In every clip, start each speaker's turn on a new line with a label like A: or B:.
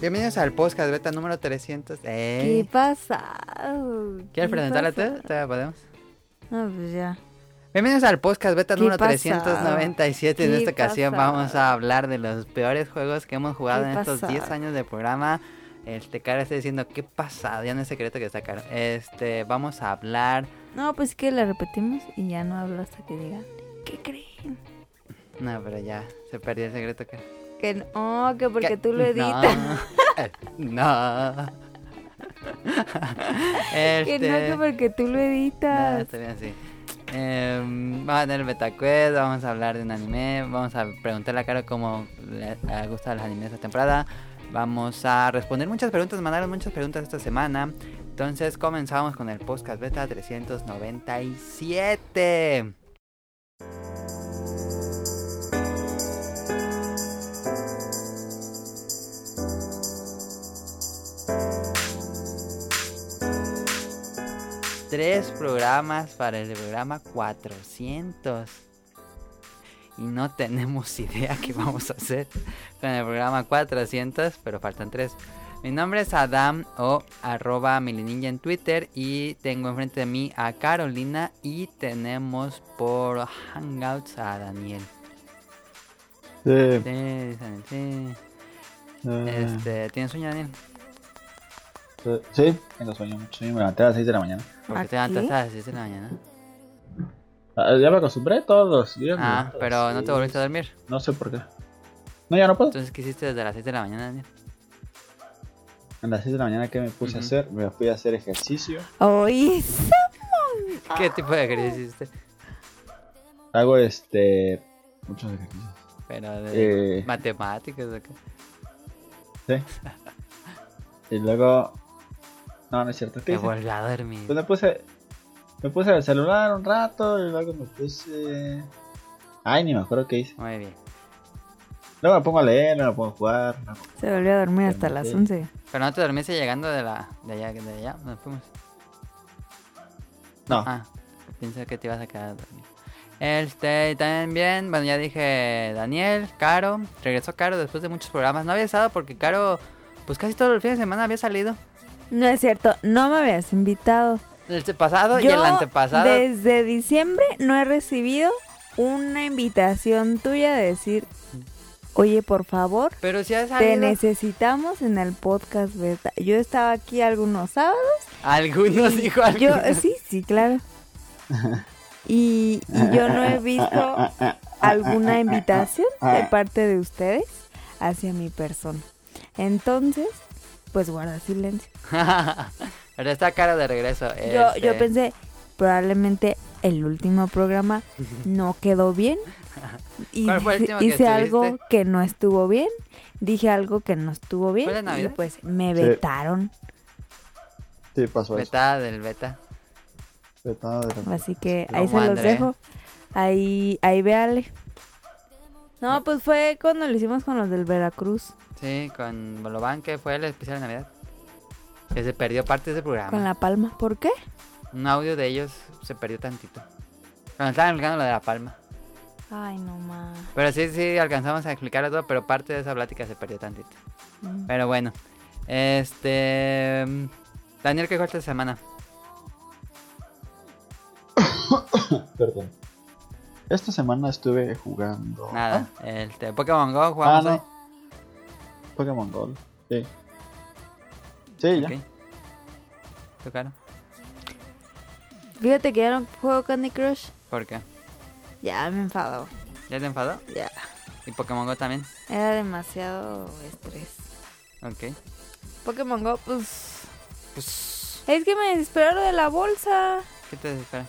A: Bienvenidos al podcast beta número 300.
B: ¿Qué
A: Ey.
B: pasado?
A: Eh. ¿Quieres
B: ¿Qué
A: presentarla tú?
B: pasado?
A: Todavía podemos.
B: No, pues ya.
A: Bienvenidos al podcast beta
B: ¿Qué
A: número
B: pasado?
A: 397. En
B: ¿Qué
A: esta ocasión
B: pasado?
A: vamos a hablar de los peores juegos que hemos jugado
B: ¿Qué
A: en estos
B: pasado?
A: 10 años de programa. Este cara está diciendo, qué pasado, ya no es secreto que está caro. Este, vamos a hablar.
B: No, pues que la repetimos y ya no hablo hasta que digan. ¿Qué creen?
A: No, pero ya, se perdió el secreto que.
B: Que no, que porque
A: ¿Qué?
B: tú lo editas.
A: No. no. este.
B: Que no, que porque tú lo
A: Nah,
B: editas.
A: está bien así. Em, vamos a tener el Betacuest, vamos a hablar de un anime, vamos a preguntarle a Caro cómo le le gustan los animes esta temporada. Vamos a responder muchas preguntas, mandaron muchas preguntas esta semana. Entonces comenzamos con el podcast beta 397. Tres programas para el programa 400. Y no tenemos idea qué vamos a hacer con el programa 400, pero faltan tres. Mi nombre es Adam o arroba milininja en Twitter y tengo enfrente de mí a Carolina y tenemos por Hangouts a Daniel.
C: Sí,
A: Sí, dicen, sí.
C: eh,
A: Este, ¿Tienes sueño Daniel?
C: eh, sí, tengo sueño, mucho sueño. Me levanté a las 6 de la mañana.
A: Porque
B: ¿Ah,
A: te levantas
B: sí?
A: a las 10 de la mañana.
C: Ah, Ya me acostumbré todos los días. me
A: Ah,
C: levanto a
A: pero
C: las
A: no te
C: seis.
A: volviste a dormir.
C: No sé por qué. No, ya no puedo.
A: Entonces, ¿qué hiciste desde las 6 de la mañana, Daniel?
C: A las 6 de la mañana, ¿qué me puse a
A: Ujú.
C: hacer? Me fui a hacer ejercicio.
B: Oí.
A: ¿Qué tipo de ejercicio hiciste?
C: Hago este. Muchos ejercicios.
A: Pero de
C: Eh,
A: matemáticas, ¿o qué?
C: sí. y luego. No, no es cierto. ¿Qué
A: Me
C: hice?
A: volví a dormir.
C: Pues me puse. Me puse el celular un rato y luego me puse. Ay, ni me acuerdo qué hice.
A: Muy bien.
C: Luego me pongo a leer, luego me pongo a jugar. luego-
B: Se volvió a dormir hasta
C: Sí.
B: las 11.
A: Pero no te dormiste llegando de la de allá, de allá, nos fuimos.
C: No,
A: Ah, pensé que te ibas a quedar dormido. Este, también, bueno, ya dije Daniel, Caro, regresó Caro después de muchos programas. No había estado porque Caro, pues casi todos los fines de semana había salido.
B: No es cierto, no me habías invitado.
A: El pasado Oh, y el antepasado.
B: desde diciembre no he recibido una invitación tuya de decir, oye, por favor,
A: Pero si has
B: te
A: salido
B: necesitamos en el podcast beta. Yo estaba aquí algunos sábados.
A: algunos, dijo
B: Yo, eh,
A: algunos.
B: sí, sí, claro. Y, y yo no he visto alguna invitación de parte de ustedes hacia mi persona. Entonces, pues guarda silencio.
A: Pero está Caro de regreso.
B: Yo,
A: este,
B: yo pensé, probablemente el último programa no quedó bien. Y
A: ¿Cuál fue el
B: dije-
A: último que
B: hice algo
A: estuviste?
B: que no estuvo bien. Dije algo que no estuvo bien.
A: ¿Fue la
B: Y
A: Navidad?
B: pues me
C: Sí.
B: vetaron.
C: sí, pasó eso.
A: Beta del beta.
C: Trataba de romper.
B: Así que
A: Lo
B: ahí se los
A: mandré.
B: dejo. Ahí, ahí véale. No, pues fue cuando lo hicimos con los del Veracruz.
A: Sí, con Bolobán, que fue el especial de Navidad. Que se perdió parte de ese programa.
B: Con La Palma. ¿Por qué?
A: Un audio de ellos se perdió tantito. Cuando estaban explicando lo de La Palma.
B: Ay, no más.
A: Pero sí, sí, alcanzamos a explicarlo todo, pero parte de esa plática se perdió tantito. Pero bueno. Este... Daniel, ¿qué corta esta semana?
C: Perdón. Esta semana estuve jugando.
A: Nada. Este, Pokémon Go,
C: Ah,
A: jugamos
C: no.
A: hoy.
C: Pokémon Gold. Sí. Sí, ya.
A: Ok. ¿Tú, Caro?
B: Fíjate que ya no juego Candy Crush.
A: ¿Por qué?
B: Ya me enfadó.
A: ¿Ya te enfadó?
B: Ya.
A: ¿Y Pokémon Go también?
B: Era demasiado estrés.
A: Ok.
B: Pokémon Go, pues.
A: Pues,
B: Es que me desesperaron de la bolsa.
A: ¿Qué te espera?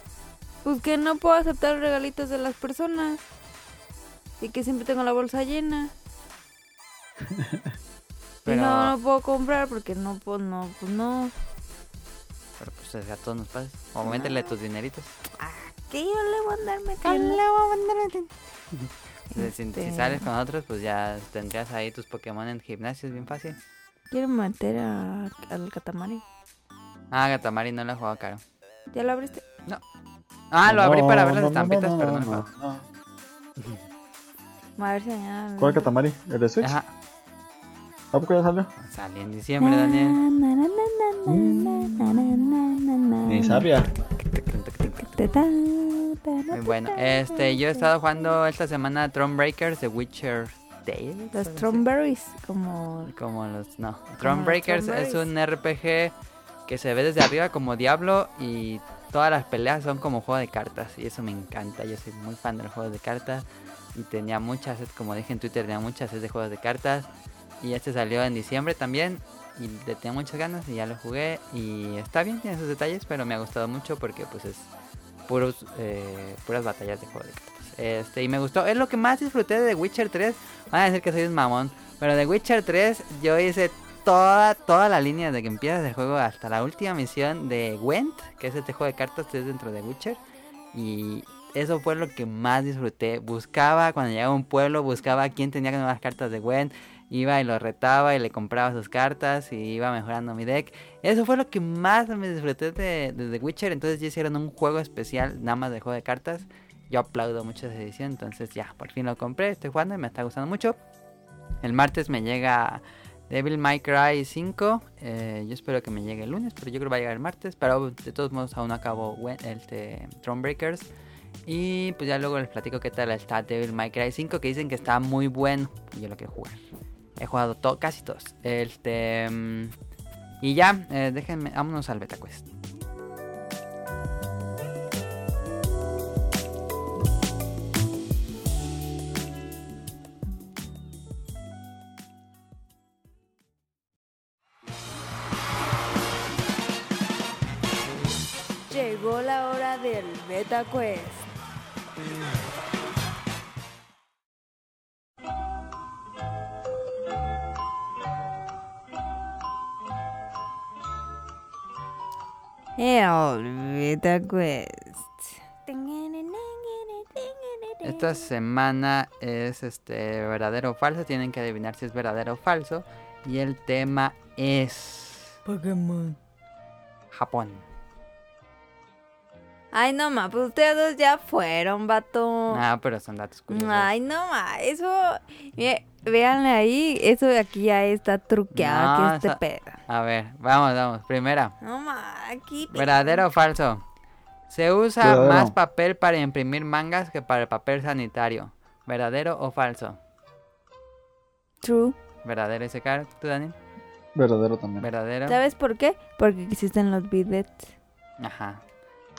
B: Pues que no puedo aceptar regalitos de las personas. Y que siempre tengo la bolsa llena. Y
A: Pero-
B: No, no puedo comprar porque no puedo, no, pues no.
A: Pero pues a todos nos pasa. O métele tus dineritos.
B: Que yo Ah, le voy a andar metiendo.
A: Entonces, si, si
B: Este.
A: sales con otros, pues ya tendrías ahí tus Pokémon en gimnasio, es bien fácil.
B: Quiero meter a- al catamari.
A: Ah, Gatamari no la he jugado caro.
B: ¿Ya lo abriste?
A: Ah, lo abrí
C: No,
A: para ver las
C: no, no,
A: estampitas,
C: no, no,
A: pero no, me
C: no,
A: jugó.
C: no.
B: A ver si mañana-
C: ¿Cuál Katamari? ¿El de Switch?
A: Ajá.
C: poco ya salió?
A: Salió en diciembre, Daniel.
C: Ni sabía.
A: Muy bueno. Este, yo he estado jugando esta semana Throne Breakers de Witcher Tales. algo
B: Los
A: así.
B: Tromberries, como.
A: Como los. No.
B: los
A: Throne Breakers
B: Throne
A: es un RPG que se ve desde arriba como Diablo y todas las peleas son como juego de cartas y eso me encanta. Yo soy muy fan de los juegos de cartas y tenía muchas, sed, como dije en Twitter, tenía muchas sed de juegos de cartas y este salió en diciembre también y le tenía muchas ganas y ya lo jugué y está bien, tiene sus detalles, pero me ha gustado mucho porque pues es puros, eh, puras batallas de juego de cartas. Este, y me gustó, es lo que más disfruté de The Witcher 3. Van a decir que soy un mamón, pero de Witcher 3 yo hice toda, toda la línea desde que empiezas el juego hasta la última misión de Gwent, que es este juego de cartas que es dentro de Witcher. Y eso fue lo que más disfruté. Buscaba, cuando llegaba a un pueblo, buscaba quién tenía nuevas cartas de Gwent. Iba y lo retaba y le compraba sus cartas y iba mejorando mi deck. Eso fue lo que más me disfruté de, de The Witcher. Entonces ya hicieron un juego especial nada más de juego de cartas. Yo aplaudo mucho esa edición. Entonces ya, por fin lo compré. Estoy jugando y me está gustando mucho. El martes me llega Devil May Cry 5. eh, yo espero que me llegue el lunes, pero yo creo que va a llegar el martes. Pero de todos modos aún no acabo we- el de Thronebreakers. Y pues ya luego les platico qué tal está Devil May Cry 5, que dicen que está muy bueno. Y yo lo quiero jugar. He jugado todo, casi todos. Este... mm, Y ya, eh, déjenme, vámonos al Beta Quest.
B: Llegó la hora del Beta Quest. El Beta Quest.
A: Esta semana es este verdadero o falso. Tienen que adivinar si es verdadero o falso. Y el tema es
B: Pokémon.
A: Japón.
B: Ay, no ma, pues ustedes dos ya fueron, vato.
A: Ah, pero son datos curiosos.
B: Oh. Ay, no ma, eso. Mire, véanle ahí, eso de aquí ya está truqueado,
A: No,
B: que este
A: esa-
B: pedo.
A: A ver, vamos, vamos. Primera.
B: No ma, aquí.
A: ¿Verdadero o falso? Se usa
C: Verdadero.
A: más papel para imprimir mangas que para el papel sanitario. ¿Verdadero o falso?
B: True.
A: ¿Verdadero ese caro? ¿Tú, Daniel?
C: Verdadero también.
A: ¿Verdadero?
B: ¿Sabes por qué? Porque existen los bidets.
A: Ajá.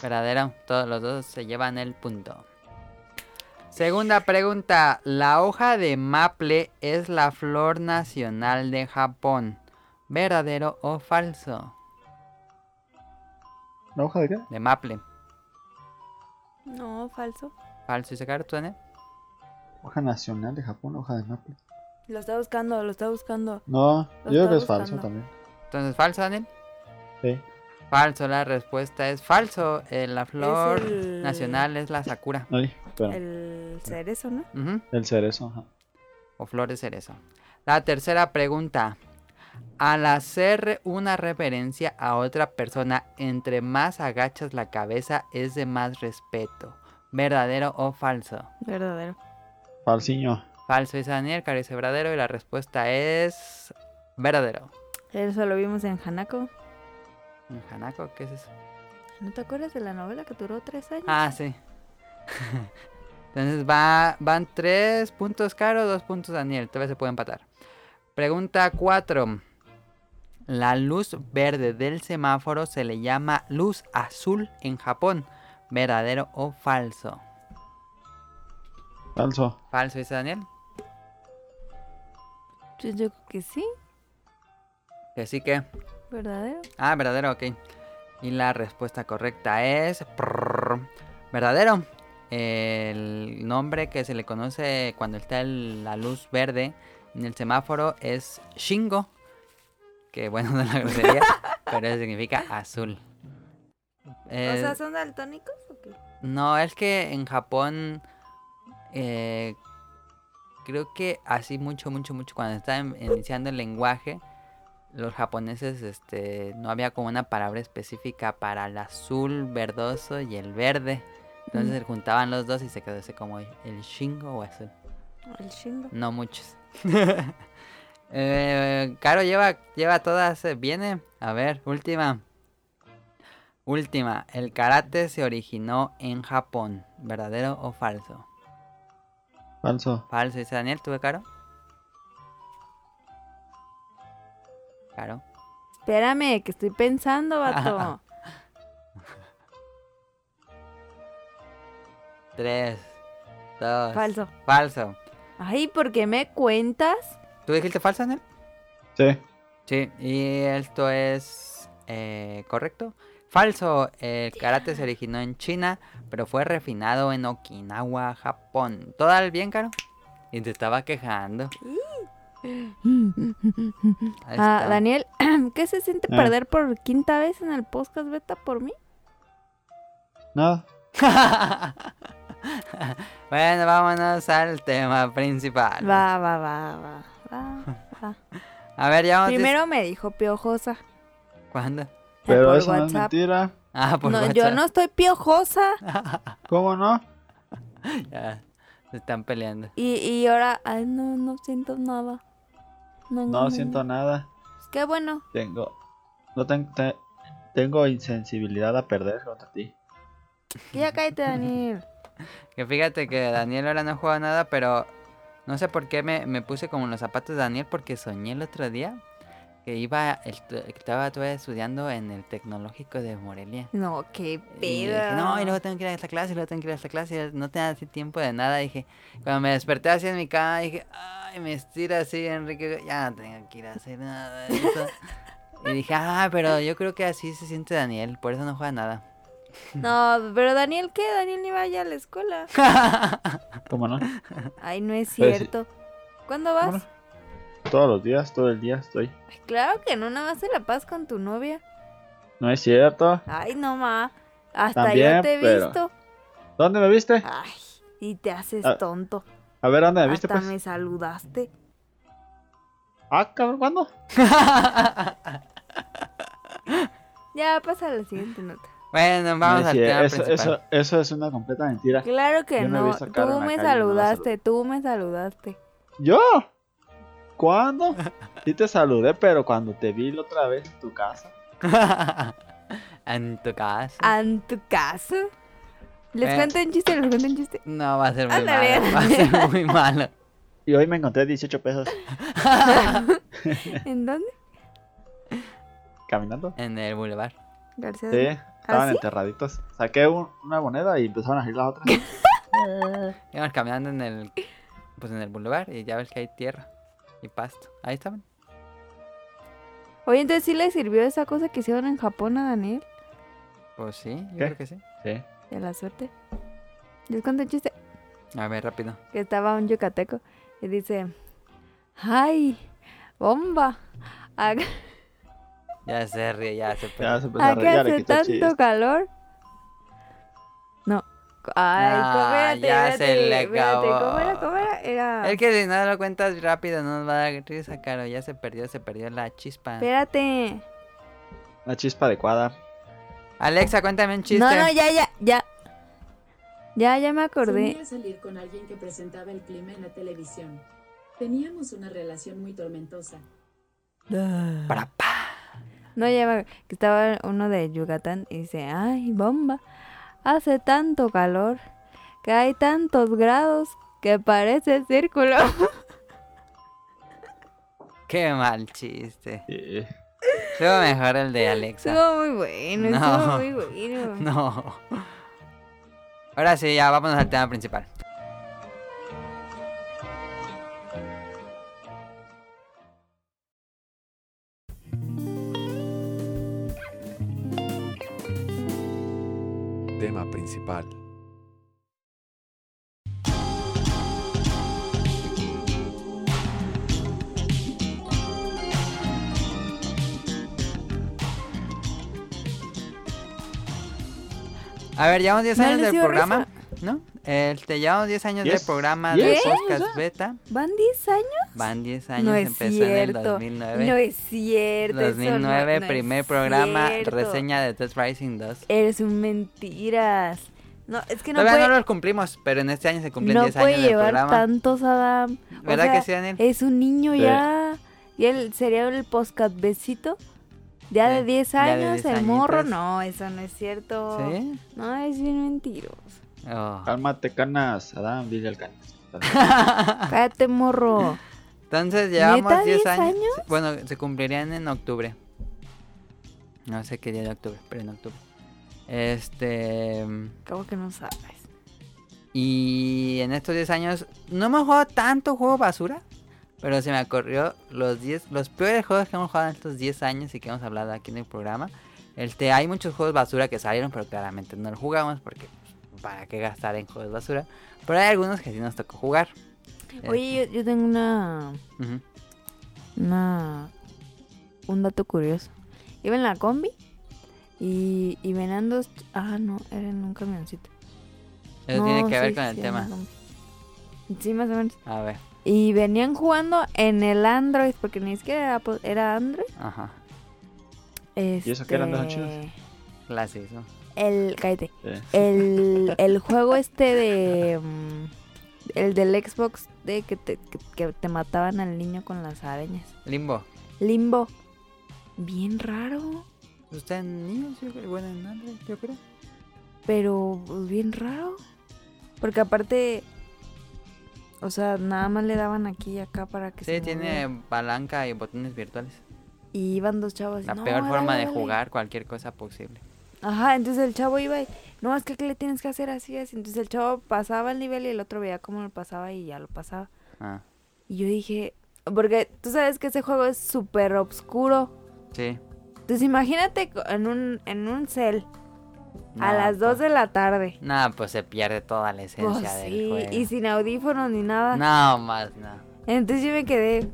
A: Verdadero. Todos los dos se llevan el punto. Segunda pregunta. La hoja de maple es la flor nacional de Japón. ¿Verdadero o falso?
C: ¿La hoja de qué?
A: De maple.
B: No, falso.
A: ¿Falso y sacar tú, Daniel?
C: Hoja nacional de Japón, hoja de maple.
B: Lo está buscando, lo está buscando.
C: No,
B: Lo
C: yo creo
B: está
C: que es falso
B: buscando.
C: también.
A: Entonces, ¿falso, Daniel?
C: Sí.
A: Falso. La respuesta es falso. Eh, la flor
B: el-
A: nacional es la sakura.
C: Ay, espera. El,
B: El cerezo, ¿no?
A: Ujú.
C: cerezo, ajá.
A: o flor de cerezo. La tercera pregunta. Al hacer una referencia a otra persona, entre más agachas la cabeza es de más respeto. ¿Verdadero o falso?
B: Verdadero.
C: Falsiño.
A: Falso es Daniel, carece verdadero y la respuesta es verdadero.
B: Eso lo vimos en Hanako.
A: Mm, Hanako, ¿qué es eso?
B: ¿No te acuerdas de la novela que duró tres años?
A: Ah, sí. Entonces va, van tres puntos Caro, dos puntos Daniel. Todavía se puede empatar. Pregunta 4. La luz verde del semáforo se le llama luz azul en Japón. ¿Verdadero o falso?
C: Falso.
A: Falso, dice Daniel.
B: Yo, yo creo que sí.
A: Que sí que.
B: ¿Verdadero?
A: Ah, verdadero, ok. Y la respuesta correcta es... prrr, verdadero. El nombre que se le conoce cuando está el- la luz verde en el semáforo es Shingo. Que bueno, no es la grosería, pero eso significa azul.
B: o
A: Eh,
B: sea, ¿son daltónicos o qué?
A: no, es que en Japón eh, creo que así mucho, mucho, mucho cuando estaba em- iniciando el lenguaje, los japoneses este, no había como una palabra específica para el azul verdoso y el verde. Entonces
B: Mm.
A: se juntaban los dos y se quedó ese como el shingo o azul.
B: El chingo.
A: No muchos. Eh, Caro lleva, lleva todas. eh, Viene. A ver, última. Última. El karate se originó en Japón. ¿Verdadero o falso?
C: Falso.
A: Falso, dice Daniel. ¿Tuve caro? Caro.
B: Espérame, que estoy pensando,
A: Ah,
B: vato.
A: 3, 2.
B: Falso.
A: Falso.
B: Ay, ¿por qué me cuentas?
A: ¿Tú dijiste falso, Daniel?
C: Sí.
A: Sí, y esto es eh, correcto. Falso, el karate se originó en China, pero fue refinado en Okinawa, Japón. ¿Todo al bien, Caro? Y te estaba quejando. Mm. Ahí
B: Ah,
A: está.
B: Daniel, ¿qué se siente
C: Ah.
B: perder por quinta vez en el podcast beta por mí?
C: No.
A: bueno, vámonos al tema principal.
B: Va, va, va, va. va, va.
A: A ver, ya vamos. dis-
B: Primero me dijo piojosa. eh,
A: ¿Cuándo?
C: Pero
B: por
C: eso no es
B: WhatsApp.
C: mentira.
A: Ah, por
B: No, yo
A: WhatsApp.
B: no estoy piojosa.
C: ¿Cómo no?
A: Ya, se están peleando.
B: Y, y ahora, ay, no, no siento nada.
C: No siento nada.
B: Qué bueno.
C: Tengo. No ten- te- tengo insensibilidad a perder contra ti.
B: Ya cállate, Daniel.
A: Que fíjate que Daniel ahora no juega nada, pero no sé por qué me, me puse como en los zapatos de Daniel porque soñé el otro día que iba estu- que estaba todavía estudiando en el tecnológico de Morelia.
B: No, qué
A: Y
B: pedo.
A: dije, no, y luego tengo que ir a esta clase, y luego tengo que ir a esta clase, y no tenía así tiempo de nada. Dije, cuando me desperté así en mi cama, dije, ay, me estira así, Enrique, ya no tengo que ir a hacer nada de eso". y dije, ah, pero yo creo que así se siente Daniel, por eso no juega nada.
B: No, pero Daniel, ¿qué? Daniel ni vaya a la escuela.
C: ¿Cómo no?
B: Ay, no es
C: Pues sí.
B: cierto. ¿Cuándo
C: ¿Cómo
B: vas?
C: no? Todos los días, todo el día estoy.
B: Ay, claro que no, nada más se la paz con tu novia.
C: No es cierto.
B: Ay, no, ma. Hasta yo
C: También,
B: te he
C: pero-
B: visto.
C: ¿Dónde me viste?
B: Ay, y te haces
C: Ah,
B: tonto.
C: A ver, ¿dónde me viste?
B: Hasta
C: Pues.
B: me saludaste.
C: Ah, cabrón, ¿cuándo?
B: Ya, pasa a la siguiente nota.
A: bueno,
C: No
A: vamos
C: es
A: al
C: cier-
A: tema
C: eso,
A: principal.
C: eso, eso es una completa mentira.
B: Claro que
C: Yo no he
B: no.
C: visto a Caro
B: Tú
C: en la
B: me
C: calle, no la
B: saludaste, tú me saludaste.
C: ¿Yo? ¿Cuándo? Sí te saludé, pero cuando te vi la otra vez en tu casa.
A: en tu casa.
B: ¿En tu caso? ¿Les
A: Eh.
B: cuento un chiste? ¿Les cuento un chiste?
A: No, va a ser muy
B: Ándale,
A: malo. Va a ser muy malo.
C: Y hoy me encontré 18 pesos
B: ¿En dónde?
C: caminando.
A: En el boulevard.
B: García.
C: Sí,
B: de-
C: estaban
B: ¿Ah, sí?
C: enterraditos. Saqué un- una moneda y empezaron a salir las otras.
A: Íbamos caminando en el pues en el boulevard y ya ves que hay tierra y pasto. Ahí estaban.
B: Oye, entonces sí le sirvió esa cosa que hicieron en Japón a Daniel.
A: Pues sí, yo
C: ¿Qué?
A: creo que sí.
C: Sí.
B: De la suerte. Les cuento un chiste.
A: A ver, rápido.
B: que estaba un yucateco y dice, ay, bomba, ¿a,
A: Ya se ríe, ya se puede.
C: Ya se empezó a
B: ¿a qué
C: reír, ya le
B: hace
C: quité el
B: tanto
C: chiste.
B: calor? No.
A: Ah,
B: Ay,
A: ya
B: espérate,
A: se le
B: espérate, espérate,
A: acabó.
B: ¿cómo era, cómo era? Era-
A: Es que si no lo cuentas rápido no nos va a dar risa, Caro. Ya se perdió, se perdió la chispa.
B: Espérate.
C: La chispa adecuada.
A: Alexa, cuéntame un chiste.
B: No, no, ya, ya, ya. Ya, ya me acordé.
D: Solía salir con alguien que presentaba el clima en la televisión. Teníamos una relación muy tormentosa.
A: Para pa.
B: No, ya me acordé. Que estaba uno de Yucatán y dice, ay, bomba, hace tanto calor, que hay tantos grados, que parece círculo.
A: Qué mal chiste.
C: Sí.
A: Estuvo mejor el de Alexa.
B: Estuvo muy bueno,
A: No.
B: estuvo muy bueno.
A: No. Ahora sí, ya vámonos al tema principal.
E: Tema principal.
A: A ver, llevamos 10
B: ¿No
A: años
B: les
A: del
B: dio
A: programa, ¿no? Este, llevamos 10 años del
C: Yes,
A: programa
C: yes.
A: de Podcast Beta.
B: ¿Van 10 años?
A: Van 10 años,
B: no es
A: empezó
B: cierto.
A: en el 2009.
B: No es cierto. eso no-
A: 2009,
B: no es
A: primer programa,
B: cierto.
A: reseña de Death Rising 2.
B: Eres un mentiras. No, es que no
A: Todavía
B: puede,
A: no los cumplimos, pero en este año se cumplen
B: no
A: 10
B: puede
A: años del
B: llevar
A: programa.
B: tantos, Adam. O
A: ¿Verdad
B: sea,
A: que sí, Daniel?
B: Es un niño
C: Sí.
B: ya. Y él sería el podcast besito. Ya
A: Sí,
B: de 10
A: ya de
B: años,
A: 10
B: el morro,
A: añitos.
B: no, eso no es cierto.
A: ¿Sí?
B: No, es bien mentiroso.
A: Oh.
C: Cálmate, canas. Adam, dile al canas.
A: Ah.
B: Cállate, morro.
A: Entonces llevamos
B: ¿Neta
A: 10
B: 10
A: años. Bueno, se cumplirían en octubre. No sé qué día de octubre, pero en octubre. Este.
B: ¿Cómo que no sabes?
A: Y en estos 10 años no hemos jugado tanto juego basura. Pero se me ocurrió los 10, los peores juegos que hemos jugado en estos 10 años y que hemos hablado aquí en el programa. Este, hay muchos juegos basura que salieron, pero claramente no los jugamos porque pues, para qué gastar en juegos basura. Pero hay algunos que sí nos tocó jugar. Este. Eh,
B: Oye, yo, yo tengo una,
A: Ujú.
B: una. Un dato curioso. Iba en la combi y, y venían dos. ch- Ah, no, era en un camioncito.
A: Eso
B: No,
A: tiene que ver
B: sí,
A: con el
B: sí, era
A: tema.
B: en una combi. Sí, más o menos.
A: A ver,
B: Y venían jugando en el Android, porque ni siquiera era, Apple, era Android.
A: ajá.
B: Este...
C: eso qué eran los chidos?
A: Clásico.
B: El, cállate.
C: Eh,
B: El, el juego este de. mm, El del Xbox de que te, que, que te mataban al niño con las arañas.
A: Limbo.
B: Limbo. Bien raro.
A: Usted en niños, yo creo, bueno, en Android, yo creo.
B: Pero pues, bien raro. Porque aparte. O sea, nada más le daban aquí y acá para que
A: Sí,
B: se moviera.
A: tiene palanca y botones virtuales.
B: Y iban dos chavos.
A: La
B: "No,
A: peor
B: dale,
A: forma de
B: dale".
A: jugar cualquier cosa posible.
B: Ajá, entonces el chavo iba y, no, es que ¿qué le tienes que hacer así, así. Entonces el chavo pasaba el nivel y el otro veía cómo lo pasaba y ya lo pasaba.
A: Ah,
B: Y yo dije, porque tú sabes que ese juego es súper obscuro.
A: sí.
B: Entonces imagínate co- en un, en un cel a
A: Nada,
B: las 2
A: pues-
B: de la tarde.
A: Nada, pues se pierde toda la esencia
B: Pues
A: del
B: sí,
A: juego.
B: y sin audífonos ni nada.
A: No, más no.
B: Entonces yo me quedé,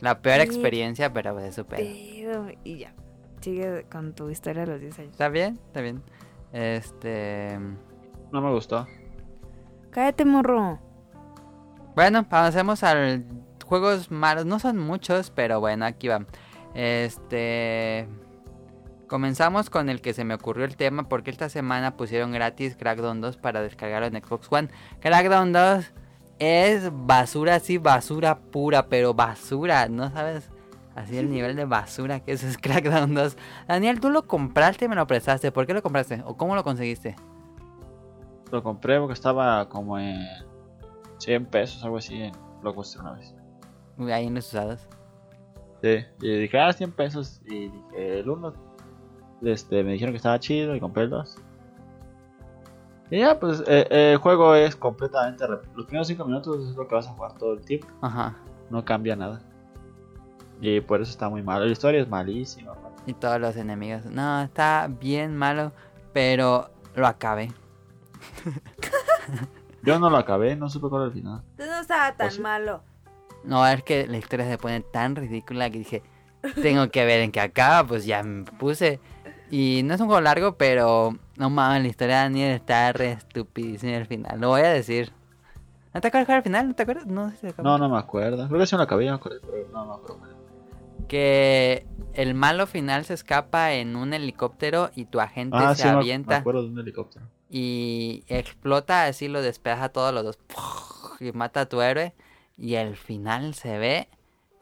A: La peor
B: Sí.
A: experiencia, pero se supera.
B: pedo, y ya. Sigue con tu historia de los 10 años.
A: ¿Está bien? ¿Está bien? Este...
C: no me gustó.
B: Cállate, morro.
A: Bueno, pasemos al... Juegos malos. No son muchos, pero bueno, aquí va. Este... Comenzamos con el que se me ocurrió el tema porque esta semana pusieron gratis Crackdown 2 para descargarlo en Xbox One. Crackdown 2 es basura, sí, basura pura, pero basura, ¿no sabes? Así el nivel de basura que es, es Crackdown 2. Daniel, tú lo compraste y me lo prestaste. ¿Por qué lo compraste? ¿O cómo lo conseguiste?
C: Lo compré porque estaba como en 100 pesos, algo así. en Blockbuster una vez.
A: Uy, Ahí en los usados.
C: Sí. Y dije, ah, 100 pesos. Y dije, el uno. Este, me dijeron que estaba chido y compré el 2. Y ya, pues eh, eh, el juego es completamente. rep- Los primeros 5 minutos es lo que vas a jugar todo el tiempo.
A: Ajá.
C: No cambia nada. Y por eso está muy malo. La historia es malísima.
A: Y todos los enemigos. No, está bien malo, pero lo acabé.
C: Yo no lo acabé, no supe cuál era el final.
B: Entonces no estaba tan
C: Pues sí.
B: malo.
A: No, es que la historia se pone tan ridícula que dije, tengo que ver en qué acaba, pues ya me puse. Y no es un juego largo, pero no mames, la historia de Daniel está re estupidísima el final. Lo voy a decir. ¿No te acuerdas cuál era el final? ¿No te acuerdas? No sé si te acuerdas.
C: No, no me acuerdo. Creo que sí me lo acabé, ya me acordé, pero no me acuerdo. cuál era.
A: Que el malo final se escapa en un helicóptero y tu agente
C: Ah,
A: se
C: sí, me- me
A: avienta.
C: acuerdo de un helicóptero.
A: y explota así, lo despeja a todos los dos y mata a tu héroe. Y al final se ve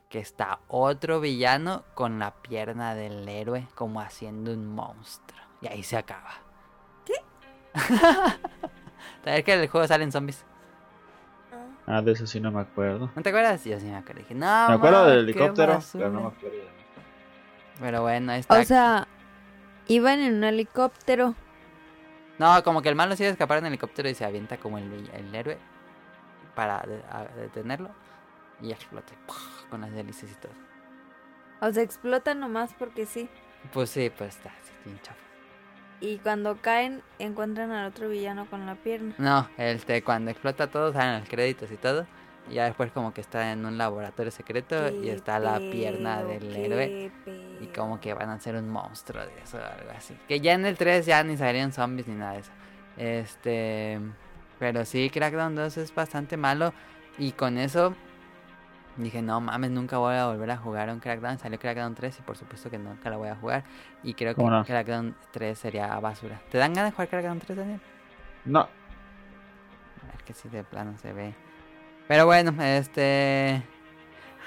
A: que está otro villano con la pierna del héroe como haciendo un monstruo. Y ahí se acaba. ¿Qué? Sabes que en el juego salen zombies.
C: Ah, de eso sí no me acuerdo.
A: ¿No te acuerdas? Yo sí me acuerdo. Dije, no,
C: Me acuerdo
A: mames,
C: del
A: qué
C: helicóptero,
A: basura".
C: pero no me acuerdo. de-
A: Pero bueno, ahí está.
B: O sea, iban en un helicóptero.
A: No, como que el malo se iba a escapar en helicóptero y se avienta como el, vill- el héroe para de- a- detenerlo y explota ¡pah! con las hélices y todo.
B: O sea, explota nomás porque sí.
A: Pues sí, pues está, sí, bien chafa.
B: Y cuando caen, encuentran al otro villano con la pierna.
A: No, este, cuando explota todo salen los créditos y todo. Y ya después como que está en un laboratorio secreto y
B: Qué
A: está la
B: pedo,
A: pierna del
B: qué
A: héroe. Y
B: pedo.
A: como que van a ser un monstruo de eso o algo así. Que ya en el 3 ya ni salían zombies ni nada de eso. Este. Pero sí, Crackdown 2 es bastante malo. Y con eso dije, no mames, nunca voy a volver a jugar un Crackdown. Salió Crackdown 3 y por supuesto que nunca la voy a jugar. Y creo que
C: ¿Cómo no?
A: Crackdown 3 sería basura. ¿Te dan ganas de jugar Crackdown 3, Daniel?
C: No,
A: Es que sí, de plano se ve. Pero bueno, este.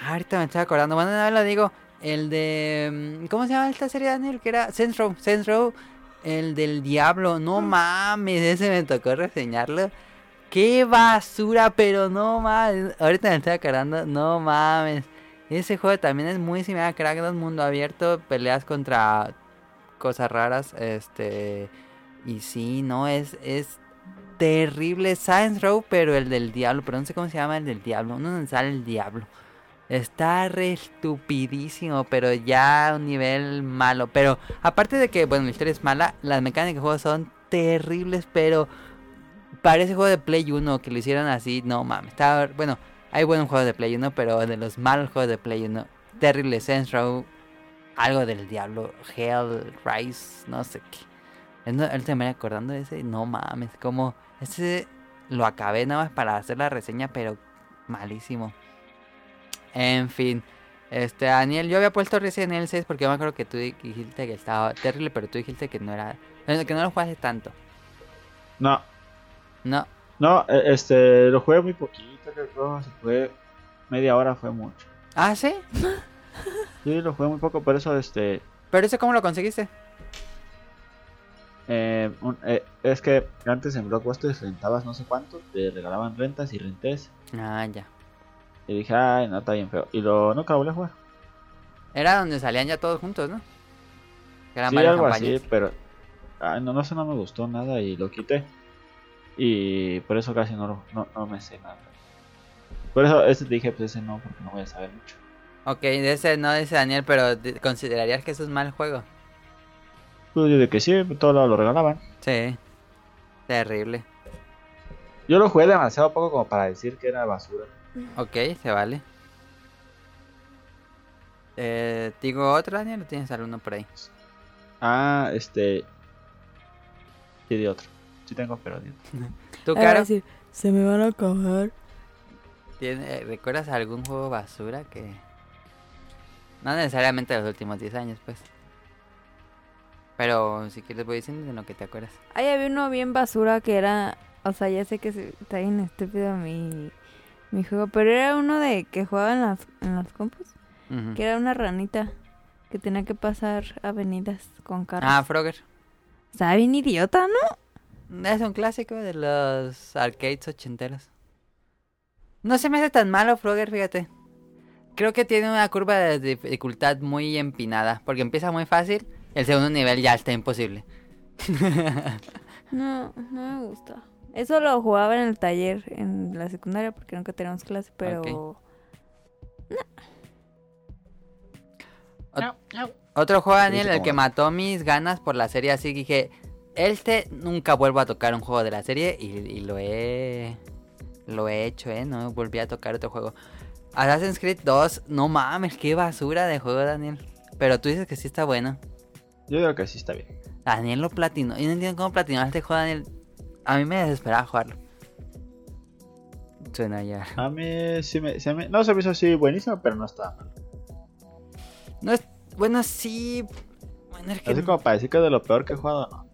A: Ahorita me estoy acordando. Bueno, no lo digo. El de. mm, ¿Cómo se llama esta serie, Daniel? Que era Saints Row. Saints Row, El del diablo. No mames, ese me tocó reseñarlo. ¡Qué basura! Pero no mames. Ahorita me estoy acordando. No mames. Ese juego también es muy similar a Crackdown, mundo abierto, peleas contra cosas raras, este y sí, no es es terrible Science Row, pero el del diablo, pero no sé cómo se llama el del diablo, no donde sale el diablo. Está re estupidísimo, pero ya a un nivel malo. Pero aparte de que, bueno, la historia es mala, las mecánicas del juego son terribles, pero parece juego de Play 1 que lo hicieron así. No mames, está. Bueno, hay buenos juegos de Play 1, pero de los malos juegos de Play 1, terrible Saints Row, algo del diablo, Hell, Rise, no sé qué. Él, no- él se me va acordando de ese, no mames, como ese lo acabé nada más para hacer la reseña, pero malísimo. En fin, este Daniel, yo había puesto Resident Evil 6 porque yo me acuerdo que tú di- dijiste que estaba terrible, pero tú dijiste que no era, bueno, que no lo jugaste tanto.
C: No,
A: No,
C: no, eh, este, lo jugué muy poquito, creo que jugué media hora, fue mucho.
A: ah sí,
C: Sí, lo jugué muy poco, por eso, este,
A: pero eso cómo lo conseguiste?
C: Eh, un- eh, es que antes en Blockbuster rentabas no sé cuánto, te regalaban rentas y rentés.
A: Ah ya.
C: Y dije, ay, no, está bien feo. Y lo nunca volví a jugar.
A: Era donde salían ya todos juntos, ¿no? Que eran
C: Sí,
A: varias
C: algo
A: campañas.
C: así, pero ay, no, no sé, no me gustó nada y lo quité. Y por eso casi no, lo- no, no me sé nada. Por eso ese te dije, pues ese no, porque no voy a saber mucho.
A: Ok, de ese no dice Daniel, pero de- ¿considerarías que eso es mal juego?
C: Pues yo de que sí, por todo lado lo regalaban.
A: Sí. Terrible.
C: Yo lo jugué demasiado poco como para decir que era basura.
A: Ok, se vale. Eh, ¿te ¿Digo otro, Daniel, o tienes alguno por ahí?
C: Ah, este. Sí, de otro. Sí tengo, pero de otro.
A: ¿Tú,
D: Eh,
B: Ahora va a
A: Caro,
B: decir, se me van a acabar.
A: tienes- eh, recuerdas algún juego basura que... No necesariamente de los últimos 10 años, pues. Pero si quieres voy diciendo de lo que te acuerdas.
B: Ahí había uno bien basura que era. O sea, ya sé que se- está bien estúpido mi, mi juego, pero era uno de que jugaba en las, en las compus,
A: Ujú.
B: que era una ranita que tenía que pasar avenidas con carros.
A: Ah, Frogger.
B: Estaba bien idiota, ¿no?
A: Es un clásico de los arcades ochenteros. No se me hace tan malo, Frogger, fíjate. Creo que tiene una curva de dificultad muy empinada, porque empieza muy fácil y el segundo nivel ya está imposible.
B: No, no me gusta. Eso lo jugaba en el taller, en la secundaria, porque nunca teníamos clase, pero.
A: Otro juego,
C: Sí,
A: Daniel, el
C: como
A: que
C: no.
A: mató mis ganas por la serie, así que dije, este nunca vuelvo a tocar un juego de la serie y, y lo he lo he hecho, ¿eh? No volví a tocar otro juego. Assassin's Creed 2, no mames, qué basura de juego, Daniel. Pero tú dices que sí está bueno.
C: Yo digo que sí está bien.
A: Daniel lo platinó. Yo no entiendo cómo platinaste este juego, Daniel. A mí me desesperaba jugarlo. Suena ya.
C: A mí sí me, se me- no se me hizo así buenísimo, pero no está mal.
A: No es... Bueno, sí... Bueno, es que...
C: Así como para decir que es de lo peor que he jugado, no.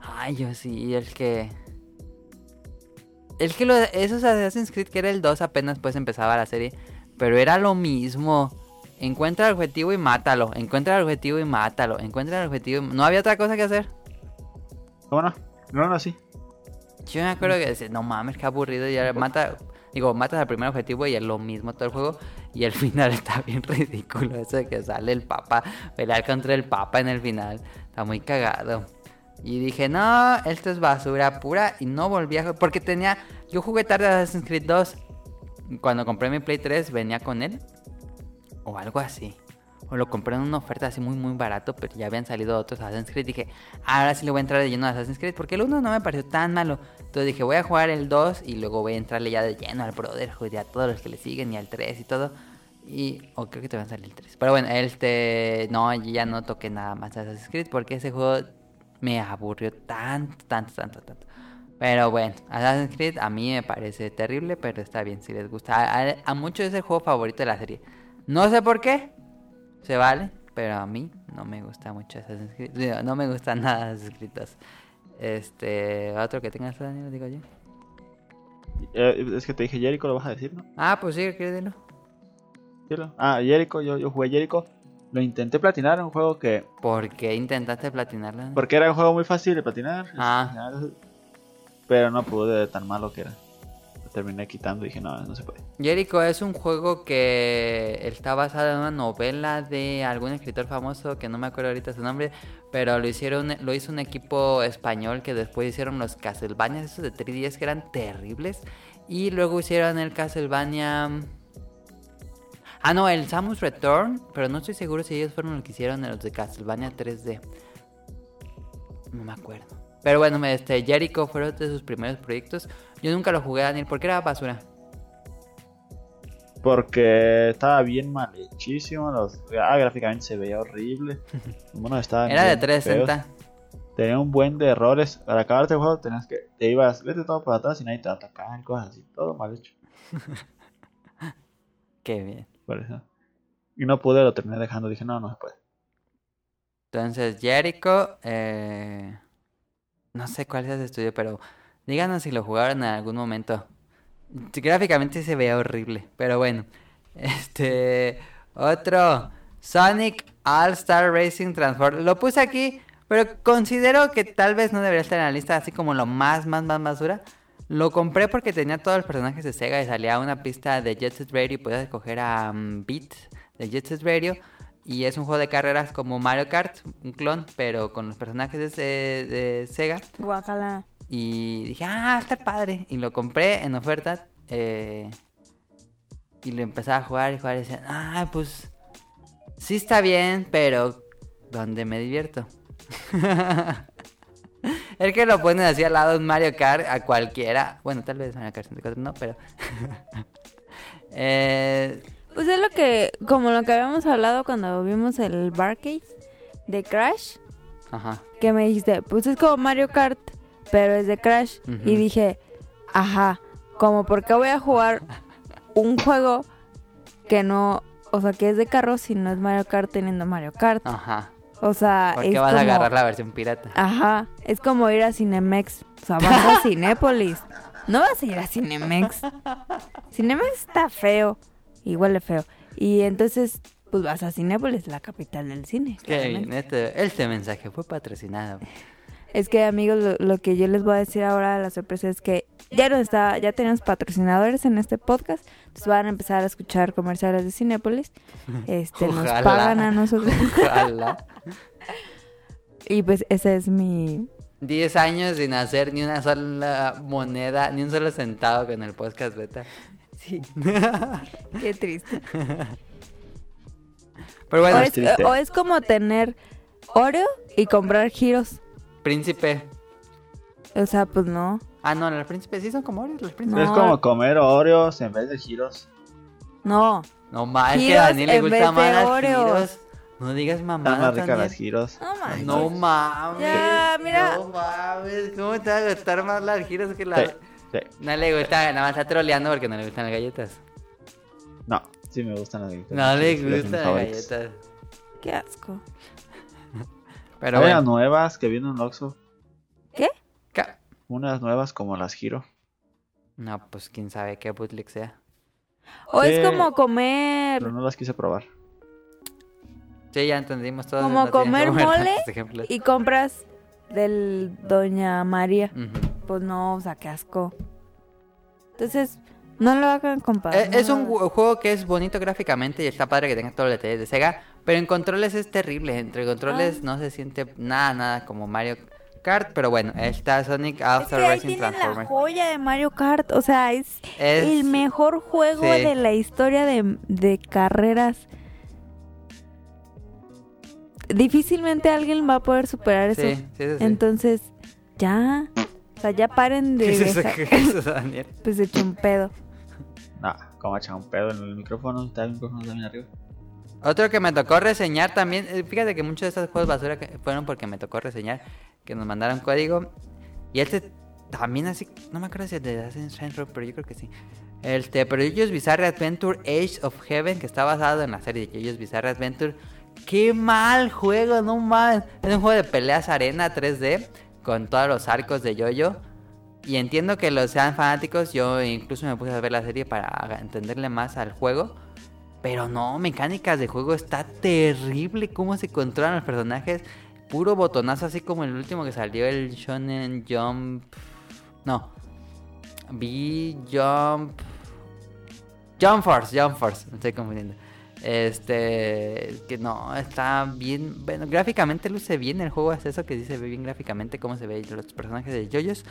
A: Ay, yo sí, el que... El que lo... Esos Assassin's Creed, que era el 2, apenas pues empezaba la serie. Pero era lo mismo. Encuentra el objetivo y mátalo. Encuentra el objetivo y mátalo. Encuentra el objetivo y... No había otra cosa que hacer.
C: ¿Cómo no? No, no, sí.
A: Yo me acuerdo que decía, no mames, qué aburrido. Y ahora mata, digo, matas al primer objetivo y es lo mismo todo el juego. Y el final está bien ridículo. Eso de que sale el papa, pelear contra el papa en el final. Está muy cagado. Y dije, no, esto es basura pura. Y no volví a jugar. Porque tenía. Yo jugué tarde a Assassin's Creed 2. Cuando compré mi Play 3, venía con él. O algo así. O lo compré en una oferta así muy, muy barato. Pero ya habían salido otros Assassin's Creed. Dije, ahora sí le voy a entrar de lleno a Assassin's Creed. Porque el 1 no me pareció tan malo. Entonces dije, voy a jugar el 2. Y luego voy a entrarle ya de lleno al Brotherhood. Y a todos los que le siguen. Y al 3 y todo. Y. O creo que te van a salir el 3. Pero bueno, este. No, yo ya no toqué nada más de Assassin's Creed. Porque ese juego me aburrió tanto, tanto, tanto, tanto. Pero bueno, Assassin's Creed a mí me parece terrible, pero está bien si les gusta. A, a- a muchos es el juego favorito de la serie. No sé por qué, se vale, pero a mí no me gusta mucho Assassin's Creed. Digo, No me gusta nada Assassin's Creed 2. Este, otro que tengas, Daniel, digo yo.
C: Eh, es que te dije, Jericho, lo vas a decir, ¿no?
A: Ah, pues sí, quiero decirlo.
C: Cielo. Ah, Jericho, yo, yo jugué Jericho. Lo intenté platinar, era un juego que.
A: ¿Por qué intentaste platinarla?
C: Porque era un juego muy fácil de platinar.
A: Ah.
C: Pero no pude, tan malo que era. Lo terminé quitando y dije, no, no se puede.
A: Jericho es un juego que está basado en una novela de algún escritor famoso que no me acuerdo ahorita su nombre, pero lo hicieron lo hizo un equipo español que después hicieron los Castlevania esos de 3DS que eran terribles y luego hicieron el Castlevania Ah, no, el Samus Return, pero no estoy seguro si ellos fueron los que hicieron los de Castlevania 3D. No me acuerdo. Pero bueno, este Jericho fue otro de sus primeros proyectos. Yo nunca lo jugué, Daniel, porque era basura.
C: Porque estaba bien mal hechísimo. Los... Ah, gráficamente se veía horrible. Bueno, estaba
A: Era de 360.
C: Tenía un buen de errores. Para acabarte el juego tenías que... Te ibas, vete todo para atrás y nadie te atacaba y cosas así. Todo mal hecho.
A: Qué bien.
C: Por eso. Y no pude, lo terminé dejando. Dije, no, no se puede.
A: Entonces, Jericho... Eh... No sé cuál es el estudio, pero díganos si lo jugaron en algún momento. Gráficamente se veía horrible, pero bueno. Este. Otro. Sonic All Star Racing Transform. Lo puse aquí, pero considero que tal vez no debería estar en la lista, así como lo más, más, más basura. Lo compré porque tenía todos los personajes de Sega y salía una pista de Jet Set Radio y podías escoger a um, Beat de Jet Set Radio. Y es un juego de carreras como Mario Kart, un clon, pero con los personajes de, de Sega.
B: Guacala.
A: Y dije, ah, está padre. Y lo compré en oferta. eh, y lo empezaba a jugar y jugar y decía, ah, pues sí está bien, pero donde me divierto. El que lo ponen así al lado de un Mario Kart a cualquiera. Bueno, tal vez Mario Kart 64 no, pero... eh,
B: Pues es lo que, como lo que habíamos hablado cuando vimos el Barcade de Crash,
A: ajá.
B: que me dijiste, pues es como Mario Kart, pero es de Crash.
A: Ujú.
B: Y dije, ajá, como por qué voy a jugar un juego que no, o sea, que es de carros si no es Mario Kart teniendo Mario Kart.
A: Ajá.
B: O sea,
A: Ah, ¿Por
B: Ah, es
A: qué vas
B: como,
A: a agarrar la versión pirata?
B: Ajá, es como ir a Cinemex, o sea, vas a Cinépolis. No vas a ir a Cinemex. Cinemex está feo, igual de feo. Y entonces, pues vas a Cinépolis, la capital del cine.
A: Qué
B: claramente.
A: bien, este, este mensaje fue patrocinado.
B: Es que amigos, lo, lo que yo les voy a decir ahora, la sorpresa es que ya no está, ya tenemos patrocinadores en este podcast, entonces van a empezar a escuchar comerciales de Cinépolis, este, nos
A: Ojalá.
B: pagan a nosotros
A: Ojalá.
B: y pues ese es mi,
A: 10 años sin hacer ni una sola moneda, ni un solo centavo con el podcast beta.
B: sí, qué triste.
A: Pero
B: O
A: bueno,
C: Ahora-
B: es,
C: es triste.
B: o es como tener Oreo y comprar giros,
A: príncipe.
B: o sea, pues no,
A: Ah, no, los príncipes sí son como Oreos, los príncipes.
C: Es
B: No.
C: como comer Oreos en vez de giros.
B: no,
A: No, más que
B: Giros
A: a Daniel le
B: en vez
A: gusta
B: de
A: más las
B: Oreos.
A: giros. No digas
C: Están
A: mamá.
C: más ricas las giros.
B: no manches.
A: No mames.
B: Ya, mira.
A: No mames. ¿Cómo te va a gustar más las giros que las.?
C: Sí, sí.
A: No le gusta, nada más está troleando porque no le gustan las galletas.
C: No, sí me gustan las galletas.
A: No le
C: Sí, son mis
A: gustan las
C: favoritas.
A: galletas.
B: qué asco.
A: Pero
C: Hay unas
A: bueno.
C: nuevas que vienen en Oxxo.
A: ca-
C: Unas nuevas como las giro.
A: No, pues quién sabe qué bootleg sea.
B: O
C: Sí.
B: es como
C: Pero
B: comer
C: no las quise probar.
A: Sí, ya entendimos todo.
B: Como
A: no tienen que
B: comer
A: comer
B: mole
A: tantos ejemplos.
B: y compras del Doña María.
A: Ujú.
B: Pues no, o sea, qué asco. Entonces, no lo hagan, compadre.
A: Eh,
B: no
A: es
B: lo
A: un
B: hagan.
A: ju- juego que es bonito gráficamente y está padre que tenga todos los detalles de Sega, pero en controles es terrible. Entre controles
B: Ah.
A: no se siente nada, nada como Mario Kart, pero bueno, ahí está Sonic All
B: Es que
A: Star
B: ahí
A: Racing
B: tienen la
A: Transformers.
B: joya de Mario Kart. O sea, es,
A: Es-
B: el mejor juego
A: sí.
B: de la historia de, de carreras. Difícilmente alguien va a poder superar
A: sí,
B: eso.
A: sí, sí, sí.
B: Entonces, ya. O sea, ya paren de.
A: ¿Qué es eso?
B: dejar-
A: ¿Qué es eso, Daniel?
B: Pues se echó un pedo.
C: No, como echar un pedo en el micrófono. Está el micrófono también arriba.
A: Otro que me tocó reseñar también, eh, fíjate que muchos de estos juegos basura que fueron porque me tocó reseñar, que nos mandaron código. Y este también así, no me acuerdo si es de Assassin's Creed, pero yo creo que sí. Este, pero Yoyos Bizarre Adventure Age of Heaven, que está basado en la serie de Yoyos Bizarre Adventure. ¡Qué mal juego, no mal! Es un juego de peleas arena 3D, con todos los arcos de Yoyo. Y entiendo que los sean fanáticos, yo incluso me puse a ver la serie para entender- entenderle más al juego. Pero no, mecánicas de juego está terrible cómo se controlan los personajes. Puro botonazo, así como el último que salió, el Shonen Jump. No. B-Jump. Jump Force, Jump Force, me estoy confundiendo. Este, que no, está bien, bueno, gráficamente luce bien el juego, es eso que dice bien gráficamente cómo se ve los personajes de JoJo's,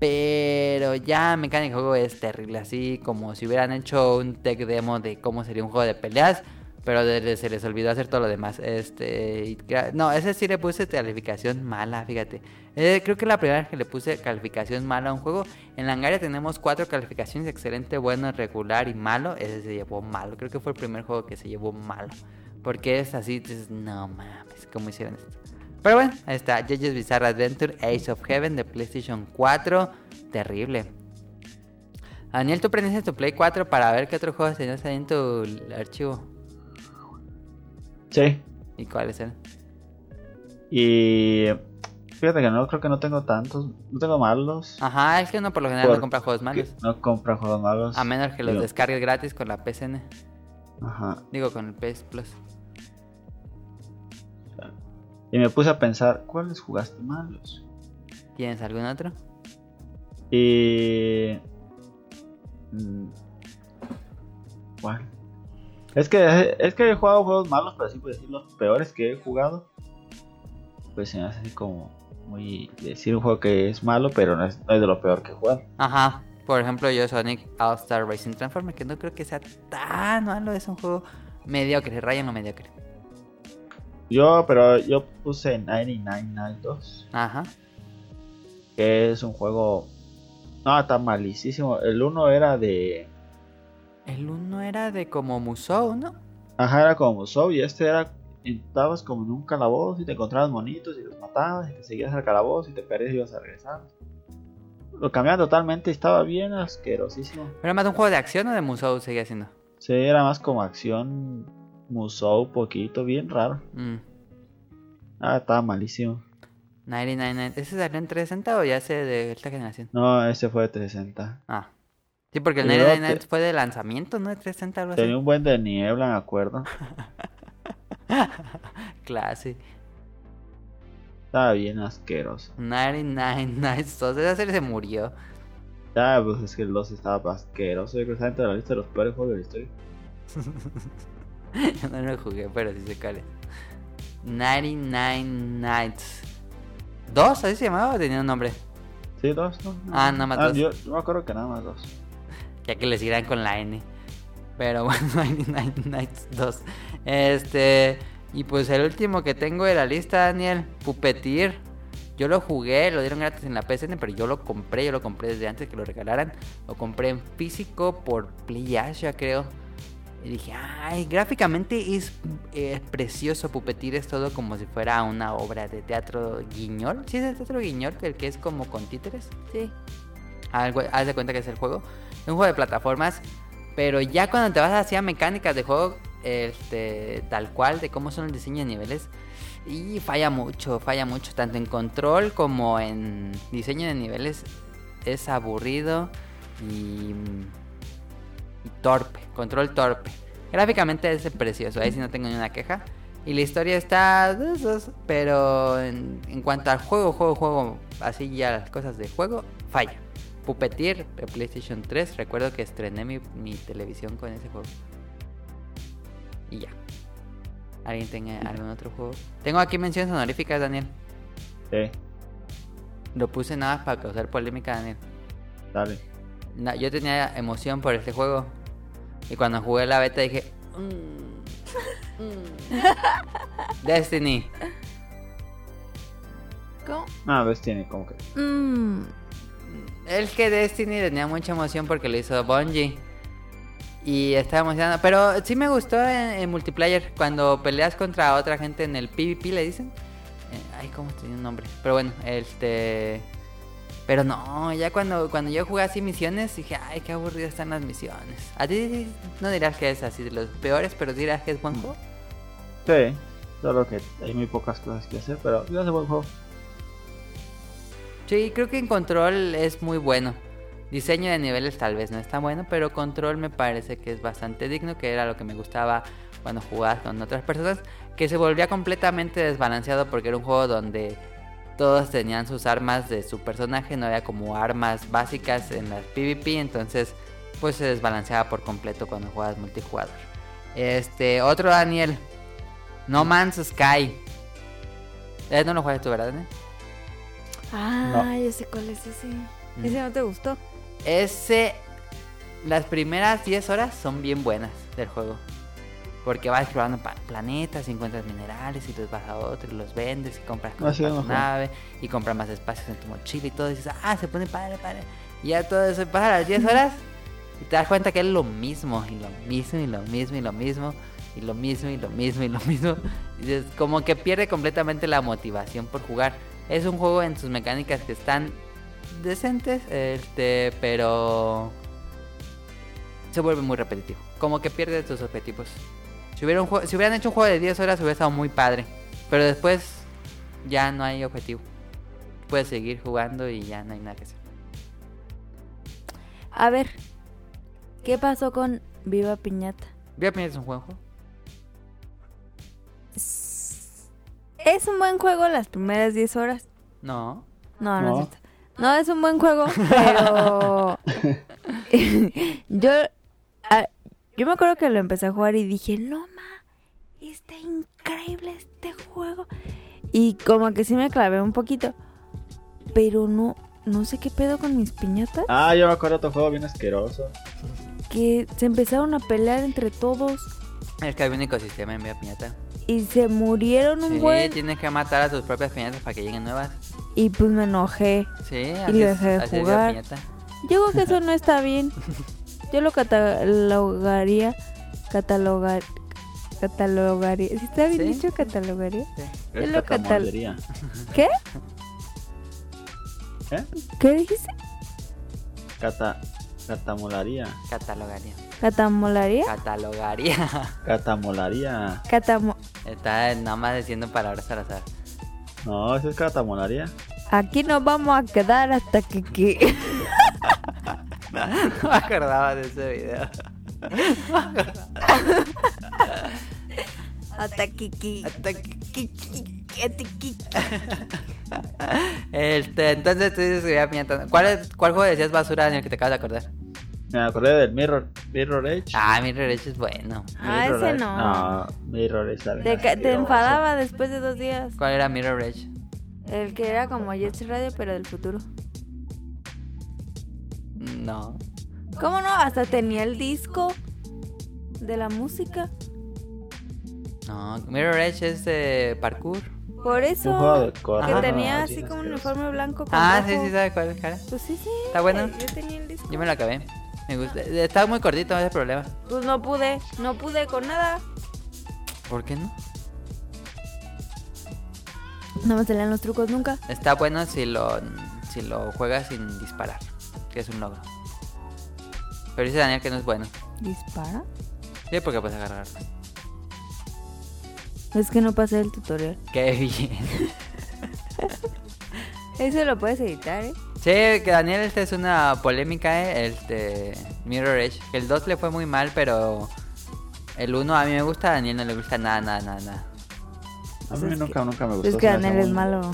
A: pero ya mecánica del juego es terrible, así como si hubieran hecho un tech demo de cómo sería un juego de peleas, pero de- se les olvidó hacer todo lo demás. Este, y gra- no, ese sí le puse calificación mala, fíjate. Eh, creo que la primera vez que le puse calificación mala a un juego, en Langaria tenemos cuatro calificaciones, excelente, bueno, regular y malo. Ese se llevó malo, creo que fue el primer juego que se llevó malo. Porque es así, dices, no mames, ¿cómo hicieron esto? Pero bueno, ahí está. JoJo's Bizarre Adventure Ace of Heaven de PlayStation 4. Terrible. Daniel, ¿tú prendiste tu Play 4 para ver qué otros juegos tenías ahí en tu archivo?
C: Sí.
A: ¿Y cuáles eran?
C: Y fíjate que no, creo que no tengo tantos, no tengo malos.
A: Ajá, es que uno por lo general
C: Por-
A: no compra juegos Ah, malos.
C: No compra juegos malos.
A: A menos que los
C: Digo,
A: descargues gratis con la PSN.
C: Ajá.
A: Digo, con el PS Plus.
C: Y me puse a pensar, ¿cuáles jugaste malos?
A: ¿Tienes algún otro?
C: Y. mm, ¿Cuál? Es que, es que he jugado juegos malos, pero así por decir, los peores que he jugado. Pues se me hace así como muy. Decir un juego que es malo, pero no es, no es de lo peor que he jugado.
A: Ajá. Por ejemplo, yo Sonic All Star Racing Transformer, que no creo que sea tan malo. Es un juego mediocre, raya en lo mediocre.
C: Yo, pero yo puse 99 Night 2,
A: Ajá.
C: que es un juego. No, está malísimo. El uno era de.
A: El uno era de como Musou, ¿no?
C: Ajá, era como Musou y este era. Estabas como en un calabozo y te encontrabas monitos y los matabas y te seguías al calabozo y te perdías y ibas a regresar. Lo cambiaron totalmente y estaba bien asquerosísimo.
A: ¿Era más un juego de acción o de Musou seguía siendo?
C: Sí, era más como acción Musou, poquito, bien raro.
A: Mm.
C: Ah, estaba malísimo.
A: 99 Nights. ¿Ese salió en 360 o ya ese de esta generación?
C: No, ese fue de 360.
A: Ah. Sí, porque el
C: Y luego
A: 99
C: te-
A: Nights fue de lanzamiento, ¿no? De 360 algo así.
C: Tenía un buen de niebla, me acuerdo.
A: Clase.
C: Estaba bien asqueroso.
A: 99 Nights 2. Esa serie se murió.
C: Ah, pues es que el 2 estaba asqueroso. Yo creo que está dentro de la lista de los peores juegos de la historia.
A: Yo no lo jugué, pero sí sé cuál es. 99 Nights. ¿Dos? ¿Así se llamaba o tenía un nombre?
C: Sí, 2, ¿no?
A: Ah, nada más dos.
C: Yo, yo me acuerdo que nada más 2.
A: Ya que les irán con la N. Pero bueno, 99 Nights 2. Este. Y pues el último que tengo de la lista, Daniel, Pupetir. Yo lo jugué, lo dieron gratis en la PSN, pero yo lo compré, yo lo compré desde antes que lo regalaran. Lo compré en físico por PlayAsia, creo. Y dije, ay, gráficamente es eh, precioso. Pupetir es todo como si fuera una obra de teatro guiñol. ¿Sí es el teatro guiñol? El que es como con títeres.
B: Sí.
A: Algo, haz de cuenta que es el juego. Es un juego de plataformas. Pero ya cuando te vas hacia mecánicas de juego, este, tal cual, de cómo son el diseño de niveles. Y falla mucho, falla mucho. Tanto en control como en diseño de niveles. Es aburrido y, y torpe. Control torpe. Gráficamente es precioso. Ahí sí no tengo ni una queja. Y la historia está... dos, dos, Pero en, en cuanto al juego, juego, juego, así ya las cosas de juego, falla. Puppeteer de PlayStation 3. Recuerdo que estrené mi, mi televisión con ese juego. Y ya. ¿Alguien tenga algún otro juego? Tengo aquí menciones honoríficas, Daniel.
C: Sí,
A: Lo puse nada más para causar polémica, Daniel.
C: dale.
A: Na- yo tenía emoción por este juego. Y cuando jugué la beta dije... "Mm, mm". Destiny.
B: ¿Cómo?
C: Ah, ves, tiene como que.
B: Mm,
A: Es que Destiny tenía mucha emoción porque lo hizo Bungie. Y estaba emocionado. Pero sí me gustó en, en multiplayer. Cuando peleas contra otra gente en el PvP, le dicen. Eh, Ay, ¿cómo tenía un nombre? Pero bueno, este. Pero no, ya cuando, cuando yo jugué así misiones, dije, ay, qué aburridas están las misiones. A ti no dirás que es así de los peores, pero dirás que es buen juego.
C: Sí, solo que hay muy pocas cosas que hacer, pero yo hace buen juego.
A: Sí, creo que en control es muy bueno. Diseño de niveles tal vez no está bueno, pero control me parece que es bastante digno, que era lo que me gustaba cuando jugabas con otras personas, que se volvía completamente desbalanceado porque era un juego donde todos tenían sus armas de su personaje, no había como armas básicas en las PvP, entonces pues se desbalanceaba por completo cuando jugabas multijugador. Este, otro Daniel, No Man's Sky. Eh, no lo juegas tú, ¿verdad? Daniel?
B: Ah, ya sé cuál es ese.
A: Mm.
B: Ese no te gustó.
A: Ese, las primeras 10 horas son bien buenas del juego. Porque vas explorando pa- planetas y encuentras minerales y los vas a otro y los vendes y compras cosas
C: sí,
A: para tu
C: ajá.
A: nave y compras más espacios en tu mochila y todo. Y dices, ah, se pone padre, padre. Y ya todo eso y pasa las 10 horas y te das cuenta que es lo mismo y lo mismo y lo mismo y lo mismo y lo mismo y lo mismo y lo mismo. Y dices, como que pierde completamente la motivación por jugar. Es un juego en sus mecánicas que están decentes, este, pero se vuelve muy repetitivo. Como que pierde tus objetivos. Si, hubiera un jue- si hubieran hecho un juego de 10 horas hubiera estado muy padre. Pero después ya no hay objetivo. Puedes seguir jugando y ya no hay nada que hacer.
B: A ver, ¿qué pasó con Viva Piñata?
A: Voy a poner un buen juego.
B: Es un buen juego las primeras 10 horas.
A: No.
B: No, no,
C: No.
B: es cierto. No, es un buen juego, pero yo ah, yo me acuerdo que lo empecé a jugar y dije, "No ma, está increíble este juego." Y como que sí me clavé un poquito. Pero no no sé qué pedo con mis piñatas
C: Ah, yo me acuerdo de otro juego bien asqueroso.
B: que se empezaron a pelear entre todos
A: Es que hay un ecosistema en Vía Piñata.
B: y se murieron un
A: Sí,
B: buen
A: tienes que matar a tus propias piñatas para que lleguen nuevas.
B: y pues me enojé.
A: Sí, así
B: le
A: es,
B: dejé de
A: así es Vía
B: jugar.
A: Piñata.
B: Yo creo que eso no está bien. Yo lo catalogaría. Catalogar. Catalogaría. ¿Sí está bien
A: Sí,
B: dicho
A: sí.
B: catalogaría?
A: Sí.
B: Yo
C: Es
B: lo catal-
C: catamolería.
B: ¿Qué?
C: ¿Eh?
B: ¿Qué dijiste?
C: Cata... Catamolaría.
A: Catalogaría.
B: ¿Catamolaría?
A: Catalogaría.
C: Catamolaría.
B: Catamo.
A: Está nada más diciendo palabras al azar.
C: No, eso es catamolaría.
B: Aquí nos vamos a quedar hasta que. que-
A: No me acordaba de ese video.
B: hasta que. que-
A: Hasta que-
B: que- que- hasta que- que-
A: Este, entonces tú dices que Vía Piñata. ¿Cuál, es- ¿Cuál juego decías basura en el que te acabas de acordar?
C: Me acordé del Mirror, Mirror Edge.
A: Ah, mi derecho es bueno.
B: Ah,
C: Mirror
B: ese
C: Edge.
B: no.
C: No, Mirror Edge también
B: Te, ca- te
C: asqueroso.
B: enfadaba después de dos días.
A: ¿Cuál era Mirror Edge?
B: El que era como Jets Radio, pero del futuro.
A: Mm, No.
B: ¿Cómo no? Hasta tenía el disco de la música.
A: No, Mirror Edge es de parkour.
B: Por eso.
C: Un juego de correr.
B: Que
A: Ajá.
B: tenía
C: Ah,
B: así
C: bien
B: como un
C: asqueroso.
B: uniforme blanco con
A: Ah,
B: rojo.
A: sí, sí, ¿sabes cuál es, cara?
B: Pues sí, sí.
A: ¿Está bueno?
B: Yo tenía el disco.
A: Yo me lo acabé. Me gusta. Está muy cortito, no hay problema.
B: Pues no pude, no pude con nada.
A: ¿Por qué no?
B: No me salían los trucos nunca.
A: Está bueno si lo, si lo juegas sin disparar, que es un logro. Pero dice Daniel que no es bueno.
B: ¿Dispara?
A: Sí, porque puedes agarrar.
B: Es que no pasé el tutorial.
A: Qué bien.
B: Eso lo puedes editar, ¿eh?
A: Sí, que Daniel, esta es una polémica, ¿eh? Este, Mirror Edge. Que el 2 le fue muy mal, pero el 1 a mí me gusta, a Daniel no le gusta nada, nada, nada, nada.
C: A
B: Pues
C: mí
B: es
C: nunca, nunca me gustó.
B: Es
C: se
B: que
C: me hacía
B: Daniel es
C: muy-
B: malo.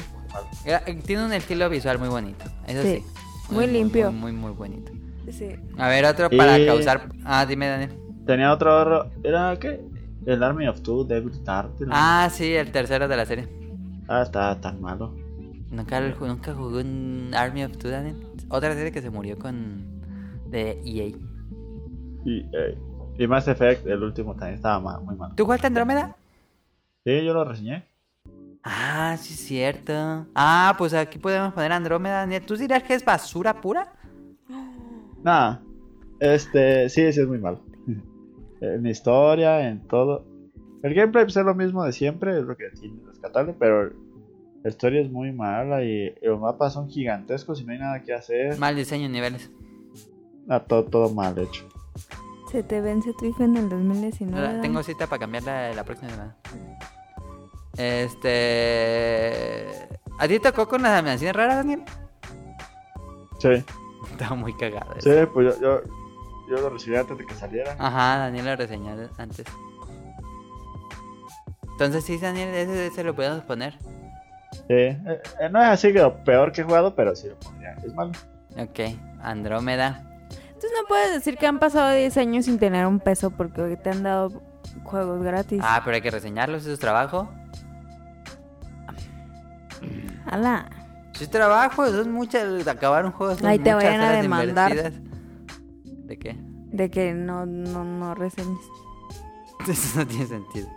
A: Era- Eh, Tiene un estilo visual muy bonito, eso
B: Sí,
A: sí.
B: muy limpio.
A: Muy, muy, muy bonito.
B: Sí.
A: A ver, otro para
C: Y-
A: causar... Ah, dime, Daniel.
C: Tenía otro ro- ¿Era qué? El Army of Two, Devil Tart. el-
A: Ah, sí, el tercero de la serie.
C: Ah, estaba tan malo.
A: Nunca, lo ju- nunca jugué un Army of Two, Daniel. Otra serie que se murió con... De E EA.
C: Y, eh, y Mass Effect, el último también estaba ma- muy malo.
A: ¿Tú jugaste Andrómeda?
C: Sí, yo lo reseñé.
A: Ah, sí, es cierto. Ah, pues aquí podemos poner Andrómeda, Daniel. ¿Tú dirás que es basura pura?
C: Nada. Este, sí, sí es muy malo. en historia, en todo. El gameplay pues, es lo mismo de siempre, es lo que tiene rescatable, pero la historia es muy mala y los mapas son gigantescos y no hay nada que hacer.
A: Mal diseño, niveles.
C: Ah, todo, todo mal hecho.
B: Se te vence tu IFE en el 2019.
A: La-
B: Dan.
A: tengo cita para cambiarla la próxima semana. Este. ¿A ti te tocó con las animaciones raras, Daniel?
C: Sí.
A: estaba muy cagado.
C: Sí,
A: ese.
C: pues yo, yo, yo lo recibí antes de que saliera.
B: Ah.
A: Ajá, Daniel lo reseñó antes. Entonces sí, Daniel, ese, ese lo podemos poner.
C: Sí. Eh, eh, no es así que lo peor que he jugado, pero sí lo pondría. Es malo.
A: Ok, Andrómeda.
B: Entonces no puedes decir que han pasado 10 años sin tener un peso porque te han dado juegos gratis.
A: Ah, pero hay que reseñarlo, ¿eso es trabajo?
B: Ala.
A: Sí, es trabajo, son muchas, acabar un juego son
B: Ahí te
A: muchas
B: vayan a
A: horas
B: demandar.
A: invertidas. ¿De qué?
B: De que no, no, no reseñes.
A: Eso no tiene sentido.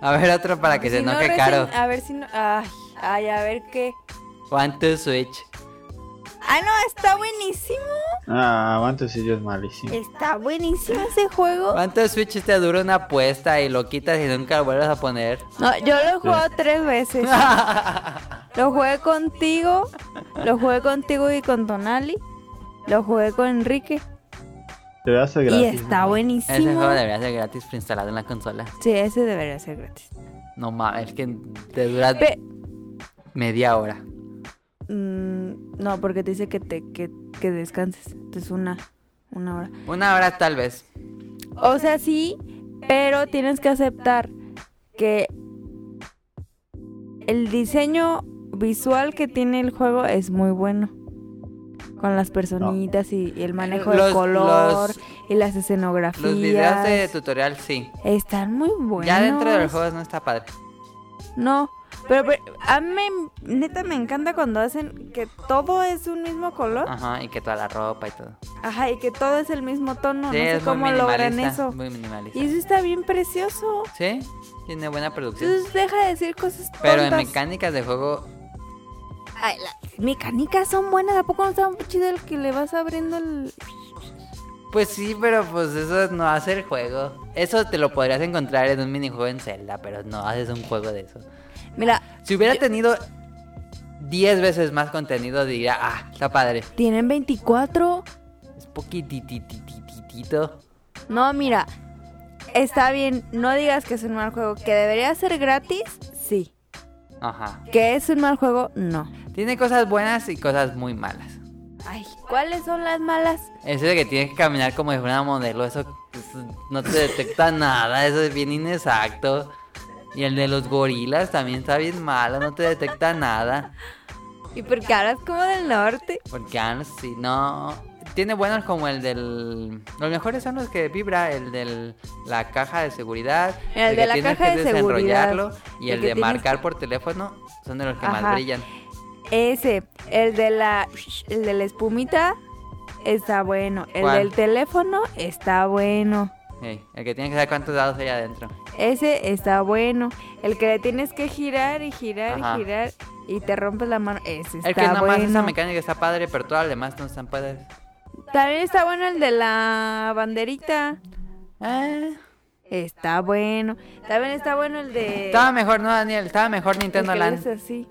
A: A ver, otro para que se
B: Si no
A: enoje
B: resen-
A: caro.
B: A ver si no. Ay, ay, a ver qué.
A: One to Switch.
B: Ah, no, está buenísimo.
C: Ah, aguante si yo es malísimo.
B: Está buenísimo ese juego.
A: One to Switch te dura una apuesta y lo quitas y nunca lo vuelves a poner.
B: No, yo lo he jugado tres veces. Lo jugué contigo, lo jugué contigo y con Tonali, lo jugué con Enrique.
C: Te voy a hacer
B: Y
C: gratis.
B: está buenísimo.
A: Ese juego debería ser gratis instalado en la consola.
B: Sí, ese debería ser gratis.
A: No mames, es que te dura
B: Pe-
A: media hora.
B: Mm, no, porque te dice que te que, que descanses. Es una, una hora.
A: Una hora tal vez.
B: O sea, sí, pero tienes que aceptar que el diseño visual que tiene el juego es muy bueno. Con las personitas y, y el manejo
A: Los-
B: del color
A: los-
B: y las escenografías.
A: Los videos de tutorial sí.
B: Están muy buenos.
A: Ya dentro de los juegos no está padre.
B: No, pero, pero a mí me- neta me encanta cuando hacen que todo es un mismo color.
A: Ajá, y que toda la ropa y todo.
B: Ajá, y que todo es el mismo tono.
A: sí,
B: no sé
A: es muy
B: cómo logran
A: minimalista.
B: eso.
A: Muy minimalista.
B: Y eso está bien precioso.
A: Sí, tiene buena producción.
B: Entonces deja de decir cosas tontas.
A: Pero en mecánicas de juego,
B: Ay, las mecánicas son buenas. ¿A poco no está muy chido el que le vas abriendo el...?
A: pues sí, pero pues eso no hace el juego. Eso te lo podrías encontrar en un minijuego en Zelda, pero no haces un juego de eso.
B: Mira,
A: Si hubiera tenido 10 veces más contenido, diría, ah, está padre.
B: tienen 24.
A: Es poquititititito.
B: No, mira, está bien. No digas que es un mal juego. ¿Que debería ser gratis? Sí.
A: Ajá.
B: ¿Que es un mal juego? No.
A: Tiene cosas buenas y cosas muy malas.
B: Ay, ¿cuáles son las malas?
A: Eso de que tienes que caminar como si fuera una modelo, eso, eso no te detecta nada, eso es bien inexacto. Y el de los gorilas también está bien malo, no te detecta nada.
B: ¿Y por qué hablas como del norte?
A: Porque ah, si no. Tiene buenos como el del. Los mejores son los que vibra, el de la caja de seguridad.
B: El de
A: que
B: la
A: tienes
B: caja
A: que
B: de
A: desenrollarlo.
B: seguridad,
A: Y
B: el
A: el
B: que
A: de
B: tienes
A: marcar por teléfono son de los que
B: Ajá.
A: más brillan.
B: Ese, el de la, el de la espumita, está bueno. El
A: ¿Cuál?
B: del teléfono, está bueno.
A: Sí, el que tiene que saber cuántos dados hay adentro.
B: Ese está bueno. El que le tienes que girar y girar
A: Ajá.
B: y girar y te rompes la mano, ese está
A: el que nada más esa
B: bueno.
A: mecánica está padre, pero todas las demás no están padres.
B: También está bueno el de la banderita.
A: Eh,
B: Está bueno. También está bueno el de...
A: Estaba mejor, ¿no, Daniel? Estaba mejor Nintendo
B: el que le haces
A: Land.
B: así.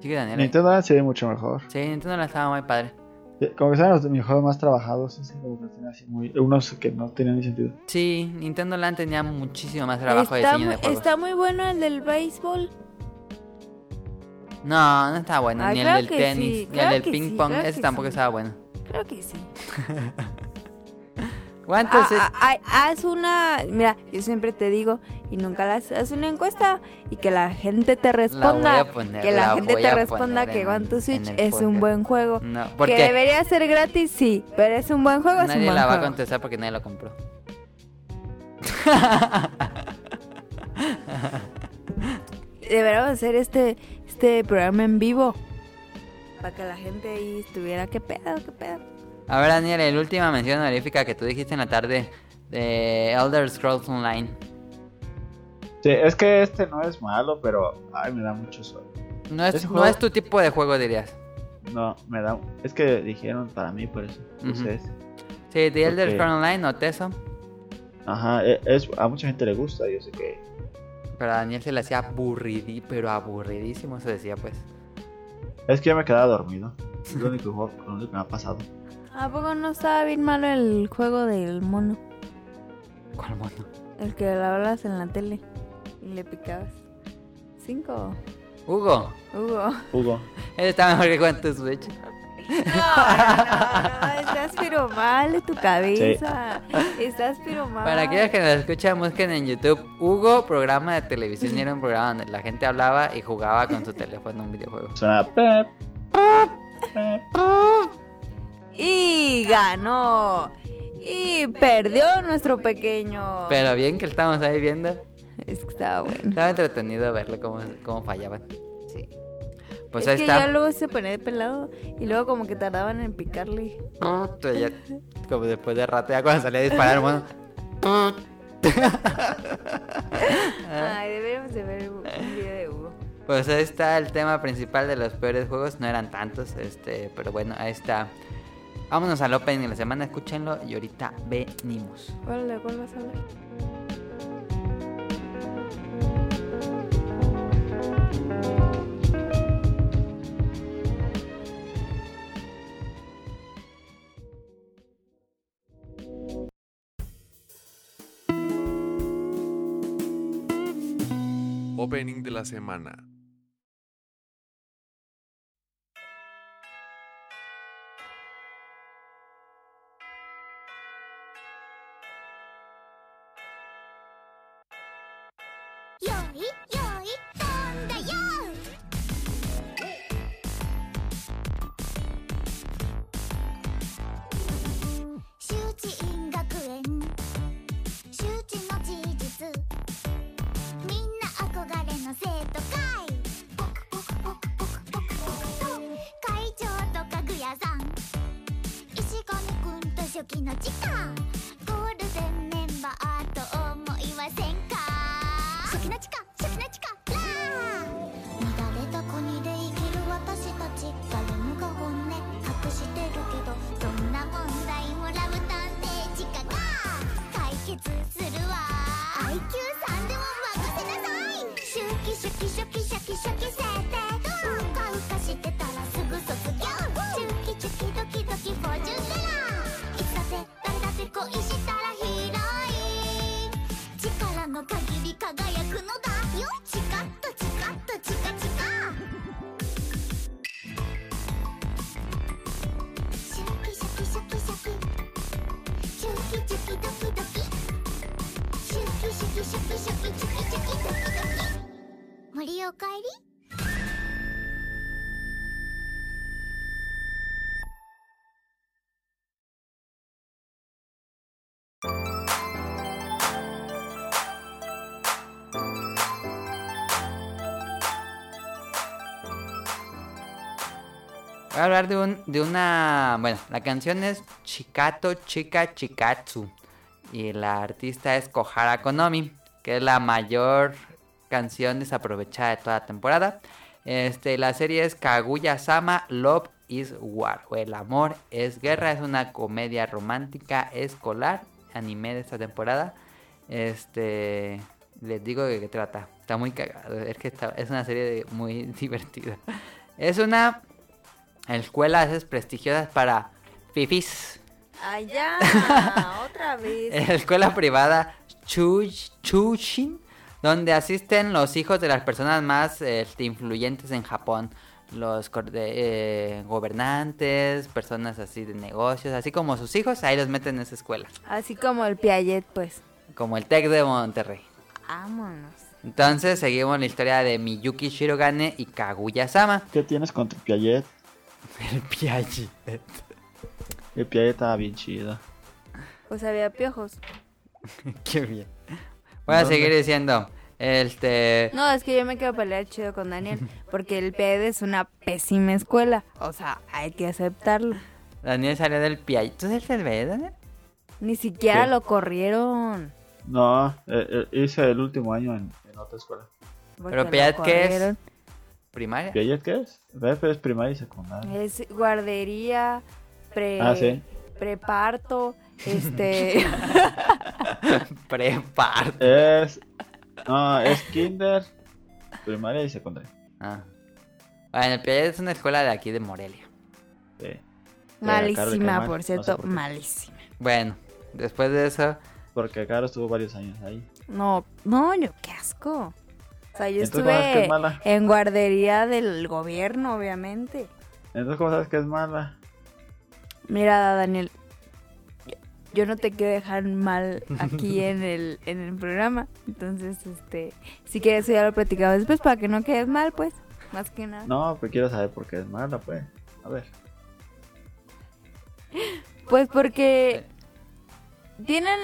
A: Sí, Daniel.
C: Nintendo Land se ve mucho mejor.
A: Sí, Nintendo Land estaba muy padre.
C: Sí, Como que son los de mis juegos más trabajados. Así como que tienen así muy. Unos que no tenían ni sentido.
A: Sí, Nintendo Land tenía muchísimo más trabajo de
B: está,
A: diseño
B: muy,
A: de juegos.
B: está muy bueno el del béisbol.
A: No, no estaba bueno.
B: Ah,
A: ni
B: claro
A: el del
B: que
A: tenis,
B: sí,
A: ni
B: claro
A: el
B: que
A: del ping
B: sí,
A: pong.
B: claro
A: ese
B: que
A: tampoco
B: sí.
A: estaba bueno.
B: Creo que sí.
A: ¿Cuántos es-
B: Ah, ah, ah, haz una, mira, yo siempre te digo y nunca la haces, haz una encuesta y que la gente te responda,
A: voy a poner,
B: que la,
A: la
B: gente
A: voy
B: te
A: a
B: responda
A: poner
B: que
A: en-
B: One to
A: en
B: Switch
A: el
B: es un
A: podcast.
B: buen juego.
A: No,
B: que
A: porque
B: debería ser gratis, sí, pero es un buen juego, es un
A: nadie
B: buen
A: la va a
B: juego.
A: contestar porque nadie lo compró.
B: Deberíamos hacer este este programa en vivo para que la gente ahí estuviera qué pedo, qué pedo.
A: A ver, Daniel, la última mención honorífica que tú dijiste en la tarde de Elder Scrolls Online.
C: Sí, es que este no es malo, pero. Ay, me da mucho sueño.
A: No es,
C: Ese
A: no
C: juego-
A: es tu tipo de juego, dirías.
C: No, me da. Es que dijeron para mí, por eso. Entonces.
A: Sí, The Elder
C: Ok.
A: Scrolls Online o Teso.
C: Ajá, e- es, a mucha gente le gusta, yo sé que.
A: Pero a Daniel se le hacía aburridí, pero aburridísimo se decía, pues.
C: Es que yo me quedaba dormido. Es lo único juego lo único que me ha pasado.
B: ¿A poco no estaba bien malo el juego del mono?
A: ¿Cuál mono?
B: El que la hablas en la tele y le picabas. Cinco.
A: Hugo,
B: Hugo.
C: Hugo.
A: él está mejor que Juan tu Switch.
B: No, no, no, estás pero mal de tu cabeza. Estás pero mal.
A: Para aquellos que nos escuchan, busquen en YouTube Hugo, programa de televisión. Y era un programa donde la gente hablaba y jugaba con su teléfono un videojuego.
C: Suena pep.
B: Y ganó. Y perdió nuestro pequeño.
A: Pero bien que estamos ahí viendo.
B: Es que estaba bueno.
A: Estaba entretenido verlo cómo, cómo fallaban. Sí. Pues
B: es
A: ahí
B: que ya
A: está.
B: luego se ponía de pelado y luego como que tardaban en picarle.
A: Puta, ya- como después de rato, ya cuando salía a disparar, bueno. Ah.
B: Ay, deberíamos de ver un video de Hugo.
A: Pues ahí está el tema principal de los peores juegos. No eran tantos, este, pero bueno, ahí está. Vámonos al Open de la semana, escúchenlo y ahorita venimos.
B: ¿Cuál, cuál vas a ver?
E: Opening de la semana.
F: 周知院学園周知の事実みんな憧れの生徒会ポクポクポクポクポクポクと会長とかぐやさん石神くんと初期の時間ゴールデンメンバーと思いませんか初期の地下初期の地下ラー乱れた国で生きる私たち誰もが本音隠してるけどどんな問題もラブ探偵地下が解決するわ IQ さんでも任せなさいシュキシュキシュキシュキシュキせてうかうかしてたらすぐ卒業シュキシュキドキドキフォーチュンテラいつだって誰だって恋したら広い力の限り輝くのだよチカッとチカッとチカチカシャキシャキシャキシャキシュキチュキドキドキシュキシュキシュキシュキチュキチュキドキドキ森おかえり
A: Voy a hablar de, un, de una... Bueno, la canción es Chikato Chika Chikatsu. Y la artista es Kohara Konomi, que es la mayor canción desaprovechada de toda la temporada. Este, la serie es Kaguya-sama Love is War, o El amor es guerra. Es una comedia romántica escolar, anime de esta temporada. Este... Les digo de qué trata. Está muy cagado. Es que está- es una serie de- muy divertida. Es una escuelas esas prestigiosas para fifis.
B: Allá, otra vez.
A: Escuela privada Chu- Chushin, donde asisten los hijos de las personas más este, influyentes en Japón. Los cor- de, eh, gobernantes, personas así de negocios, así como sus hijos, ahí los meten en esa escuela.
B: Así como el Piaget, pues.
A: Como el TEC de Monterrey.
B: Vámonos.
A: Entonces seguimos la historia de Miyuki Shirogane y Kaguya-sama.
C: ¿Qué tienes con tu Piaget?
A: El Piaget.
C: El Piaget estaba bien chido.
B: Pues había piojos.
A: Qué bien. Voy a
C: ¿Dónde?
A: seguir diciendo. Este...
B: No, es que yo me quiero pelear chido con Daniel, porque el Piaget es una pésima escuela. O sea, hay que aceptarlo.
A: Daniel salió del Piaget. ¿Tú eres del Piaget, Daniel?
B: Ni siquiera
C: Sí.
B: lo corrieron.
C: No, eh, eh, hice el último año en, en otra escuela.
B: porque
A: Pero
B: lo
A: Piaget, ¿qué es?
B: corrieron.
A: ¿Primaria?
C: ¿Piaget qué es? Refe es primaria y secundaria.
B: Es guardería, pre,
C: Ah, sí.
B: preparto, este...
A: Prepar.
C: Es. No, es kinder, primaria y secundaria.
A: Ah. Bueno, el Piaget es una escuela de aquí de Morelia.
C: Sí. Carlos
B: malísima,
C: Caimán,
B: por
C: no sé
B: cierto,
C: por qué.
B: malísima. O sea, yo
C: Entonces, ¿cómo sabes que es
B: estuve
C: mala?
B: en guardería del gobierno, obviamente.
C: Entonces, ¿cómo sabes que es mala?
B: Mira, Daniel, yo no te quiero dejar mal aquí en el, en el programa. Entonces, este, si quieres, eso ya lo platicado después para que no quedes mal, pues, más que nada.
C: No, pero quiero saber por qué es mala, pues. A ver.
B: Pues porque tienen...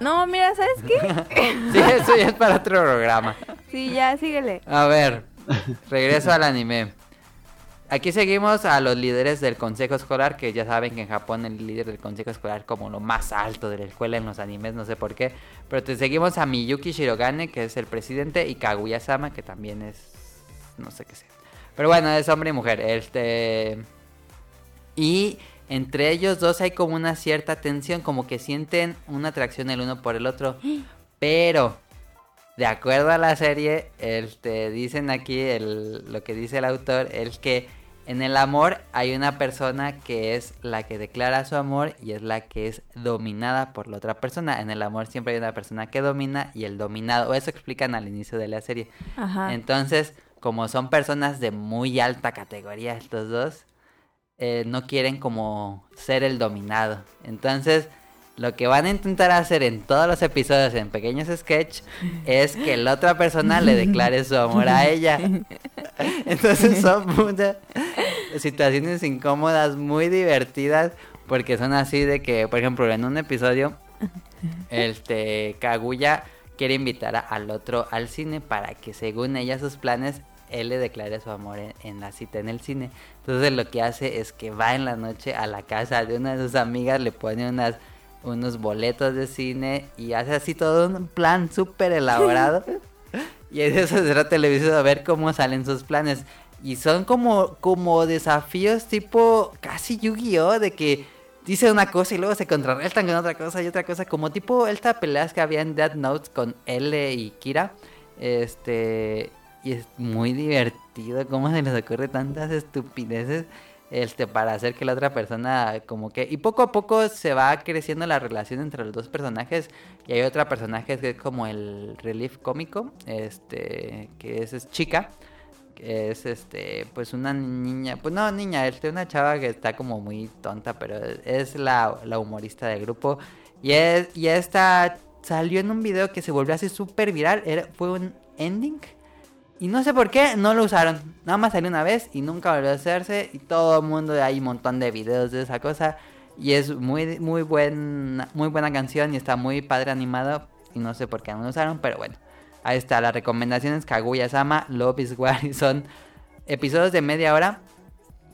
B: No, mira, ¿sabes qué?
A: Sí, eso ya es para otro programa.
B: Sí, ya, síguele.
A: A ver, regreso al anime. Aquí seguimos a los líderes del consejo escolar, que ya saben que en Japón el líder del consejo escolar es como lo más alto de la escuela en los animes, no sé por qué. Pero te seguimos a Miyuki Shirogane, que es el presidente, y Kaguya-sama, que también es... no sé qué sea. Pero bueno, es hombre y mujer. Este... Y entre ellos dos hay como una cierta tensión, como que sienten una atracción el uno por el otro. Pero, de acuerdo a la serie, este, dicen aquí el- lo que dice el autor, es que en el amor hay una persona que es la que declara su amor y es la que es dominada por la otra persona. En el amor siempre hay una persona que domina y el dominado. Eso explican al inicio de la serie.
B: Ajá.
A: Entonces, como son personas de muy alta categoría estos dos, eh, no quieren como ser el dominado. Entonces, lo que van a intentar hacer en todos los episodios, en pequeños sketch, es que la otra persona le declare su amor a ella. Entonces son una- situaciones incómodas, muy divertidas, porque son así de que, por ejemplo, en un episodio, este Kaguya quiere invitar a- al otro al cine para que según ella sus planes él le declare su amor en, en la cita en el cine. Entonces lo que hace es que va en la noche a la casa de una de sus amigas, le pone unas unos boletos de cine y hace así todo un plan súper elaborado. y en eso será televisión a ver cómo salen sus planes. Y son como, como desafíos tipo casi Yu-Gi-Oh! de que dice una cosa y luego se contrarrestan con otra cosa y otra cosa. Como tipo estas peleas que había en Dead Notes con L y Kira. Este. Y es muy divertido cómo se les ocurre tantas estupideces. Este, para hacer que la otra persona como que... Y poco a poco se va creciendo la relación entre los dos personajes. Y hay otra personaje que es como el relief cómico. Este. Que es, es chica. Que es este. Pues una niña. Pues no, niña, este, una chava que está como muy tonta. Pero es la, la humorista del grupo. Y es. Y esta salió en un video que se volvió así súper viral. Era, fue un ending. Y no sé por qué no lo usaron. Nada más salió una vez y nunca volvió a hacerse. Y todo el mundo hay un montón de videos de esa cosa. Y es muy, muy, buen, muy buena canción y está muy padre animado. Y no sé por qué no lo usaron, pero bueno. Ahí está, las recomendaciones Kaguya-sama, Love is War y son episodios de media hora.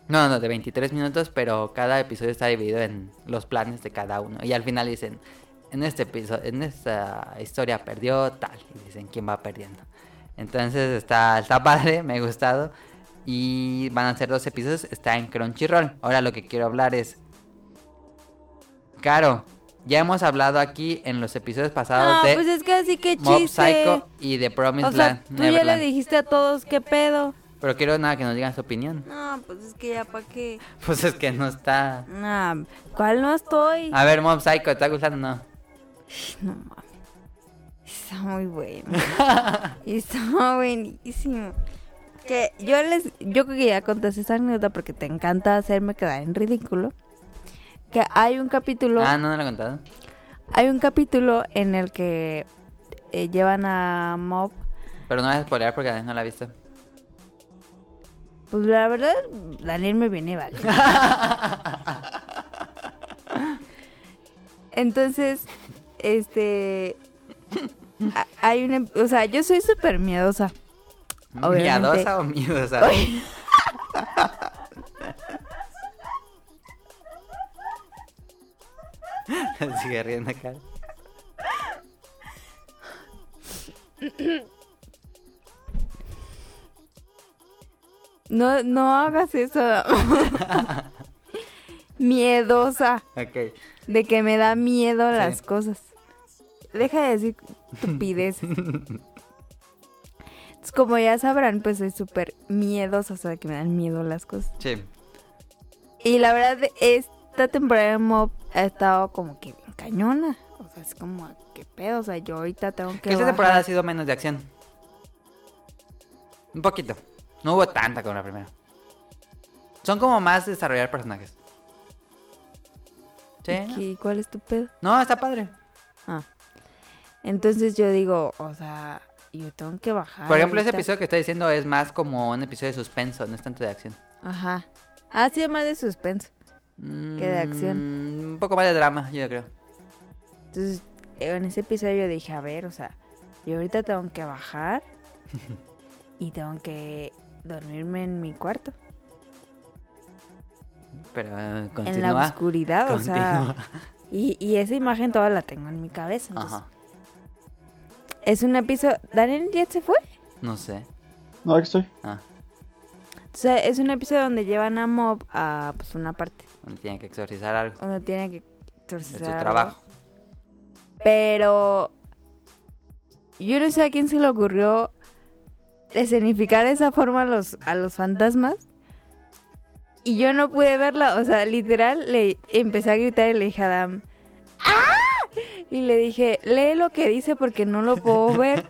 A: No, no, de 23 minutos, pero cada episodio está dividido en los planes de cada uno. Y al final dicen, en este episodio, en esta historia perdió tal. Y dicen quién va perdiendo. Entonces está, está padre, me ha gustado. Y van a ser dos episodios, está en Crunchyroll. Ahora lo que quiero hablar es... Caro, ya hemos hablado aquí en los episodios pasados
B: No,
A: de
B: pues es que así que
A: Mob
B: chiste.
A: Psycho y The Promised
B: O sea,
A: Land.
B: tú ya le
A: Neverland.
B: dijiste a todos qué pedo.
A: Pero quiero nada que nos digan su opinión.
B: No, pues es que ya para qué.
A: Pues es que no está.
B: No, ¿cuál no estoy?
A: A ver, Mob Psycho, ¿te está gustando o no?
B: No mames. Está muy bueno. Está buenísimo. Que yo les. Yo creo que ya conté esa anécdota porque te encanta hacerme quedar en ridículo. Que hay un capítulo.
A: Ah, no, no lo he contado.
B: Hay un capítulo en el que eh, llevan a Mob.
A: Pero no voy a spoilear porque Daniel no la he visto.
B: Pues la verdad, Daniel me viene vale. Entonces, este. a- Hay una. O sea, yo soy súper miedosa. Obviamente.
A: ¿Miadosa o Mm, miedosa? Sigue riendo acá.
B: No, no hagas eso. Miedosa.
A: Ok.
B: De que me da miedo las
A: Sí.
B: cosas. Deja de decir estupidez. Entonces, como ya sabrán, pues soy súper miedosa. O sea, que me dan miedo las cosas.
A: Sí.
B: Y la verdad, esta temporada de Mob ha estado como que bien cañona. O sea, es como, ¿qué pedo? O sea, yo ahorita tengo que.
A: Que esta
B: bajar-
A: temporada ha sido menos de acción. Un poquito. No hubo tanta como la primera. Son como más desarrollar personajes. Sí, ¿no?
B: ¿Y cuál es tu pedo?
A: No, está padre.
B: Ah. Entonces yo digo, o sea, yo tengo que bajar.
A: Por ejemplo, ese
B: ahorita.
A: episodio que estoy diciendo es más como un episodio de suspenso, no es tanto de acción.
B: Ajá. Ah, sí, más de suspenso.
A: Que
B: de
A: Mm,
B: acción.
A: Un poco más de drama, yo creo.
B: Entonces, en ese episodio yo dije, a ver, o sea, yo ahorita tengo que bajar y tengo que dormirme en mi cuarto.
A: Pero eh,
B: en la
A: continúa.
B: oscuridad, o sea.
A: continúa.
B: Y, y esa imagen toda la tengo en mi cabeza. entonces,
A: Ajá.
B: Es un episodio. ¿Daniel ya se fue?
A: No sé.
C: No, aquí estoy.
A: Ah,
B: O sea, es un episodio donde llevan a Mob a pues, una parte
A: donde tiene que exorcizar algo.
B: donde tiene que
A: Es su
B: exorcizar algo.
A: trabajo.
B: Pero yo no sé a quién se le ocurrió escenificar de esa forma a los, a los fantasmas. Y yo no pude verla. O sea, literal, le empecé a gritar y le dije a Adam. ¡Ah! Y le dije, lee lo que dice porque no lo puedo ver.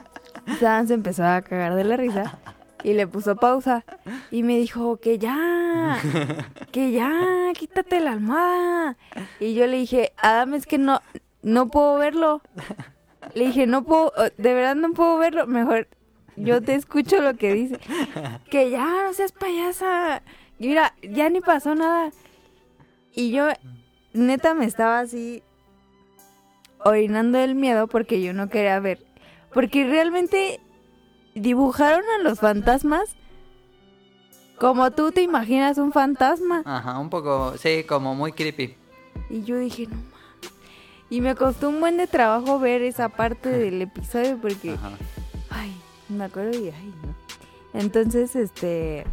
B: Adam se empezó a cagar de la risa y le puso pausa. Y me dijo, que ya, que ya, quítate la almohada. Y yo le dije, Adam, es que no, no puedo verlo. Le dije, no puedo, eh, de verdad no puedo verlo. Mejor yo te escucho lo que dice. Que ya, no seas payasa. Y mira, ya ni pasó nada. Y yo, neta, me estaba así orinando el miedo porque yo no quería ver. Porque realmente dibujaron a los fantasmas como tú te imaginas un fantasma.
A: Ajá, un poco, sí, como muy creepy.
B: Y yo dije, no mames. Y me costó un buen de trabajo ver esa parte del episodio porque,
A: Ajá.
B: ay, me acuerdo y, ay, no. Entonces, este.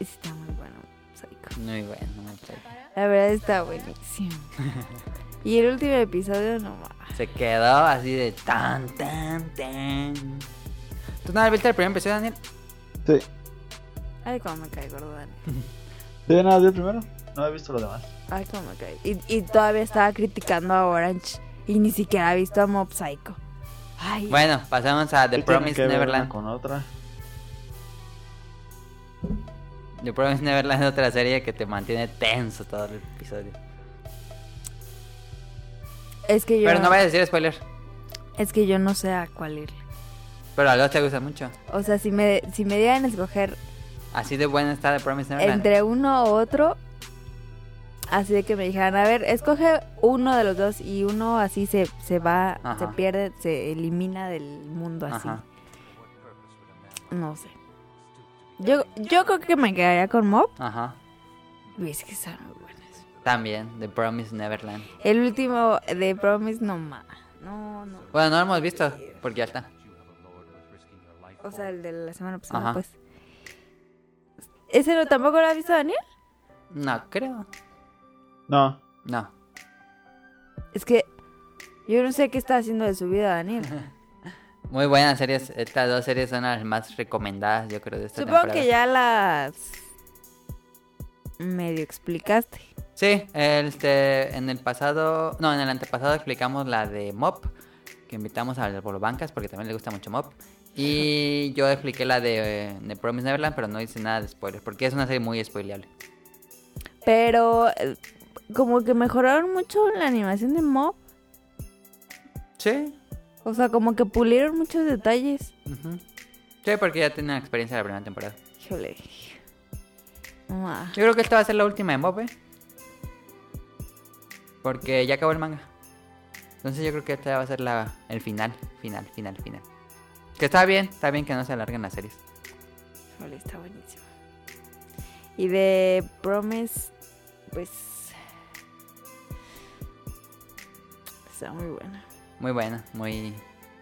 B: Está muy bueno, Psycho.
A: Muy bueno. muy bueno.
B: La verdad está buenísimo. Y el último episodio, no mames.
A: Se quedó así de tan, tan, tan. ¿Tú nada viste el primer episodio, Daniel?
C: Sí.
B: Ay, cómo me cae gordo, Dani.
C: ¿De nada, de primero? No he visto lo demás.
B: Ay, cómo me cae. Y, y todavía estaba criticando a Orange y ni siquiera ha visto a Mob Psycho. Ay,
A: Bueno, pasamos a The
C: Sí, tiene que
A: Promised
C: ver una
A: Neverland.
C: Con otra.
A: The Promised Neverland es otra serie que te mantiene tenso todo el episodio.
B: es que yo.
A: Pero no vayas a decir spoiler.
B: Es que yo no sé a cuál irle.
A: Pero a los te gusta mucho.
B: O sea, si me, si me dieran a escoger
A: Así de buena está The Promised Neverland.
B: entre uno u otro, así de que me dijeran, a ver, escoge uno de los dos y uno así se, se va,
A: Ajá.
B: se pierde, se elimina del mundo así.
A: Ajá.
B: No sé. Yo, yo creo que me quedaría con Mob.
A: Ajá.
B: Y es que están muy buenas.
A: También, The Promised Neverland.
B: El último de Promise, no ma. No, no.
A: Bueno, no lo hemos visto, porque ya está.
B: O sea, el de la semana pasada,
A: Ajá.
B: pues. ¿Ese no tampoco lo ha visto Daniel?
A: No, creo.
C: No.
A: No.
B: Es que yo no sé qué está haciendo de su vida Daniel.
A: Muy buenas series. Estas dos series son las más recomendadas, yo creo, de esta
B: Supongo
A: temporada.
B: que ya las medio explicaste.
A: Sí, este, en el pasado, no, en el antepasado explicamos la de Mop, que invitamos a los Bancas porque también le gusta mucho Mop. Y yo expliqué la de, eh, de Promise Neverland, pero no hice nada de spoilers, porque es una serie muy spoileable.
B: Pero eh, como que mejoraron mucho la animación de Mob.
A: Sí.
B: O sea, como que pulieron muchos detalles.
A: Sí, porque ya tenía experiencia de la primera temporada.
B: Híjole. Ah, Mua.
A: Yo creo que esta va a ser la última de Mop, ¿eh? Porque ya acabó el manga. Entonces yo creo que esta va a ser la, el final, final, final, final. Que está bien, está bien que no se alarguen las series.
B: Híjole, está buenísimo. Y de Promise, pues... Está muy buena.
A: Muy buena, muy...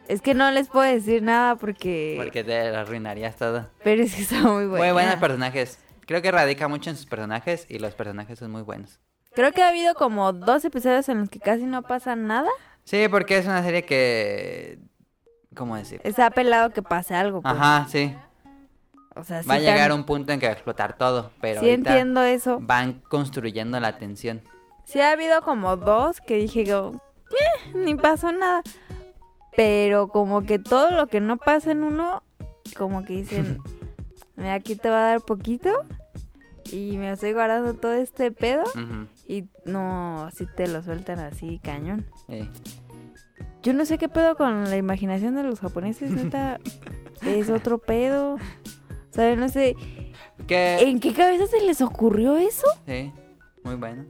B: Es que no les puedo decir nada porque...
A: Porque te arruinarías todo.
B: Pero es que está muy buena.
A: Muy buenos personajes. Creo que radica mucho en sus personajes y los personajes son muy buenos.
B: Creo que ha habido como dos episodios en los que casi no pasa nada.
A: Sí, porque es una serie que... ¿Cómo decir?
B: Está pelado que pase algo. pues.
A: Ajá, sí.
B: O sea, sí
A: Va a
B: te-
A: llegar un punto en que va a explotar todo, pero
B: Sí
A: ahorita
B: entiendo eso.
A: van construyendo la tensión.
B: Sí ha habido como dos que dije como, "Eh, ni pasó nada. Pero como que todo lo que no pasa en uno como que dicen, mira, aquí te va a dar poquito y me estoy guardando todo este pedo
A: Ujú,
B: y no, si te lo sueltan así, cañón.
A: eh.
B: Yo no sé qué pedo con la imaginación de los japoneses, neta, es otro pedo. O sea, no sé,
A: ¿Qué?
B: ¿en qué cabeza se les ocurrió eso?
A: Sí, muy bueno.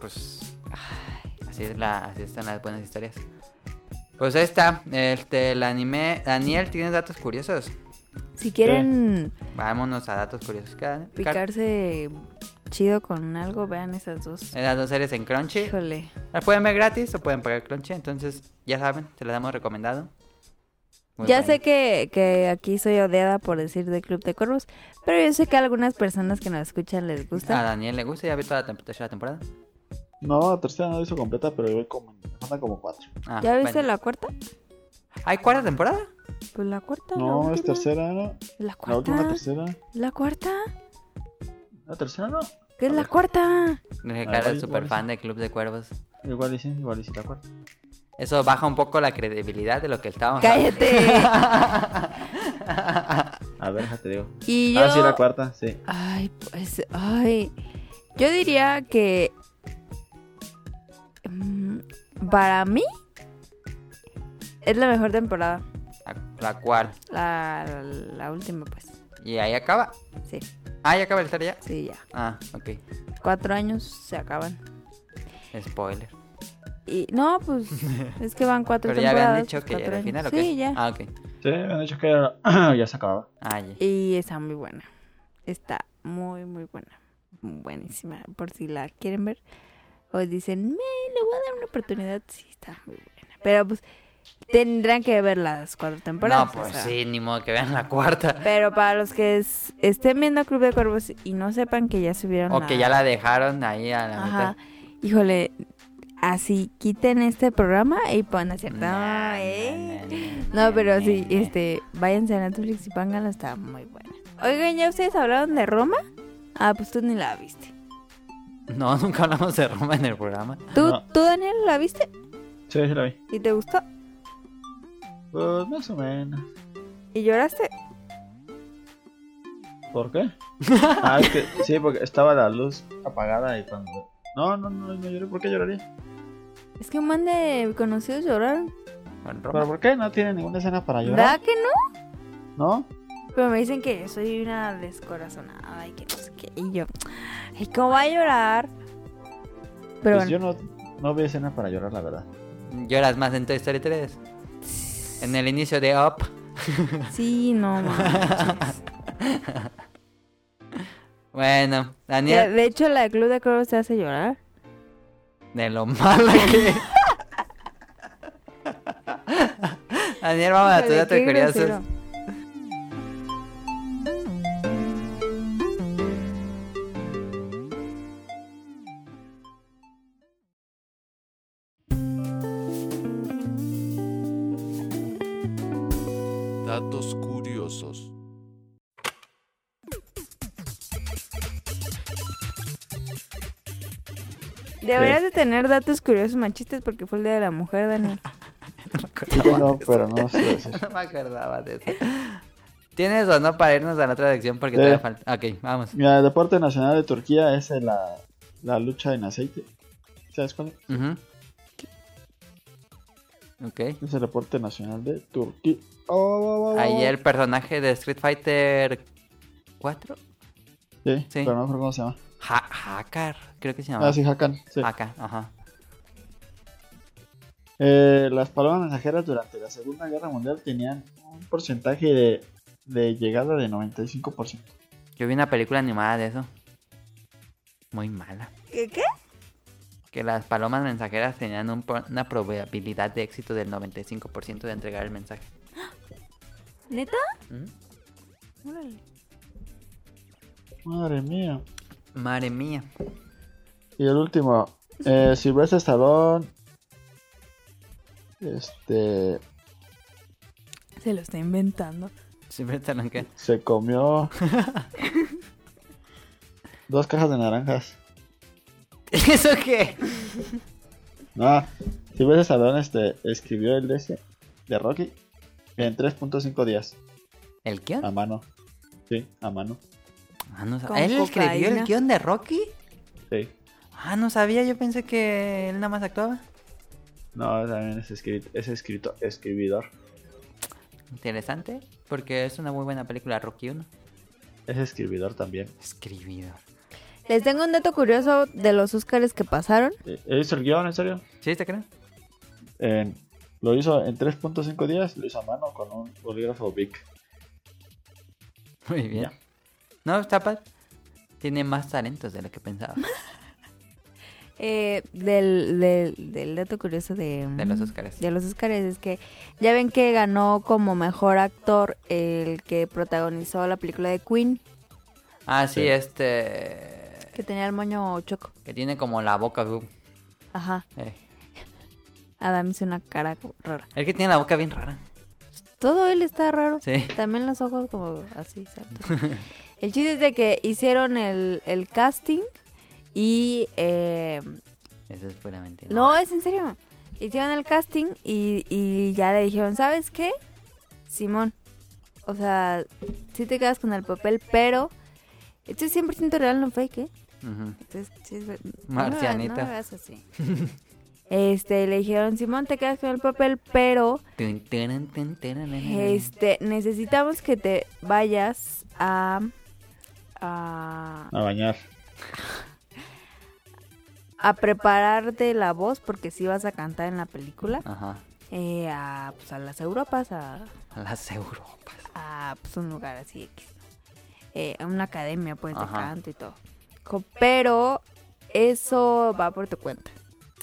A: Pues ay, así es la, así están las buenas historias. Pues ahí está, este el anime. Daniel, ¿tienes datos curiosos?
B: Si quieren
A: Vámonos a datos curiosos. ¿Qué, Dani? Car-
B: picarse chido con algo, vean esas dos.
A: Las dos series en Crunchy.
B: Híjole.
A: Las pueden ver gratis o pueden pagar Crunchy. Entonces, ya saben, te las damos recomendado. Muy
B: ya
A: bueno.
B: sé que, que aquí soy odiada por decir de Club de Corvos, pero yo sé que a algunas personas que nos escuchan les
A: A
B: gusta.
A: Daniel le gusta, ya vi toda la tem- tercera temporada.
C: No, la tercera no la hizo completa, pero voy como, anda como cuatro.
A: Ah,
B: ¿Ya viste
A: bueno.
B: la cuarta? ¿Hay
A: ¿Hay cuarta temporada?
B: Pues la cuarta.
C: No,
B: la
C: es
B: última.
C: tercera, ¿no?
B: La
C: La última
B: cuarta.
C: tercera.
B: La cuarta.
C: ¿La tercera no?
B: ¿Qué es
C: A
B: la
C: ver.
B: cuarta?
A: Dije
C: Ah,
A: que era
C: igual-
A: súper
C: igual
A: fan de Club de Cuervos.
C: Igual y sí, igual y sí, la cuarta.
A: Eso baja un poco la credibilidad de lo que estábamos
B: Cállate.
C: A ver, déjate digo.
B: y yo.
C: Ah, sí, la cuarta, sí.
B: Ay, pues, ay. Yo diría que. mm, Para mí. Es la mejor temporada.
A: La- La cual.
B: La, la- la última, pues.
A: Y ahí acaba.
B: Sí,
A: Ah, ya acaba la historia ya.
B: sí, ya.
A: Ah, ok.
B: Cuatro años se acaban.
A: Spoiler.
B: Y no, pues. Es que van cuatro
A: Pero ya habían
B: temporadas,
A: dicho que
B: cuatro
A: era el
B: años.
A: final o qué.
B: Sí, ya.
A: Ah, ok.
C: Sí, me han dicho que era- ya se acababa.
A: Ah, ya.
B: Y está muy buena. Está muy, muy buena. Buenísima. Por si la quieren ver. O dicen, me le voy a dar una oportunidad. Sí, está muy buena. Pero pues tendrán que ver las cuatro temporadas.
A: No,
B: o
A: pues
B: sea.
A: sí, ni modo que vean la cuarta.
B: Pero para los que es- estén viendo Club de Cuervos y no sepan que ya subieron
A: O que ya la dejaron ahí a la
B: Ajá.
A: mitad.
B: Híjole, así quiten este programa y pongan cierto.
A: Na, na,
B: ¿eh?
A: na, na,
B: No, pero
A: na,
B: sí,
A: na.
B: este, váyanse a Netflix y pónganla, está muy buena. Oigan, ¿ya ustedes hablaron de Roma? Ah, pues tú ni la viste.
A: No, nunca hablamos de Roma en el programa.
B: ¿Tú,
C: Ah, No.
B: ¿tú Daniel, la viste?
C: Sí, sí la vi.
B: ¿Y te gustó?
C: Pues más o menos.
B: ¿Y lloraste?
C: ¿Por qué? Ah, es que sí, porque estaba la luz apagada y cuando... No, no, no, no lloré. ¿Por qué lloraría?
B: Es que un man de conocidos lloraron.
A: Con
C: ¿Pero
A: Roma.
C: por qué? No tiene ninguna escena para llorar.
B: ¿Verdad que no?
C: ¿No?
B: Pero me dicen que soy una descorazonada y que no sé qué. Y yo, ay, ¿cómo va a llorar? Pero bueno.
C: pues yo no, no vi escena para llorar, la verdad.
A: Lloras más en Toy Story 3. En el inicio de Up.
B: Sí, no, manches.
A: Bueno,
B: De
A: Daniel,
B: de hecho, la de Club de Cuervos te hace llorar.
A: de lo mala que. Daniel, vamos a tus
B: Híjole,
A: datos
B: qué
A: curiosos.
B: grosero.
E: Datos curiosos.
B: Deberías de tener datos curiosos machistas porque fue el día de la mujer, Daniel.
C: Sí, no, pero no lo sé decir.
A: No me acordaba de eso. ¿Tienes o no para irnos a la otra sección? Porque
C: Sí.
A: te falta. Ok, vamos.
C: Mira, el deporte nacional de Turquía es la, la lucha en aceite. ¿Sabes cuál? es?
A: Ujú. Ok.
C: Es el deporte nacional de Turquía. Oh, oh, oh, oh.
A: Ahí el personaje de Street Fighter 4.
C: Sí,
A: sí.
C: pero no me acuerdo cómo se llama.
A: Ha- Hacker, creo que se llama.
C: Ah, sí, Hakan. Sí.
A: Hakan, ajá.
C: Eh, las palomas mensajeras durante la Segunda Guerra Mundial tenían un porcentaje de, de llegada de 95%.
A: Yo vi una película animada de eso. Muy mala.
B: ¿Qué? qué?
A: Que las palomas mensajeras tenían un pro- una probabilidad de éxito del 95% de entregar el mensaje.
B: ¿Neta?
A: ¿Mm?
B: Órale.
C: Madre mía.
A: Madre mía.
C: Y el último, eh, Sylvester Stallone. Este.
B: Se lo está inventando.
A: Siempre te lo que-
C: Se comió. dos cajas de naranjas.
A: ¿Eso qué?
C: No, si ves a Stallone este, escribió el de ese, de Rocky, En 3.5 días.
A: ¿El
C: A
A: guión?
C: mano. Sí, a mano.
A: Ah, no sab-
B: Ah. Con
A: ¿Él escribió el
B: cocaína.
A: guión de Rocky?
C: Sí.
A: Ah, no sabía, yo pensé que él nada más actuaba.
C: No, también es escrito, es escrito, escribidor.
A: Interesante, porque es una muy buena película, Rocky 1.
C: Es escribidor también.
A: Escribido.
B: Les tengo un dato curioso de los Óscares que pasaron.
C: Eh, ¿Él hizo el guión, en serio?
A: ¿Sí te creo?
C: En- lo hizo en 3.5 días, lo hizo a mano con un bolígrafo Big.
A: Muy bien.
C: Ya.
A: No, está padre. Tiene más talentos de lo que pensaba.
B: Eh, del, del- del dato curioso de, mm,
A: De los Óscares.
B: de los Óscares es que ya ven que ganó como mejor actor el que protagonizó la película de Queen,
A: Ah, sí,
C: Sí.
A: este.
B: que tenía el moño choco.
A: Que tiene como la boca. uh,
B: Ajá,
A: eh.
B: Adam hizo una cara como rara.
A: El que tiene la boca bien rara.
B: Todo él está raro.
A: Sí.
B: También los ojos como así, saltos. El chiste es de que hicieron el, el casting y... eh,
A: Eso es pura mentira.
B: No, es en serio. Hicieron el casting y, y ya le dijeron, ¿sabes qué? Simón, o sea, sí te quedas con el papel, pero esto es 100% real, no fake, ¿eh?
A: Ujú.
B: Entonces, sí es ver-
A: Marcianita.
B: No, me- no me veas así. este, le dijeron, Simón, te quedas con el papel, pero
A: Tun, tun, tun, tun,
B: este, necesitamos que te vayas a... a
C: A bañar.
B: a prepararte la voz porque si vas a cantar en la película
A: Ajá.
B: eh, a, pues, a las Europas a,
A: A Las Europas.
B: a pues, un lugar así X, ¿no? Eh, a una academia pues de
A: Ajá.
B: canto y todo. Co- Pero eso va por tu cuenta.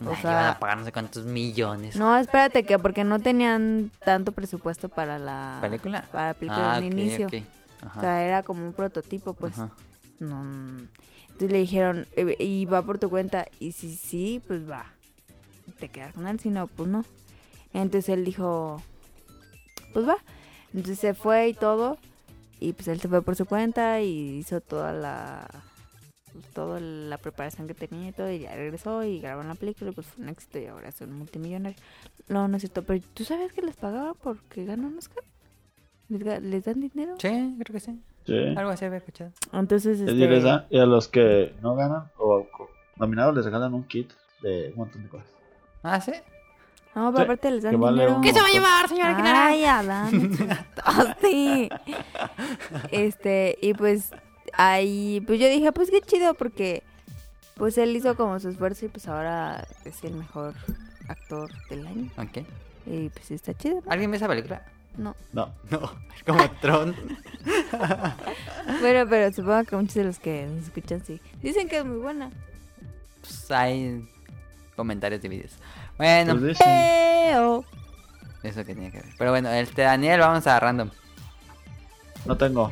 B: O
A: Ay,
B: sea-
A: le van a pagar no sé cuántos millones.
B: No, espérate que porque no tenían tanto presupuesto para la
A: ¿Película?
B: Para la película
A: ah,
B: del
A: ok,
B: inicio.
A: ok. Ajá.
B: O sea, era como un prototipo, pues.
A: Ajá.
B: No, no. Entonces le dijeron, "Eh, y va por tu cuenta. Y si sí, pues va. Te quedas con él, si no, pues no. Entonces él dijo, pues va. Entonces se fue y todo. Y pues él se fue por su cuenta y hizo toda la pues, toda la preparación que tenía y todo. Y ya regresó y grabó la película. Y pues fue un éxito y ahora es un multimillonario. No, no es cierto. Pero tú sabes que les pagaban porque ganan un Oscar. ¿Les, ga- les dan dinero?
A: Sí, creo que sí.
C: Sí.
A: Algo así había escuchado.
B: Entonces,
C: Es
B: este,
C: decir, les dan- y a los que no ganan o co- nominados les regalan un kit de un montón de cosas.
A: Ah, sí.
B: No, pero
C: Sí,
B: aparte les dan
C: que vale
B: dinero.
C: un ¿Qué se va a
B: llevar, señora Ay, Adán, me asustaste. Este, y pues ahí, pues yo dije, pues qué chido, porque pues él hizo como su esfuerzo y pues ahora es el mejor actor del año.
A: Ok.
B: Y pues está chido, ¿no?
A: ¿Alguien ve esa película?
B: No.
C: No,
A: No. Es como Tron.
B: Bueno, pero supongo que muchos de los que nos escuchan sí. Dicen que es muy buena.
A: Pues hay comentarios divididos. Bueno,
C: pues dicen,
B: Eh, oh.
A: eso que tenía que ver. Pero bueno, este Daniel, vamos a random.
C: no tengo.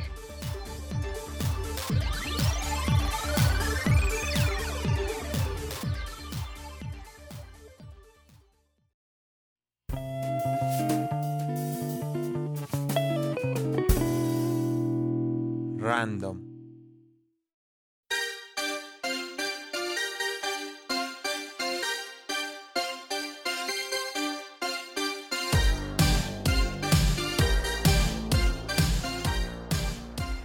E: Random.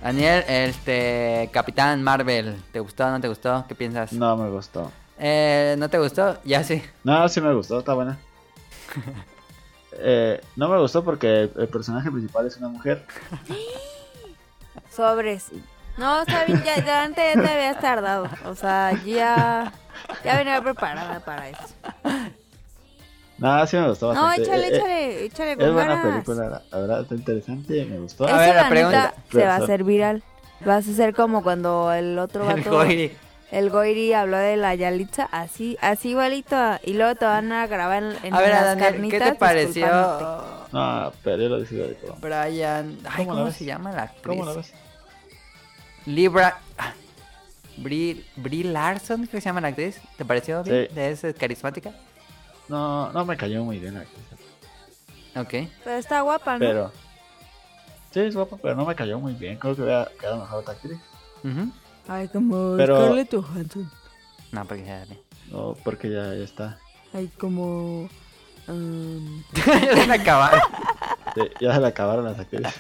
A: Daniel, este Capitán Marvel, ¿te gustó o no te gustó? ¿Qué piensas?
C: No me gustó.
A: Eh, ¿No te gustó? Ya sí.
C: No, sí me gustó, está buena. Eh, no me gustó porque el personaje principal es una mujer.
B: Sobres. No, está bien, ya, la neta ya te habías tardado. O sea, ya, ya venía preparada para eso.
C: No, sí me gustó
B: No,
C: bastante.
B: échale,
C: Eh,
B: échale,
C: eh,
B: échale
C: Es
B: con
C: buena
B: ganas.
C: película, la- la verdad está interesante, me gustó.
B: Eso,
A: A ver, la
B: la
A: pregunta-
B: neta, se va a
C: Pero-
B: hacer viral. Vas a ser como cuando el otro
A: El
B: vato, el,
A: Goiri.
B: Goiri habló de la Yalitza, así, así igualito. Y luego te van a grabar en, en
A: A ver,
B: las
A: Daniel, ¿qué
B: carnitas
A: te
B: disculpándote.
A: pareció
C: Ah, No, pero yo lo decido de todo.
A: Brian? Ay,
C: ¿Cómo
A: ¿cómo,
C: la ves?
A: se llama la actriz?
C: ¿Cómo la ves?
A: Libra. ah, Brie, Brie Larson, creo que se llama la actriz. ¿Te pareció bien?
C: Sí.
A: ¿Es eh, carismática?
C: No, no me cayó muy bien la actriz,
A: Ok.
B: Pero está guapa, ¿no?
C: Pero. Sí, es guapa, pero no me cayó muy bien. Creo que hubiera quedado mejor otra actriz.
A: Ujú.
B: Ay, como
C: Pero-
B: Scarlett Johansson.
A: No, pues porque se ve.
C: No, porque ya, ya está.
B: Ay, como... um,
A: Ya van a acabar.
C: Sí, ya se le acabaron las actrices.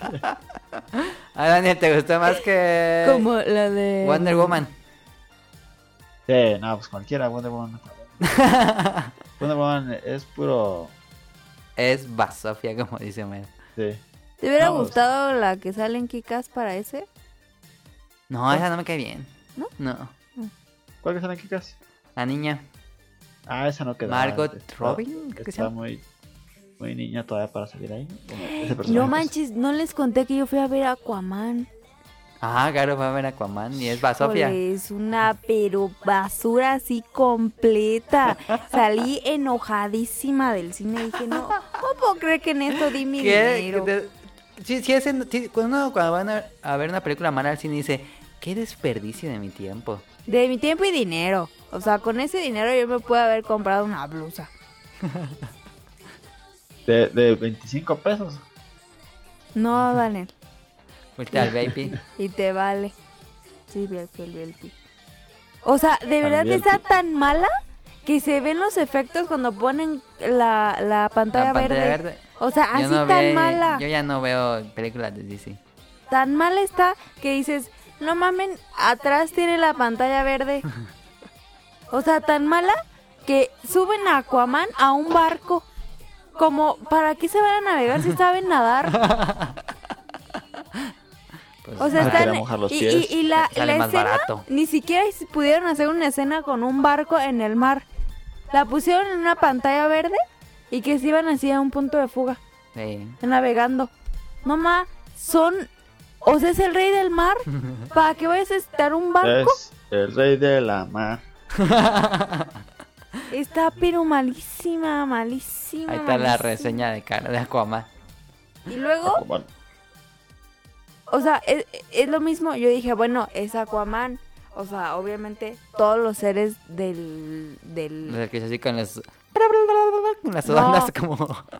A: Ah, Daniel, ¿te gustó más que
B: Como la de.
A: Wonder Woman?
C: Sí, no, pues cualquiera, Wonder Woman. Wonder Woman es puro.
A: Es basofia, como dice Homero.
C: Sí.
B: ¿Te hubiera
C: No, pues-
B: gustado la que sale en Kikas para ese?
A: No, esa no me cae bien.
B: ¿No?
A: No.
C: ¿Cuál que son aquí casi?
A: La niña.
C: Ah, esa no quedó.
A: Margot Robin,
C: Robin
A: creo que se
C: Está
A: llama.
C: muy, muy niña todavía para salir ahí. Bueno, ese personaje
B: No
C: es-
B: manches, no les conté que yo fui a ver Aquaman.
A: Ah, claro, va a ver Aquaman y es basofia.
B: Híjole, Es una pero basura así completa. Salí enojadísima del cine y dije, no, ¿cómo puedo creer que en esto di mi
A: ¿Qué?
B: dinero?
A: ¿Qué te- Sí, sí, ese- sí, cuando uno cuando van a, a ver una película mala al cine dice, qué desperdicio de mi tiempo.
B: De mi tiempo y dinero. O sea, con ese dinero yo me puedo haber comprado una blusa.
C: De, de 25 pesos.
B: No, Daniel.
A: Fuiste al baby.
B: Y te vale. Sí, Bielpi, el Bielpi. O sea, de verdad
C: Bielpi.
B: está tan mala que se ven los efectos cuando ponen la, la pantalla,
A: La pantalla
B: verde.
A: verde.
B: O sea, así
A: Yo no
B: Ah, tan
A: ve-
B: mala.
A: Yo ya no veo películas de DC.
B: Tan mala está que dices, no mamen, atrás tiene la pantalla verde. O sea, tan mala que suben a Aquaman a un barco. Como, ¿para qué se van a navegar si saben nadar?
A: Pues,
B: O
A: ahora-
B: sea,
C: No
B: están,
C: quería mojar los
B: y, y,
C: pies.
B: y la,
A: Sale
B: la
A: más
B: escena,
A: barato.
B: ni siquiera s- pudieron hacer una escena con un barco en el mar. La pusieron en una pantalla verde y que se iban así a un punto de fuga,
A: Sí.
B: navegando. No ma, son, o sea, es el rey del mar. ¿Para qué vayas a estar un barco?
C: Es el rey de la mar.
B: Está pero malísima, malísima.
A: Ahí está la
B: malísima.
A: reseña de cara de Aquaman.
B: Y luego
C: Bueno,
B: O sea, es, es lo mismo. Yo dije, bueno, es Aquaman. O sea, obviamente todos los seres del...
A: O
B: del...
A: sea, que es así con las, con las
B: No.
A: ondas como...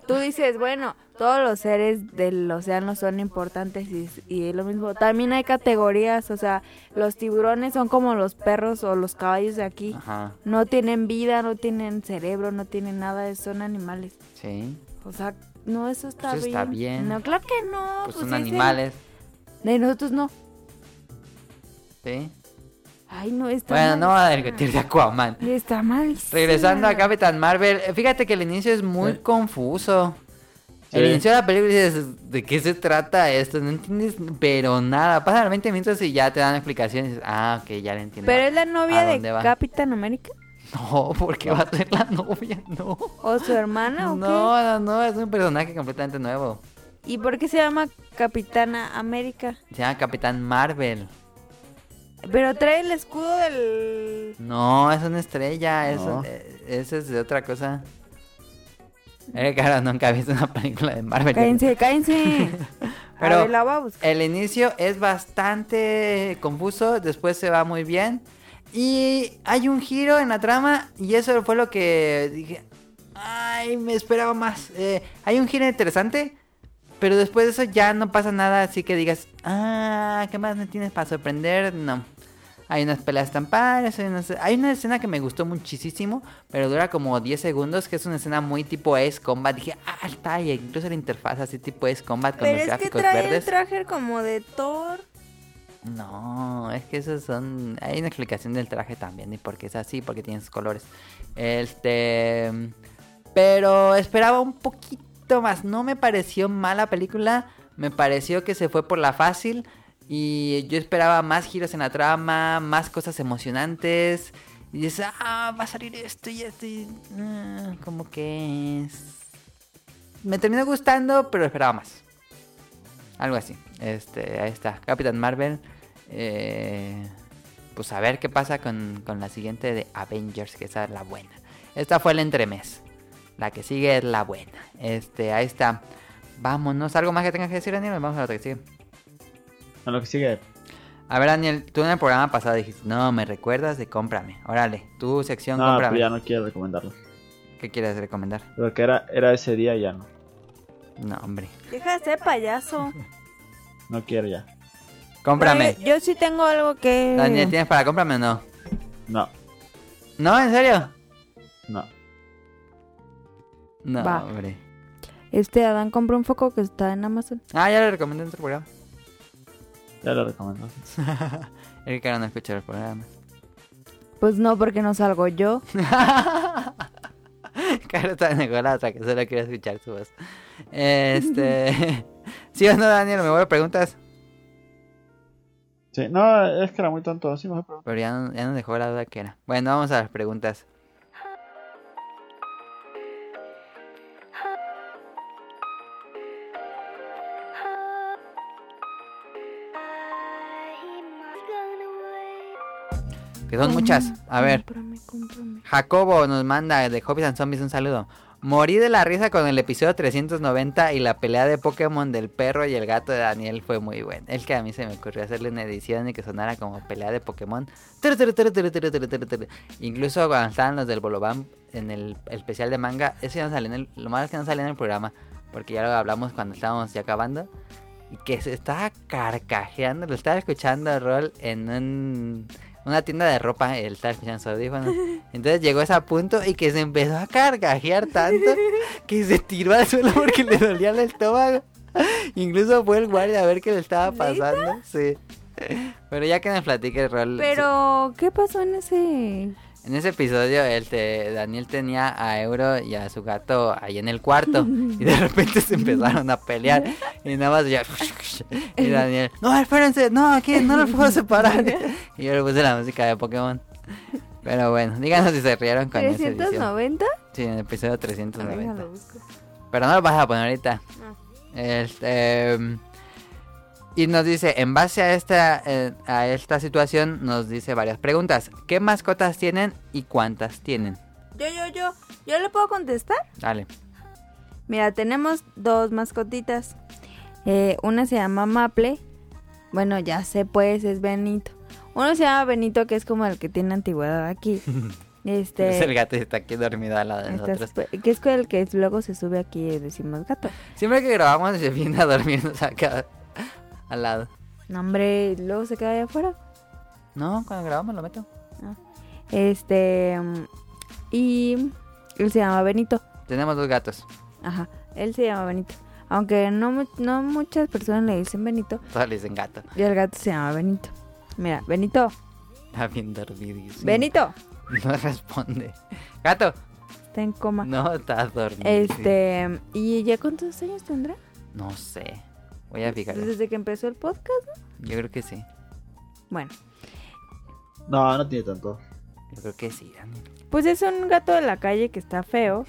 B: Tú dices, bueno, todos los seres del océano son importantes y, y es lo mismo. También hay categorías, o sea, los tiburones son como los perros o los caballos de aquí.
A: Ajá,
B: No tienen vida, no tienen cerebro, no tienen nada, son animales.
A: sí.
B: O sea, no, eso está
A: Pues Eso
B: bien.
A: está bien.
B: No, claro que no.
A: Pues son
B: es el-
A: animales,
B: De nosotros no.
A: sí.
B: Ay, no, está
A: Bueno, no
B: mal.
A: va a discutir de Aquaman.
B: Está mal.
A: Regresando a Capitán Marvel, eh, fíjate que el inicio es muy
C: Sí.
A: confuso.
C: Sí.
A: El inicio de la película dices, ¿de qué se trata esto? No entiendes, pero nada. Pasan 20 minutos y ya te dan explicaciones. dices, Ah, ok, ya le entiendo.
B: Pero es la
A: ¿A
B: novia
A: dónde
B: de
A: va?
B: Capitán América.
A: No, porque va a ser la novia, no.
B: ¿O su hermana o
A: No, no, no, es un personaje completamente nuevo.
B: qué? ¿Y por qué se llama Capitana América?
A: Se llama Capitán Marvel.
B: Pero trae el escudo del...
A: No, es una estrella, es,
C: No.
A: eh, eso es de otra cosa. Eh, claro, nunca he visto una película de Marvel.
B: Cállense, cállense.
A: Pero-
B: A ver, la voy a buscar.
A: El inicio es bastante confuso, después se va muy bien. Y hay un giro en la trama y eso fue lo que dije, ay, me esperaba más. Eh, hay un giro interesante, pero después de eso ya no pasa nada, así que digas, ah, ¿qué más me tienes para sorprender? No. Hay unas peleas tan padres, hay unas- hay una escena que me gustó muchísimo, pero dura como 10 segundos, que es una escena muy tipo Ace Combat. Dije, ah, está, y incluso la interfaz así tipo Ace Combat con
B: Pero
A: los
B: es que
A: gráficos
B: trae el
A: verdes.
B: traje como de Thor.
A: No, es que esos son. Hay una explicación del traje también, y por qué es así, porque tiene sus colores. Este. Pero esperaba un poquito más. No me pareció mala película. Me pareció que se fue por la fácil. Y yo esperaba más giros en la trama, más cosas emocionantes. Y dices, ah, va a salir esto y esto. Y... ah, como que es. Me terminó gustando, pero esperaba más. Algo así. Este, ahí está. Capitán Marvel. Eh, pues a ver qué pasa con, con la siguiente de Avengers, que esa es la buena. Esta fue el entremés. La que sigue es la buena. Este, ahí está. Vámonos. ¿Algo más que tengas que decir, Daniel? Vamos a lo que sigue.
C: a lo que sigue.
A: A ver, Daniel, tú en el programa pasado dijiste, no, me recuerdas de cómprame. Órale, tu sección
C: No, pero
A: cómprame.
C: pues ya no quiero recomendarlo.
A: ¿Qué quieres recomendar?
C: Lo que era, era ese día ya no.
A: No, hombre.
B: Deja de ser payaso.
C: No quiero ya.
A: Cómprame.
B: Pero Yo, yo sí tengo algo que...
A: Daniel, ¿tienes para cómprame o no?
C: No,
A: No, ¿en serio?
C: no.
A: No,
B: Va.
A: hombre.
B: Este Adán compra un foco que está en Amazon.
A: Ah, ya lo recomendé en otro programa.
C: Ya lo recomiendo.
A: Erika no escucha el programa.
B: Pues no, porque no salgo yo.
A: Caro está negolatra, que solo quiero escuchar su voz. Este. ¿Sí o no, Daniel? Me voy a preguntas.
C: Sí, no, es que era muy tonto. Sí, mejor pregunta.
A: Pero ya, no- ya nos dejó la duda que era. Bueno, vamos a las preguntas. Que son muchas. A ver.
B: Cómprame, cómprame.
A: Jacobo nos manda de Hobbies and Zombies un saludo. Morí de la risa con el episodio 390 y la pelea de Pokémon del perro y el gato de Daniel fue muy buena. El que a mí se me ocurrió hacerle una edición y que sonara como pelea de Pokémon. Tru, tru, tru, tru, tru, tru, tru, tru. Incluso cuando estaban los del Bolobam en el, el especial de manga, eso ya no salió en el- lo malo es que no salió en el programa, porque ya lo hablamos cuando estábamos ya acabando. Y que se estaba carcajeando, lo estaba escuchando a Rol en un- una tienda de ropa, él estaba escuchando su audífono. Entonces llegó a ese punto y que se empezó a carcajear tanto que se tiró al suelo porque le dolía el estómago. Incluso fue el guardia a ver qué le estaba pasando. Sí. Pero ya que nos platique el rol.
B: Pero, ¿qué pasó en ese...?
A: En ese episodio, el te- Daniel tenía a Euro y a su gato ahí en el cuarto. Y de repente se empezaron a pelear. Y nada más ya. Y Daniel, no, espérense, no, aquí no los puedo separar. Y yo le puse la música de Pokémon. Pero bueno, díganos si se rieron con esa edición.
B: ¿390?
A: Sí, en el episodio
B: Ah,
A: 390.
B: déjalo, busco.
A: Pero no lo vas a poner ahorita.
B: No.
A: Este. em, Y nos dice, en base a esta, eh, a esta situación, nos dice varias preguntas. ¿Qué mascotas tienen y cuántas tienen?
B: Yo, yo, yo. ¿Yo le puedo contestar?
A: Dale.
B: Mira, tenemos dos mascotitas. Eh, una se llama Maple. Bueno, ya sé, pues, es Benito. Uno se llama Benito, que es como el que tiene antigüedad aquí. Este...
A: Es el gato que está aquí dormido al lado de
B: estás-
A: nosotros.
B: que es con el que luego se sube aquí y decimos gato.
A: Siempre que grabamos se viene a dormirnos acá al lado.
B: No, hombre, luego se queda ahí afuera.
A: No, cuando grabamos lo meto.
B: Este. mm, Y. Él se llama Benito.
A: Tenemos dos gatos.
B: Ajá, él se llama Benito. Aunque no, mu- no muchas personas le dicen Benito.
A: Todos le dicen gato.
B: Y el gato se llama Benito. Mira, Benito,
A: Está bien dormidísimo.
B: Benito.
A: No responde. Gato.
B: Está en coma.
A: No, está dormido.
B: Este. ¿Y ya cuántos años tendrá? Pues
A: No sé. Voy a fijar. Yo
B: Desde que empezó el podcast.
A: creo que sí.
B: Bueno,
C: No, no tiene tanto.
A: Yo creo que sí, Dani.
B: pues es un gato de la calle que está feo.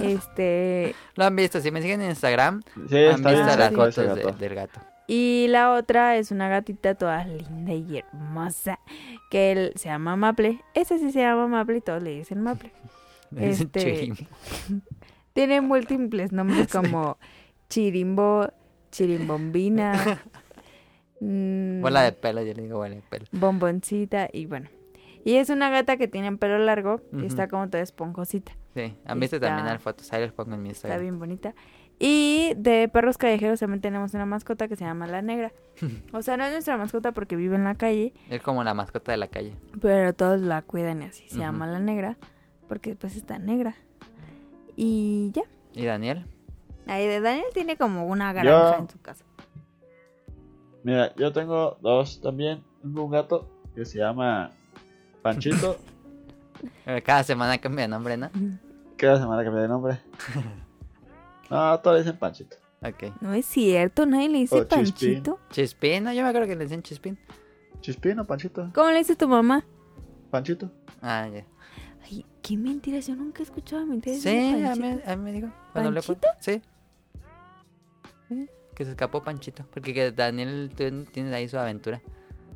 B: Este.
A: Lo han visto. Si me siguen en Instagram,
C: Sí,
A: han visto
C: está bien
A: las
C: cerco
A: fotos
C: ese
A: de-
C: gato.
A: del gato.
B: Y la otra es una gatita toda linda y hermosa. Que él se llama Maple. Ese sí se llama Maple y todos le dicen Maple.
A: Le dicen
B: Este,
A: Chirim.
B: Tiene múltiples nombres como Chirimbo, Chirimbombina, mm,
A: Bola de pelo, yo le digo bola de pelo.
B: Bomboncita y bueno. Y es una gata que tiene pelo largo y está
A: Ujú.
B: como toda esponjosita.
A: Sí, han visto
B: Está-
A: también las fotos. Ahí les pongo en mi
B: Está
A: Instagram.
B: bien bonita. Y de perros callejeros también tenemos una mascota que se llama La Negra. O sea, no es nuestra mascota porque vive en la calle,
A: Es como la mascota de la calle.
B: Pero todos la cuidan y así. Se
A: Ujú.
B: llama la negra. Porque pues está negra. Y ya.
A: ¿Y Daniel?
B: Ahí de Daniel tiene como una granja en su casa.
C: Mira, yo tengo dos también. Tengo un gato que se llama Panchito.
A: Eh, Cada semana cambia de nombre, ¿no?
C: Cada semana cambia de nombre. No, todos dicen Panchito.
A: Ok.
B: No es cierto, nadie le dice
C: Oh, chispín.
B: Panchito.
A: Chispín, no, yo me acuerdo que le decían Chispín.
C: ¿Chispín o Panchito?
B: ¿Cómo le dice tu mamá?
C: Panchito.
A: Ah, ya.
B: Ay, qué mentiras, yo nunca he escuchado mentiras.
A: Sí, a mí, a mí me dijo. Cuando hablé por- Sí. Sí, Que se escapó Panchito. Porque que Daniel tú tienes ahí su aventura.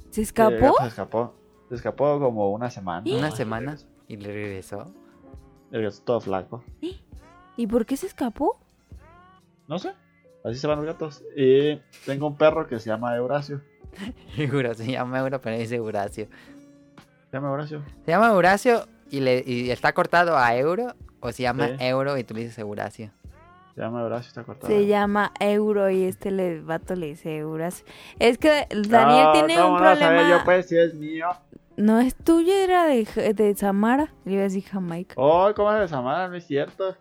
B: ¿Se
C: Sí, el
B: escapó?
C: gato se pues, escapó. Se escapó como una semana.
A: Una
C: Ay,
A: semana y le regresó.
C: El gato todo flaco.
B: ¿Y por qué se escapó?
C: No sé. Así se van los gatos. Y tengo un perro que se llama Eurasio.
A: Seguro, se llama Euro, pero dice Horacio.
C: Se llama Eurasio.
A: ¿Se llama Horacio y, le, y está cortado a Euro? ¿O se llama
C: Sí.
A: Euro y tú le dices Horacio?
C: Se llama Eurasio, está cortado.
B: Se llama Euro y este le, vato le dice Euras. Es que Daniel
C: No,
B: tiene
C: ¿cómo
B: un
C: no sabe
B: problema.
C: yo pues si es mío.
B: No es tuyo, era de, de Samara. Le iba a decir Jamaica.
C: Oh, ¿cómo es esa madre? No es cierto.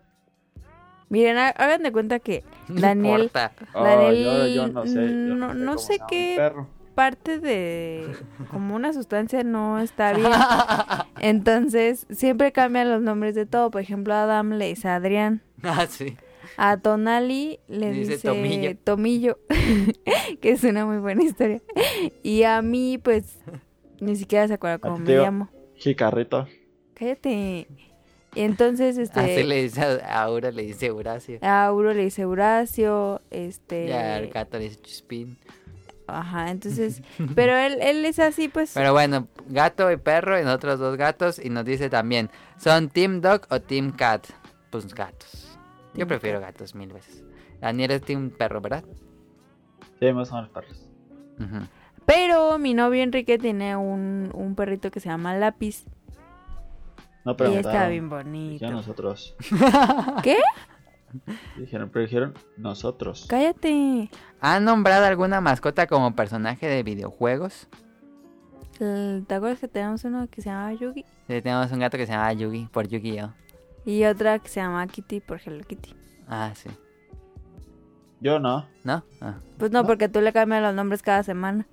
B: Miren, ha- hagan de cuenta que
A: No
B: Daniel
A: importa.
C: Oh, yo,
B: del-
C: yo no sé. yo
B: no- mm, no
C: cómo
B: sé
C: se llama mi
B: qué-
C: Perro.
B: parte de como una sustancia no está bien.
A: Ah,
B: Entonces, siempre cambian los nombres de todo. Por ejemplo, a Adam le dice Adrián.
A: Ah, sí.
B: A Tonali le
A: Dice
B: dice,
A: Tomillo.
B: Tomillo, que es una muy buena historia. Y a mí, pues, ni siquiera se acuerda cómo me
C: Ateo.
B: llamo.
C: Jicarrito.
B: Cállate. Y entonces, este,
C: Ah,
A: Así le dice a ahora le dice Horacio.
B: a Auro le dice Horacio, este,
A: Y al gato le dice Chispín.
B: ajá, entonces, pero él, él es así, pues,
A: Pero bueno, gato y perro y nosotros dos gatos. Y nos dice también, ¿son Team Dog o Team Cat? Pues gatos. Yo
B: Team
A: prefiero gatos mil veces. Daniel es Team Perro, ¿verdad?
C: Sí, más son los perros.
A: Ujú.
B: pero mi novio Enrique tiene un, un perrito que se llama Lápiz
C: No
B: y está bien
C: preguntaron.
B: bonito.
C: Dijeron nosotros.
B: ¿Qué?
C: Dijeron, pero dijeron nosotros.
B: Cállate.
A: ¿Han nombrado alguna mascota como personaje de videojuegos?
B: El- ¿Te acuerdas que teníamos uno que se llamaba Yugi?
A: Sí, tenemos un gato que se llama Yugi, por Yu-Gi-Oh.
B: Y otra que se llama Kitty por Hello Kitty.
A: Ah, sí.
C: Yo no.
A: ¿No? Ah.
B: Pues no,
C: ¿No?
B: porque tú le cambias los nombres cada semana.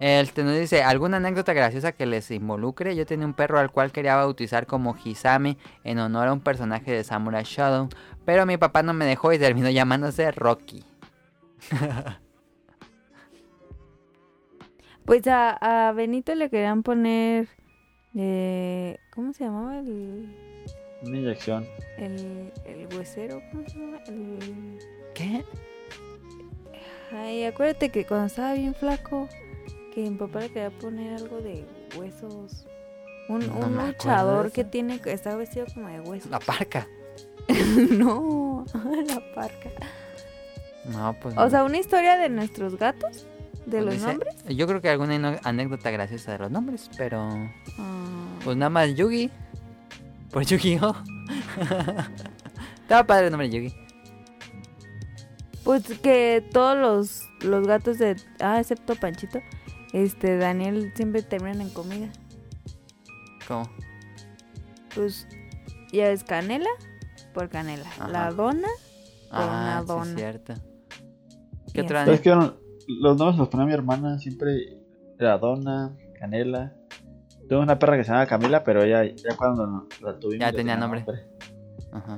A: Este nos dice, ¿alguna anécdota graciosa que les involucre? Yo tenía un perro al cual quería bautizar como Hisame en honor a un personaje de Samurai Shadow, pero mi papá no me dejó y terminó llamándose Rocky.
B: Pues a, a Benito le querían poner... eh, ¿Cómo se llamaba el,
C: Una inyección.
B: el, el huesero? ¿Cómo se llama? El-
A: ¿Qué?
B: Ay, acuérdate que cuando estaba bien flaco, que mi papá le quería poner algo de huesos. Un,
A: No
B: un
A: me acuerdo de
B: luchador que
A: eso.
B: tiene, que está vestido como de huesos.
A: La parca.
B: no, la parca.
A: No, pues.
B: O
A: no.
B: sea, una historia de nuestros gatos, de
A: Pues
B: los
A: dice-
B: nombres.
A: Yo creo que alguna ino- anécdota graciosa de los nombres, pero.
B: Ah.
A: Pues nada más Yugi. Por Yu-Gi-Oh. Estaba padre el nombre de Yugi.
B: Pues que todos los, los gatos de. Ah, excepto Panchito. Este, Daniel siempre terminan en comida.
A: ¿Cómo?
B: Pues ya es canela por canela.
A: Ajá.
B: La dona.
A: Ah, sí, es
B: dona.
A: cierto. ¿Qué
B: Y
A: otra
C: ¿Sabes
A: anécdota?
C: que Los nombres los ponía mi hermana siempre. La dona, Canela. Tuve una perra que se llamaba Camila, pero ella ya cuando no- la tuvimos.
A: Ya tenía nombre. Ajá.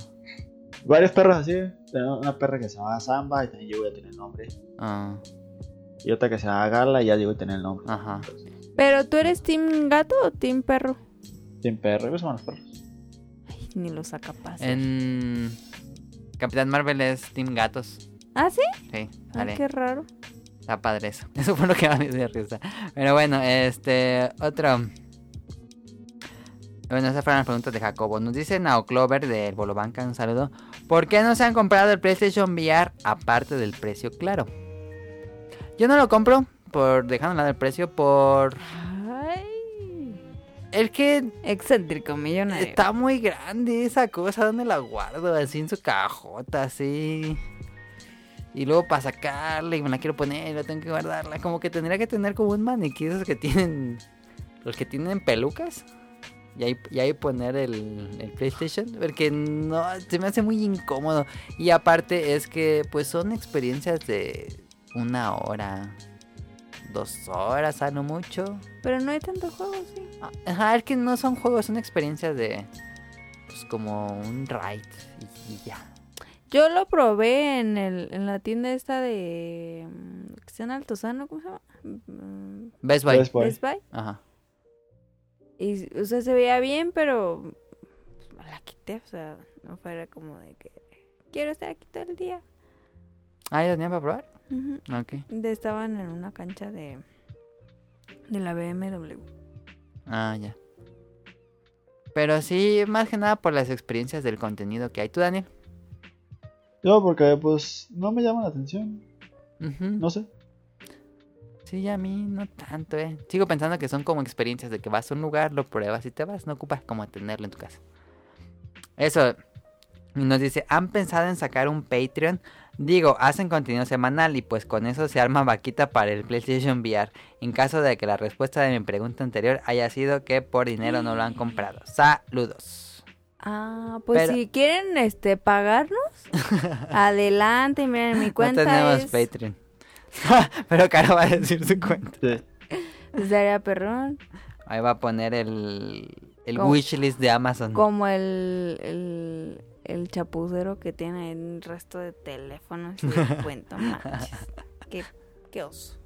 C: Varios perros así. Tenía una perra que se llamaba Samba y también llegó a tener nombre.
A: Ah,
C: Y otra que se llamaba Gala y ya llegó a tener nombre.
A: Ajá.
B: Pero tú eres team gato o team perro?
C: Sin perro, esos son los perros.
B: Ay, ni lo saca paz.
A: En Capitán Marvel es Team Gatos.
B: ¿Ah, sí?
A: Sí,
B: Ay,
A: vale.
B: qué raro.
A: Está padre eso. Eso fue lo que me dio risa. Pero bueno, este. Otro. Bueno, esas fueron las preguntas de Jacobo. Nos dice Nao Clover del Bolobanca, un saludo. ¿Por qué no se han comprado el PlayStation VR aparte del precio? Claro. Yo no lo compro por dejando a un lado el precio, por...
B: Ay.
A: El que
B: Excéntrico millonario.
A: Está muy grande esa cosa, ¿dónde la guardo? Así en su cajota, así. Y luego para sacarla y me la quiero poner, la tengo que guardarla. Como que tendría que tener como un maniquí, esos que tienen. Los que tienen pelucas. Y ahí, y ahí poner el, el PlayStation. Porque no, se me hace muy incómodo. Y aparte es que, pues son experiencias de una hora, dos horas, a no mucho.
B: Pero no hay tantos juegos, sí.
A: Ah, Ajá, es que no son juegos, son experiencias de. Pues como un ride y, y ya.
B: Yo lo probé en, el, en la tienda esta de... mm, que está en Altozano, ¿cómo se llama? Mm,
A: Best Buy.
C: Best Buy.
B: Best Buy.
A: Ajá.
B: Y, o sea, se veía bien, pero pues, me la quité, o sea, no fuera como de que quiero estar aquí todo el día.
A: Ah, ¿ya tenían para probar?
B: Ujú.
A: Ok.
B: De- Estaban en una cancha de, de la BMW.
A: Ah, ya. Pero sí, más que nada por las experiencias del contenido que hay. ¿Tú, Daniel?
C: Yo, porque pues no me llama la atención.
A: Ujú.
C: No sé.
A: Sí, a mí no tanto, eh. Sigo pensando que son como experiencias de que vas a un lugar, lo pruebas y te vas. No ocupas como tenerlo en tu casa. Eso. Y nos dice, ¿han pensado en sacar un Patreon? Digo, hacen contenido semanal y pues con eso se arma vaquita para el PlayStation VR. En caso de que la respuesta de mi pregunta anterior haya sido que por dinero no lo han comprado. Saludos.
B: Ah, pues
A: Pero-
B: si quieren este pagarnos, adelante, miren mi cuenta
A: no tenemos
B: es
A: Patreon. Pero Caro va a decir su cuenta.
C: Sí.
B: Cesaria Perrón,
A: Ahí va a poner el, el
B: ¿Cómo?
A: wishlist de Amazon.
B: como el, el, el chapucero que tiene el resto de teléfonos y de cuenta, manches. Qué, qué oso.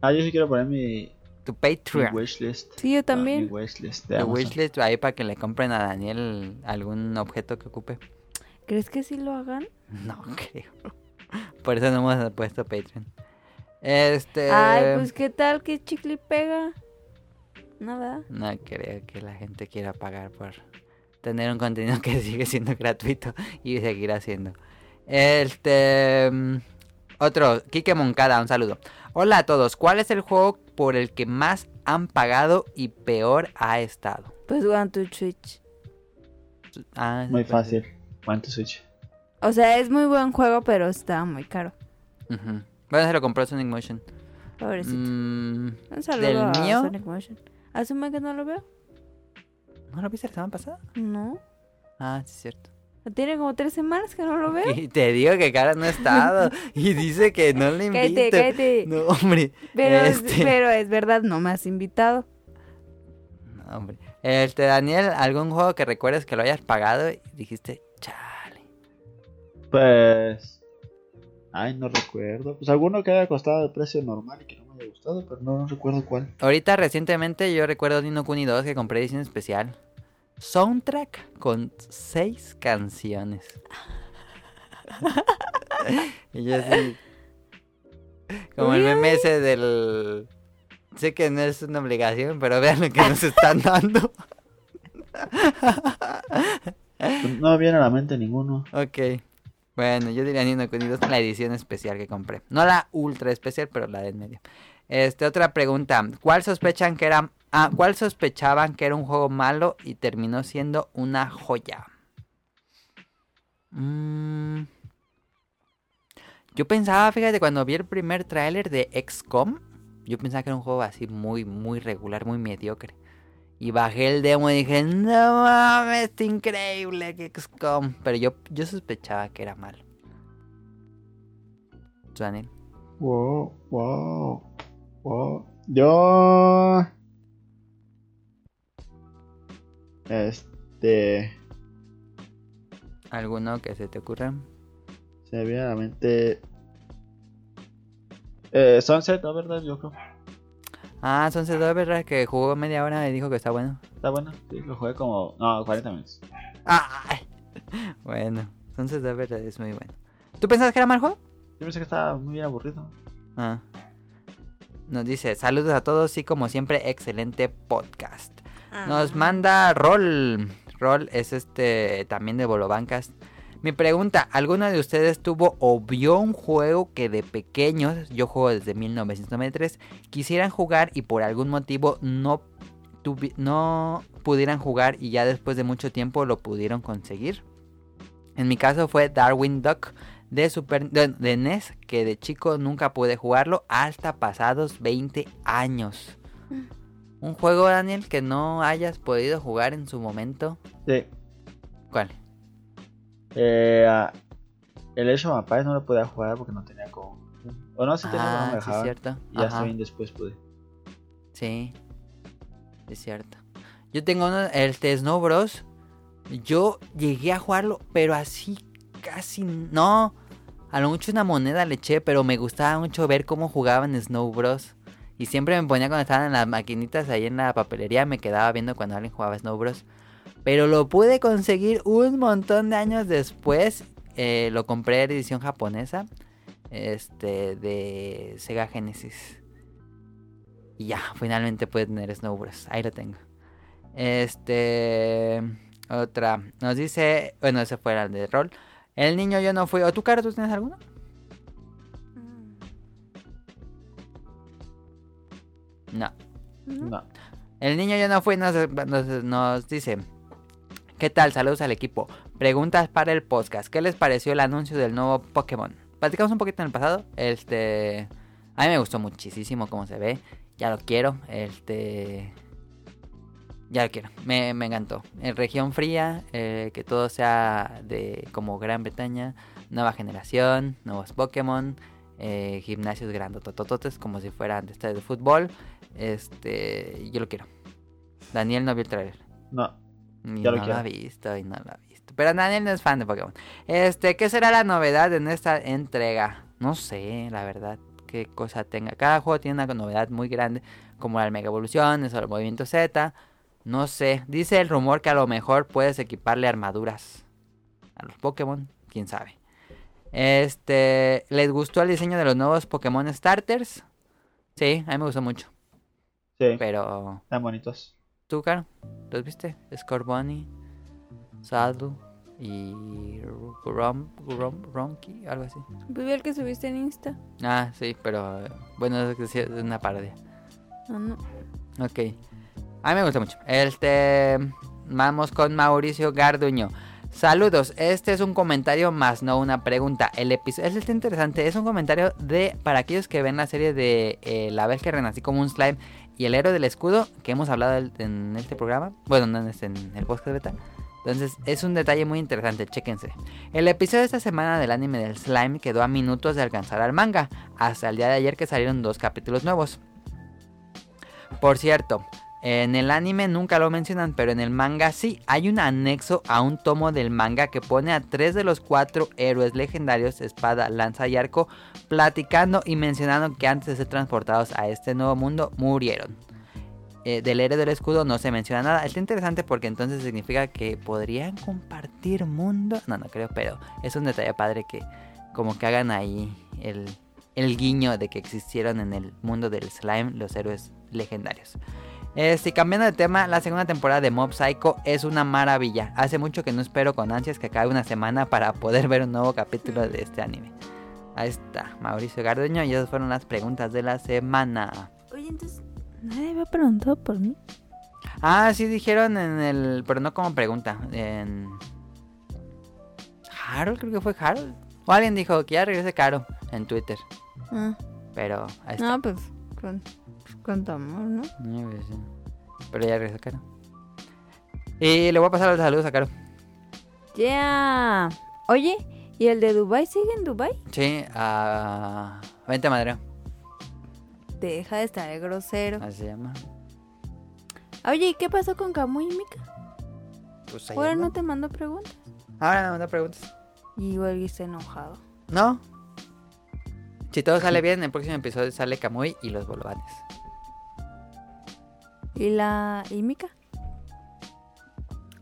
C: Ah, yo sí quiero poner mi,
A: Tu
C: mi
A: Patreon.
C: wishlist.
B: Sí, yo
C: Ah, mi
B: también.
C: wishlist de
A: Tu
C: Amazon.
A: wishlist ahí para que le compren a Daniel algún objeto que ocupe.
B: ¿Crees que sí lo hagan?
A: No creo. Por eso no hemos puesto Patreon. Este.
B: Ay, pues qué tal que chicle y pega. Nada.
A: No creo que la gente quiera pagar por tener un contenido que sigue siendo gratuito y seguirá siendo. Este. mm, Otro, Kike Moncada, un saludo. Hola a todos, ¿cuál es el juego por el que más han pagado y peor ha estado?
B: Pues One to Switch.
A: Ah,
C: Muy
A: pues,
C: fácil. One to Switch.
B: O sea, es muy buen juego, pero está muy caro.
A: ujú. Bueno, se lo compró Sonic Motion.
B: Pobrecito.
A: Mm,
B: Un saludo
A: ¿Del
B: a
A: mío?
B: Sonic Motion. Asume que no lo veo.
A: ¿No lo viste la semana pasada?
B: No.
A: Ah, sí, es cierto.
B: Tiene como tres semanas que no lo veo.
A: Y te digo que Cara no ha estado y dice que no le invito.
B: Cállate, cállate.
A: No, hombre.
B: pero, es-
A: este-
B: pero es verdad, no me has invitado.
A: No, hombre. Este, Daniel, ¿algún juego que recuerdes que lo hayas pagado y dijiste, chale?
C: Pues. Ay, no recuerdo. Pues alguno que haya costado el precio normal y que no me haya gustado, pero no, no recuerdo cuál.
A: Ahorita recientemente yo recuerdo Nino Kuni 2 que compré edición especial. Soundtrack con seis canciones. y yo así. Como el meme ese del. Sé que no es una obligación, pero vean lo que nos están dando.
C: Pues, No me viene a la mente ninguno.
A: Ok. Bueno, yo diría Nino Kuni 2, la edición especial que compré. No la ultra especial, pero la del medio. Este, otra pregunta. ¿Cuál sospechan que era... ah, ¿cuál sospechaban que era un juego malo y terminó siendo una joya? Mm. Yo pensaba, fíjate, cuando vi el primer tráiler de XCOM, yo pensaba que era un juego así muy, muy regular, muy mediocre. Y bajé el demo y dije, no mames, está increíble que XCOM. Pero yo, yo sospechaba que era malo. ¿Tú, Daniel?
C: Wow, wow, wow. Yo. Este.
A: ¿Alguno que se te ocurra?
C: Se me viene a la mente. Eh, Sunset verdad yo creo.
A: Ah, son dos ¿verdad? Que jugó media hora y dijo que está bueno.
C: Está bueno. Sí, lo jugué como. No, 40 minutos.
A: ¡Ay! Bueno, entonces de verdad es muy bueno. ¿Tú pensabas que era mal juego?
C: Yo pensé que estaba muy aburrido.
A: Ah. Nos dice, saludos a todos y como siempre, excelente podcast. Nos manda Rol. Rol es este también de Bolobancas. Mi pregunta, ¿alguno de ustedes tuvo o vio un juego que de pequeños, yo juego desde 1993, quisieran jugar y por algún motivo no, tuvi- no pudieran jugar y ya después de mucho tiempo lo pudieron conseguir? En mi caso fue Darwin Duck de, Super, de, de NES, que de chico nunca pude jugarlo hasta pasados 20 años. Un juego, Daniel, que no hayas podido jugar en su momento.
C: Sí.
A: ¿Cuál?
C: Eh, ah, el Age of Empires no lo podía jugar porque no tenía como. O no, sí tenía, pero
A: ah,
C: no me
A: sí, es
C: dejaba.
A: cierto.
C: y ya
A: Ajá,
C: estoy después pude.
A: Sí. Es cierto. Yo tengo uno, el de Snow Bros. Yo llegué a jugarlo, pero así casi no. A lo mucho una moneda le eché, pero me gustaba mucho ver cómo jugaban Snow Bros. Y siempre me ponía cuando estaban en las maquinitas ahí en la papelería, me quedaba viendo cuando alguien jugaba Snow Bros. Pero lo pude conseguir un montón de años después. Eh, lo compré en edición japonesa. Este, de Sega Genesis. Y ya, finalmente puede tener Snow Bros. Ahí lo tengo. Este. Otra. Nos dice. Bueno, ese fue el de rol. El niño yo no fui. ¿O tú, Caro, tú tienes alguno?
B: Mm,
A: No. Mm.
C: No.
A: El niño yo no fui. Nos, nos, nos dice. ¿Qué tal? Saludos al equipo. Preguntas para el podcast. ¿Qué les pareció el anuncio del nuevo Pokémon? Platicamos un poquito en el pasado. Este. A mí me gustó muchísimo cómo se ve. Ya lo quiero. Este. Ya lo quiero, me, me encantó. En región fría, eh, que todo sea de como Gran Bretaña, nueva generación, nuevos Pokémon, eh, gimnasios grandototototes como si fueran de estadio de fútbol. Este, yo lo quiero. Daniel no vio el trailer.
C: No.
A: Y no
C: Ya lo
A: lo
C: quiero.
A: ha visto, y no lo ha visto. Pero Daniel no es fan de Pokémon. Este, ¿qué será la novedad en esta entrega? No sé, la verdad, qué cosa tenga. Cada juego tiene una novedad muy grande, como la Mega Evolución, eso, el movimiento Z. No sé, dice el rumor que a lo mejor puedes equiparle armaduras a los Pokémon, quién sabe. Este, ¿les gustó el diseño de los nuevos Pokémon Starters? Sí, a mí me gustó mucho,
C: Sí,
A: pero...
C: están bonitos.
A: ¿Tú, Caro? ¿Los viste? Scorbunny, Sadlu y Rom, Rom, Ronky, algo así.
B: Vi Pues el que subiste en Insta.
A: Ah, sí, pero eh, bueno, es que sí, es una parodia.
B: Ah, no.
A: Ok. A mí me gusta mucho. Este. Vamos con Mauricio Garduño. Saludos, este es un comentario más no una pregunta. El episodio este está interesante, es un comentario de para aquellos que ven la serie de eh, La vez que renací como un slime y el héroe del escudo que hemos hablado del- en este programa, bueno, no en este, en el podcast beta. Entonces, es un detalle muy interesante, chéquense. El episodio de esta semana del anime del slime quedó a minutos de alcanzar al manga, hasta el día de ayer que salieron dos capítulos nuevos. Por cierto, en el anime nunca lo mencionan, pero en el manga sí. Hay un anexo a un tomo del manga que pone a tres de los cuatro héroes legendarios, espada, lanza y arco, platicando y mencionando que antes de ser transportados a este nuevo mundo murieron. Eh, del héroe del escudo no se menciona nada. Está interesante porque entonces significa que podrían compartir mundo. No, no creo, pero es un detalle padre que como que hagan ahí el, el guiño de que existieron en el mundo del slime los héroes legendarios. Este, y cambiando de tema, la segunda temporada de Mob Psycho es una maravilla. Hace mucho que no espero con ansias que acabe una semana para poder ver un nuevo capítulo de este anime. Ahí está, Mauricio Garduño, y esas fueron las preguntas de la semana.
B: Oye, entonces, nadie me ha preguntado por mí.
A: Ah, sí dijeron en el. Pero no como pregunta. En. Harold, creo que fue Harold. O alguien dijo que ya regrese Caro en Twitter.
B: Ah,
A: Pero ahí está.
B: no, pues con, con tu amor, ¿no?
A: No, pues, sí. Pero ya regresó Caro. Y le voy a pasar los saludos a Caro.
B: Ya. Oye, ¿y el de Dubai sigue en Dubai?
A: Sí, a. Vente a Madrid.
B: Deja de estar el grosero.
A: Así se llama.
B: Oye, ¿y qué pasó con Camuy y Mika?
A: Pues ahí
B: Ahora
A: anda.
B: no te mando preguntas.
A: Ahora no, no preguntas.
B: Y igual está enojado.
A: No. Si todo sale bien, en el próximo episodio sale Kamui y los bolobanes.
B: ¿Y la y Mika?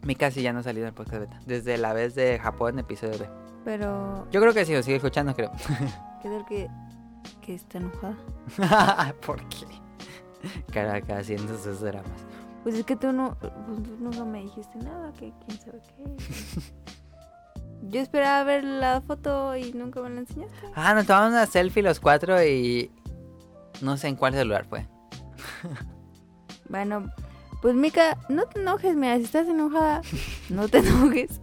A: Mi casi ya no ha salido en el podcast beta. Desde la vez de Japón, episodio B.
B: Pero,
A: Yo creo que sí, lo sigue escuchando, creo.
B: ¿qué tal que, que está enojada?
A: ¿Por qué? Caracas haciendo sus dramas.
B: Pues es que tú no, pues tú nunca me dijiste nada, que quién sabe qué. Yo esperaba ver la foto y nunca me la enseñaste.
A: Ah, nos tomamos una selfie los cuatro y. No sé en cuál celular fue.
B: Bueno, pues Mika, no te enojes, mira, si estás enojada, no te enojes.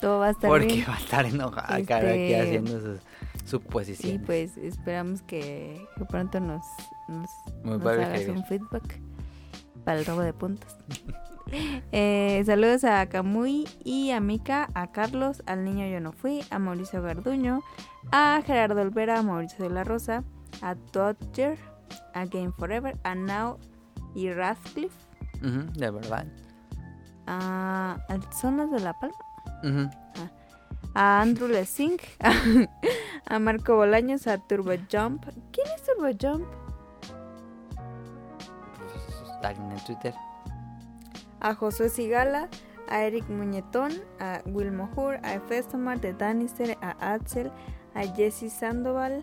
B: Todo va a estar
A: Porque
B: bien.
A: va a estar enojada,
B: Este-
A: Caracas haciendo sus
B: Sí,
A: suposiciones.
B: pues esperamos que, que pronto nos, nos,
A: Muy
B: nos
A: padre
B: hagas
A: escribir.
B: un feedback para el robo de puntos. Eh, saludos a Camuy y a Mika, a Carlos, al niño yo no fui, a Mauricio Garduño, a Gerardo Olvera, a Mauricio de la Rosa, a Dodger, a Game Forever, a Now y Radcliffe,
A: Ujú, de verdad.
B: a, al- ¿son los de La Palma?
A: Ujú.
B: A Andrew Lessing, a Marco Bolaños, a Turbo Jump. ¿Quién es Turbo Jump?
A: Pues, alguien en Twitter.
B: a Josué Sigala, a Eric Muñetón, a Wilmo Hur, a Festomar de Danister, a Axel, a Jesse Sandoval,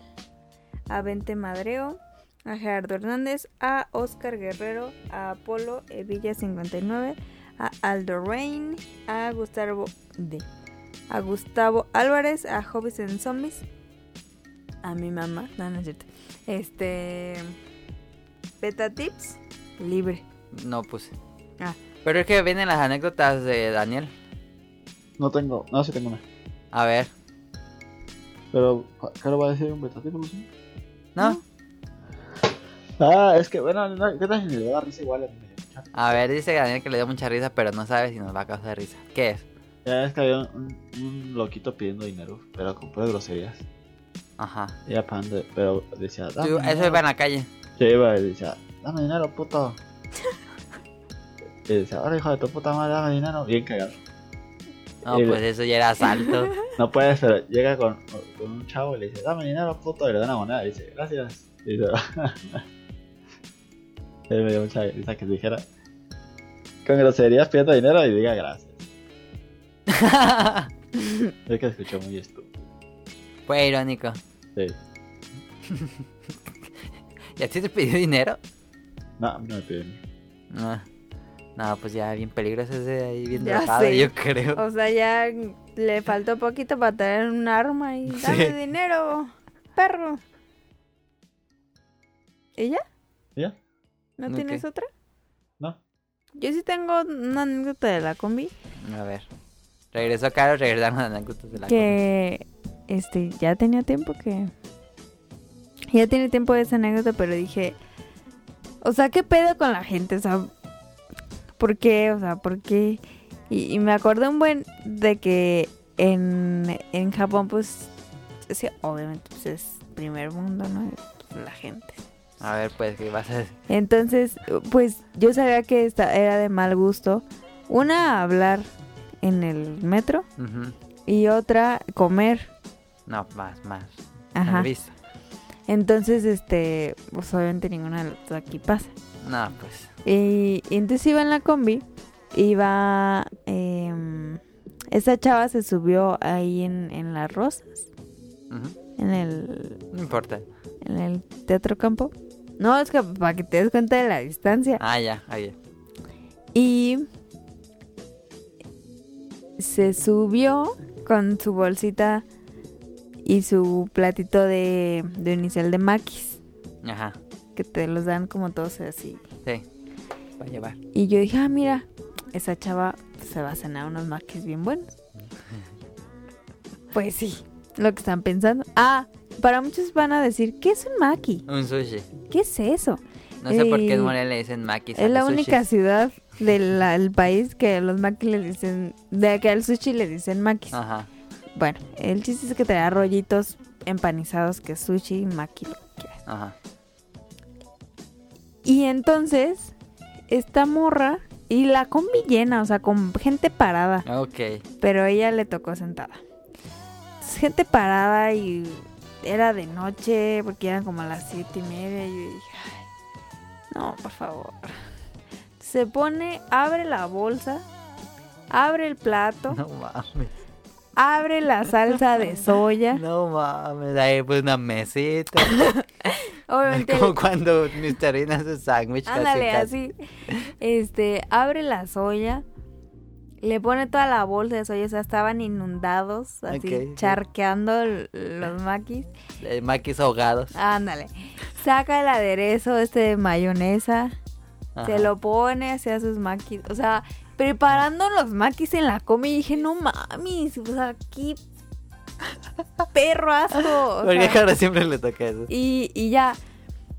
B: a Vente Madreo, a Gerardo Hernández, a Oscar Guerrero, a Apolo Evilla 59, a Aldo Rain, a Gustavo D, a Gustavo Álvarez, a Hobbies en Zombies, a mi mamá, no, no es cierto. Este. Beta Tips, libre.
A: No puse.
B: Ah.
A: Pero es que vienen las anécdotas de Daniel.
C: No tengo, no, sí tengo una.
A: A ver.
C: Pero, Caro va a decir un betatipo, no sé.
A: ¿No?
C: Ah, es que, bueno, no, ¿qué tal si le da risa igual a mí? me dio mucha escuchar.
A: A ver, dice Daniel que le dio mucha risa, pero no sabe si nos va a causar risa. ¿Qué es?
C: Ya es que había un, un loquito pidiendo dinero, pero con puras groserías.
A: Ajá.
C: Y ya pan de- pero decía, dame
A: Tú- eso iba en la calle.
C: Se iba y decía, dame dinero, puto. y decía, ahora hijo de tu puta madre, dame dinero. Bien cagado.
A: No,
C: El-
A: pues eso ya era asalto.
C: No puede ser. Llega con, con un chavo y le dice, dame dinero, puto. Y le da una moneda y dice, gracias. Y se va. Él me dio mucha risa que dijera, con groserías pidiendo dinero y diga gracias. Es que escuchó muy estúpido.
A: Fue irónico.
C: Sí.
A: ¿Y a ti te pidió dinero?
C: No, no me piden.
A: No. No, pues ya bien peligroso ese ahí, bien
B: Ya
A: drogado,
B: sé.
A: yo creo.
B: O sea, ya le faltó poquito para tener un arma y dame
A: Sí.
B: dinero, perro. ¿Ella?
C: ¿Ya?
B: ¿No
A: Ok.
B: tienes otra?
C: No.
B: Yo sí tengo una anécdota de la combi
A: A ver. Regresó Caro, regresaron las anécdotas de la
B: que este ya tenía tiempo que ya tiene tiempo de esa anécdota, pero dije, o sea, qué pedo con la gente, o sea, ¿por qué? O sea, ¿por qué? Y, y me acordé un buen de que en, en Japón, pues, sí, obviamente, pues es primer mundo, ¿no? La gente.
A: combi. A ver, pues, ¿qué vas a decir?
B: Entonces, pues yo sabía que esta era de mal gusto. Una, hablar en el metro
A: Ujú.
B: y otra, comer.
A: No, más, más.
B: Ajá.
A: Visto.
B: Entonces, este, pues obviamente ninguna de las dos aquí pasa.
A: No, pues.
B: Y, y entonces iba en la combi, iba... em, esa chava se subió ahí en, en Las Rosas,
A: ujú.
B: en el,
A: No importa.
B: en el Teatro Campo. No, es que para que te des cuenta de la distancia.
A: Ah, ya, ahí.
B: Y se subió con su bolsita y su platito de, de unicel de maquis,
A: Ajá.
B: que te los dan como todos así.
A: Sí. Va a llevar.
B: Y yo dije, ah, mira, esa chava se va a cenar unos maquis bien buenos. Pues sí, lo que están pensando. Ah, para muchos van a decir, ¿qué es un maqui?
A: Un sushi.
B: ¿Qué es eso?
A: No sé por qué
B: Ey.
A: en Morelia le dicen maquis. a
B: Es la
A: los sushis.
B: única ciudad del el país que a los maquis le dicen, de que al sushi le dicen maquis.
A: Ajá.
B: Bueno, el chiste es que te da rollitos empanizados que es sushi, maqui, lo que quieras.
A: Ajá.
B: Y entonces, esta morra y la combi llena, o sea, con gente parada.
A: Ok.
B: pero ella le tocó sentada. Entonces, Gente parada y era de noche porque eran como las siete y media y yo dije, "Ay, no, por favor. Se pone, abre la bolsa, abre el plato,
A: No mames.
B: abre la salsa de soya.
A: No mames. Ahí pues una mesita.
B: Obviamente,
A: Como cuando Mr. Bean hace sándwich. casi,
B: ándale
A: casi.
B: así. Este, abre la soya, le pone toda la bolsa de soya, o sea, estaban inundados, así
A: Ok, sí.
B: charqueando l- los maquis.
A: Eh, maquis ahogados.
B: Ándale. Saca el aderezo este de mayonesa,
A: Ajá.
B: se lo pone hacia sus maquis. O sea, preparando los maquis en la comi, dije, no mames, o sea, qué perro asco. o
A: Porque
B: sea.
A: claro, siempre le toca eso.
B: y, y ya.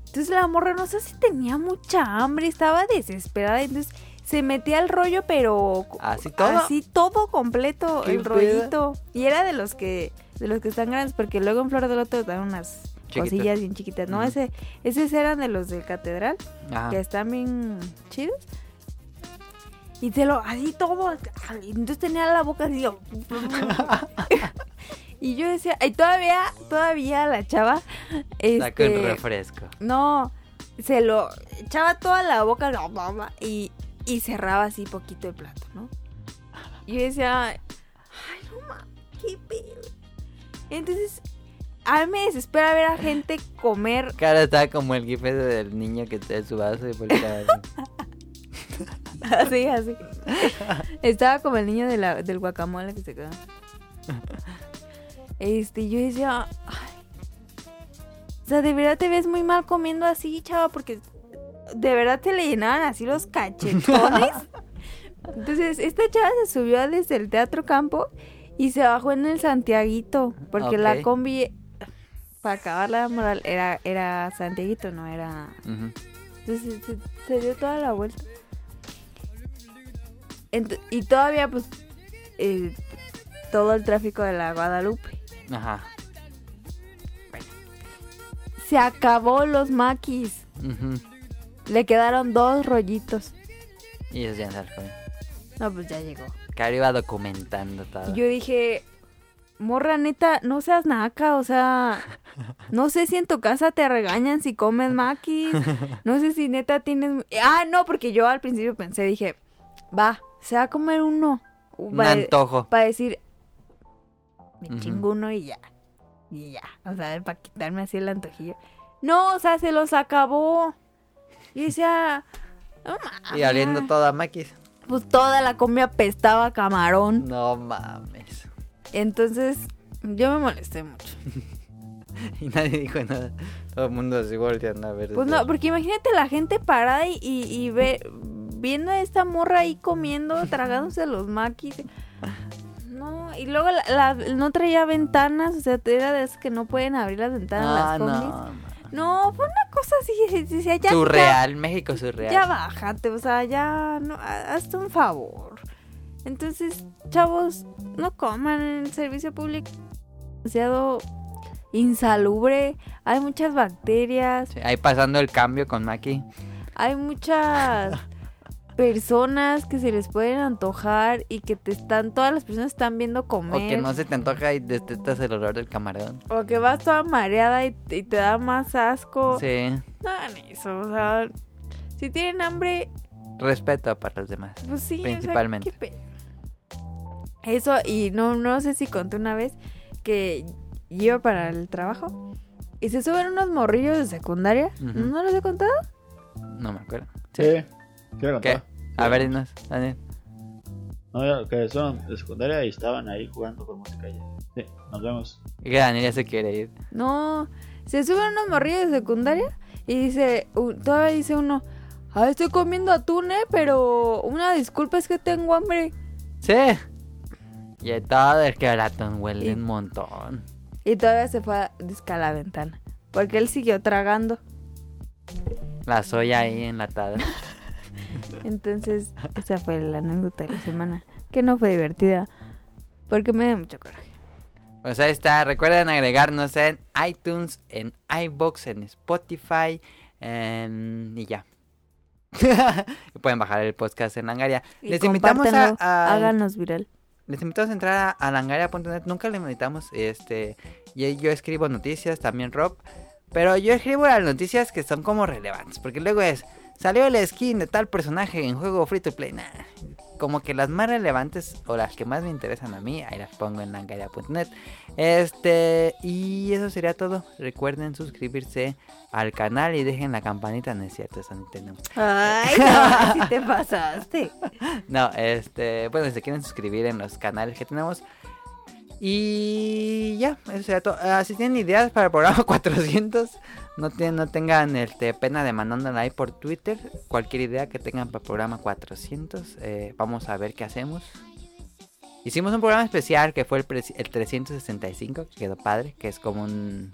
B: Entonces la morra no sé si tenía mucha hambre, estaba desesperada, entonces se metía al rollo, pero
A: Así todo.
B: Así todo completo,
A: ¿Qué
B: el
A: pedo?
B: rollito. Y era de los que de los que están grandes, porque luego en Flor del Loto dan unas
A: Chiquitas.
B: cosillas bien chiquitas. No,
A: Ujú. Ah.
B: ese, esos eran de los del Catedral,
A: Ajá.
B: que están bien chidos. Y te lo, así todo. ay, Entonces tenía la boca así. yo, y yo decía, y todavía, todavía la chava.
A: Saca un
B: Este,
A: refresco.
B: no, se lo echaba toda la boca la mamá, y, y cerraba así poquito el plato, ¿no? Y yo decía, ay, no ma, qué pedo. Entonces, a mí me desespera ver a gente comer.
A: Cara estaba como el gif ese del niño que te su vaso y voltea así.
B: Así, así. Estaba como el niño de la- del guacamole que se quedó. Este, y yo decía, ay. O sea, de verdad te ves muy mal comiendo así, chava, porque de verdad te le llenaban así los cachetones. Entonces, esta chava se subió desde el Teatro Campo y se bajó en el Santiaguito, porque la
A: Ok.
B: combi, para acabar la moral, era, era Santiaguito, no era
A: Ujú.
B: entonces se, se dio toda la vuelta. Ent- y todavía, pues, eh, todo el tráfico de la Guadalupe.
A: Ajá.
B: Se acabó los maquis.
A: ujú.
B: Le quedaron dos rollitos.
A: Y eso ya se alcohol.
B: No, pues ya llegó.
A: Caro iba documentando todo.
B: Y yo dije, morra neta, no seas naca, o sea, no sé si en tu casa te regañan si comes maquis, no sé si neta tienes... Ah, no, porque yo al principio pensé, dije, va, se va a comer uno.
A: Un
B: Para-
A: antojo.
B: Para decir, me
A: Ujú.
B: chingo uno y ya, y ya, o sea, para quitarme así el antojillo. No, o sea, se los acabó. Y decía, no
A: Y oliendo
B: mames.
A: toda maquis.
B: pues toda la comida pestaba camarón.
A: No mames.
B: Entonces, yo me molesté mucho.
A: Y nadie dijo nada. Todo el mundo así volteando a ver.
B: Pues no, porque imagínate la gente parada y, y, y ve, viendo a esta morra ahí comiendo, tragándose los maquis. No, y luego la, la- no traía ventanas, o sea, era de esas que no pueden abrir las ventanas
A: Ah,
B: las combis.
A: no. ma.
B: No. fue una cosa así, decía, ya, ya,
A: Surreal, México surreal.
B: ya bájate, o sea, ya, no, ha- hazte un favor. Entonces, chavos, no coman en el servicio público. Demasiado insalubre, hay muchas bacterias,
A: Sí, ahí pasando el cambio con Maki.
B: hay muchas personas que se les pueden antojar y que te están, todas las personas están viendo
A: O que
B: comer.
A: no se te antoja y detestas el olor del camarón.
B: o que vas toda mareada y, y te da más
C: Oh.
B: asco.
A: Sí.
B: No hagan eso, o sea, si tienen hambre,
A: Respeto para los demás.
B: Pues sí, o sea,
A: Principalmente.
B: qué pe- Eso, y no, no sé si conté una vez que iba para el trabajo y se suben unos morrillos de secundaria.
A: Ujú.
B: ¿No los he contado?
A: No me acuerdo.
C: Sí, quiero
A: ¿Qué?
C: contar.
A: A ver, dinos, Daniel.
C: No, que son de secundaria y estaban ahí jugando con música ya. Sí, nos vemos.
A: Y que Daniel ya se quiere ir.
B: No. Se suben unos morrillos de secundaria y dice, u- todavía dice uno, ah, estoy comiendo atún, eh, pero una disculpa es que tengo hambre.
A: Sí. Y ahí todo el que ratón huele
B: Y-
A: un montón.
B: Y todavía se fue a discar la ventana porque él siguió tragando.
A: La soya ahí enlatada.
B: Entonces, esa fue la anécdota de la semana, que no fue divertida, porque me dio mucho coraje.
A: Pues ahí está. Recuerden agregarnos en iTunes, en iBox, en Spotify. en- Y ya. Y Pueden bajar el podcast en Langaria.
B: Y
A: Les invitamos a,
B: compártanlo,
A: a-
B: Háganos viral.
A: Les invitamos a entrar a, a langaria.net. Nunca le invitamos. Este, y ahí yo escribo noticias, también Rob. Pero yo escribo las noticias que son como relevantes. Porque luego es, salió el skin de tal personaje en juego free to play. Nah. Como que las más relevantes o las que más me interesan a mí, ahí las pongo en langaria.net. Este, y eso sería todo. Recuerden suscribirse al canal y dejen la campanita. No es cierto, eso no tenemos.
B: Ay, no, si te pasaste.
A: No, este, bueno, si se quieren suscribir en los canales que tenemos. Y ya, eso sería todo. Ah, si tienen ideas para el programa 400, no, te- no tengan este, pena de mandándola ahí por Twitter. Cualquier idea que tengan para el programa 400, eh, vamos a ver qué hacemos. Hicimos un programa especial que fue el, pre- el 365, que quedó padre, que es como un...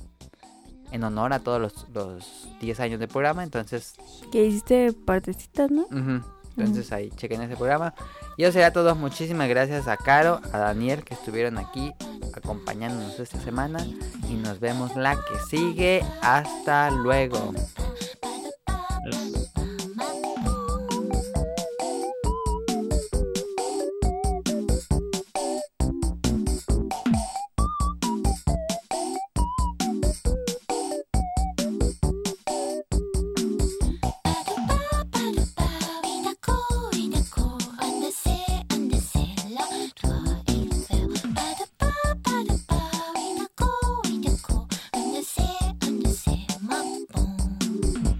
A: En honor a todos los, los 10 años de programa, entonces
B: Que hiciste partecitas, ¿no?
A: Ujú. Entonces ahí chequen ese programa. Y eso sería todo. Muchísimas gracias a Caro, a Daniel que estuvieron aquí acompañándonos esta semana. Y nos vemos la que sigue. Hasta luego.
F: Understand, understand my bones.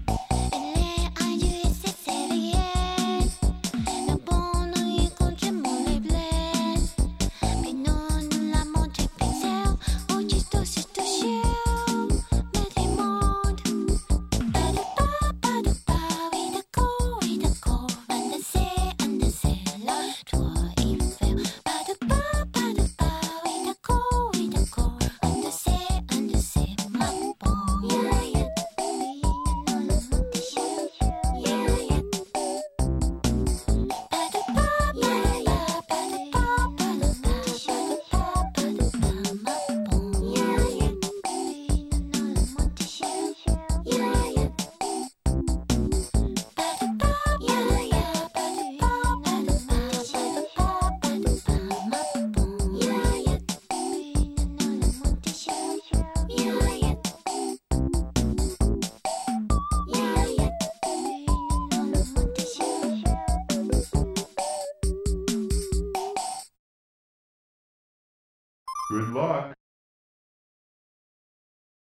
G: Good luck.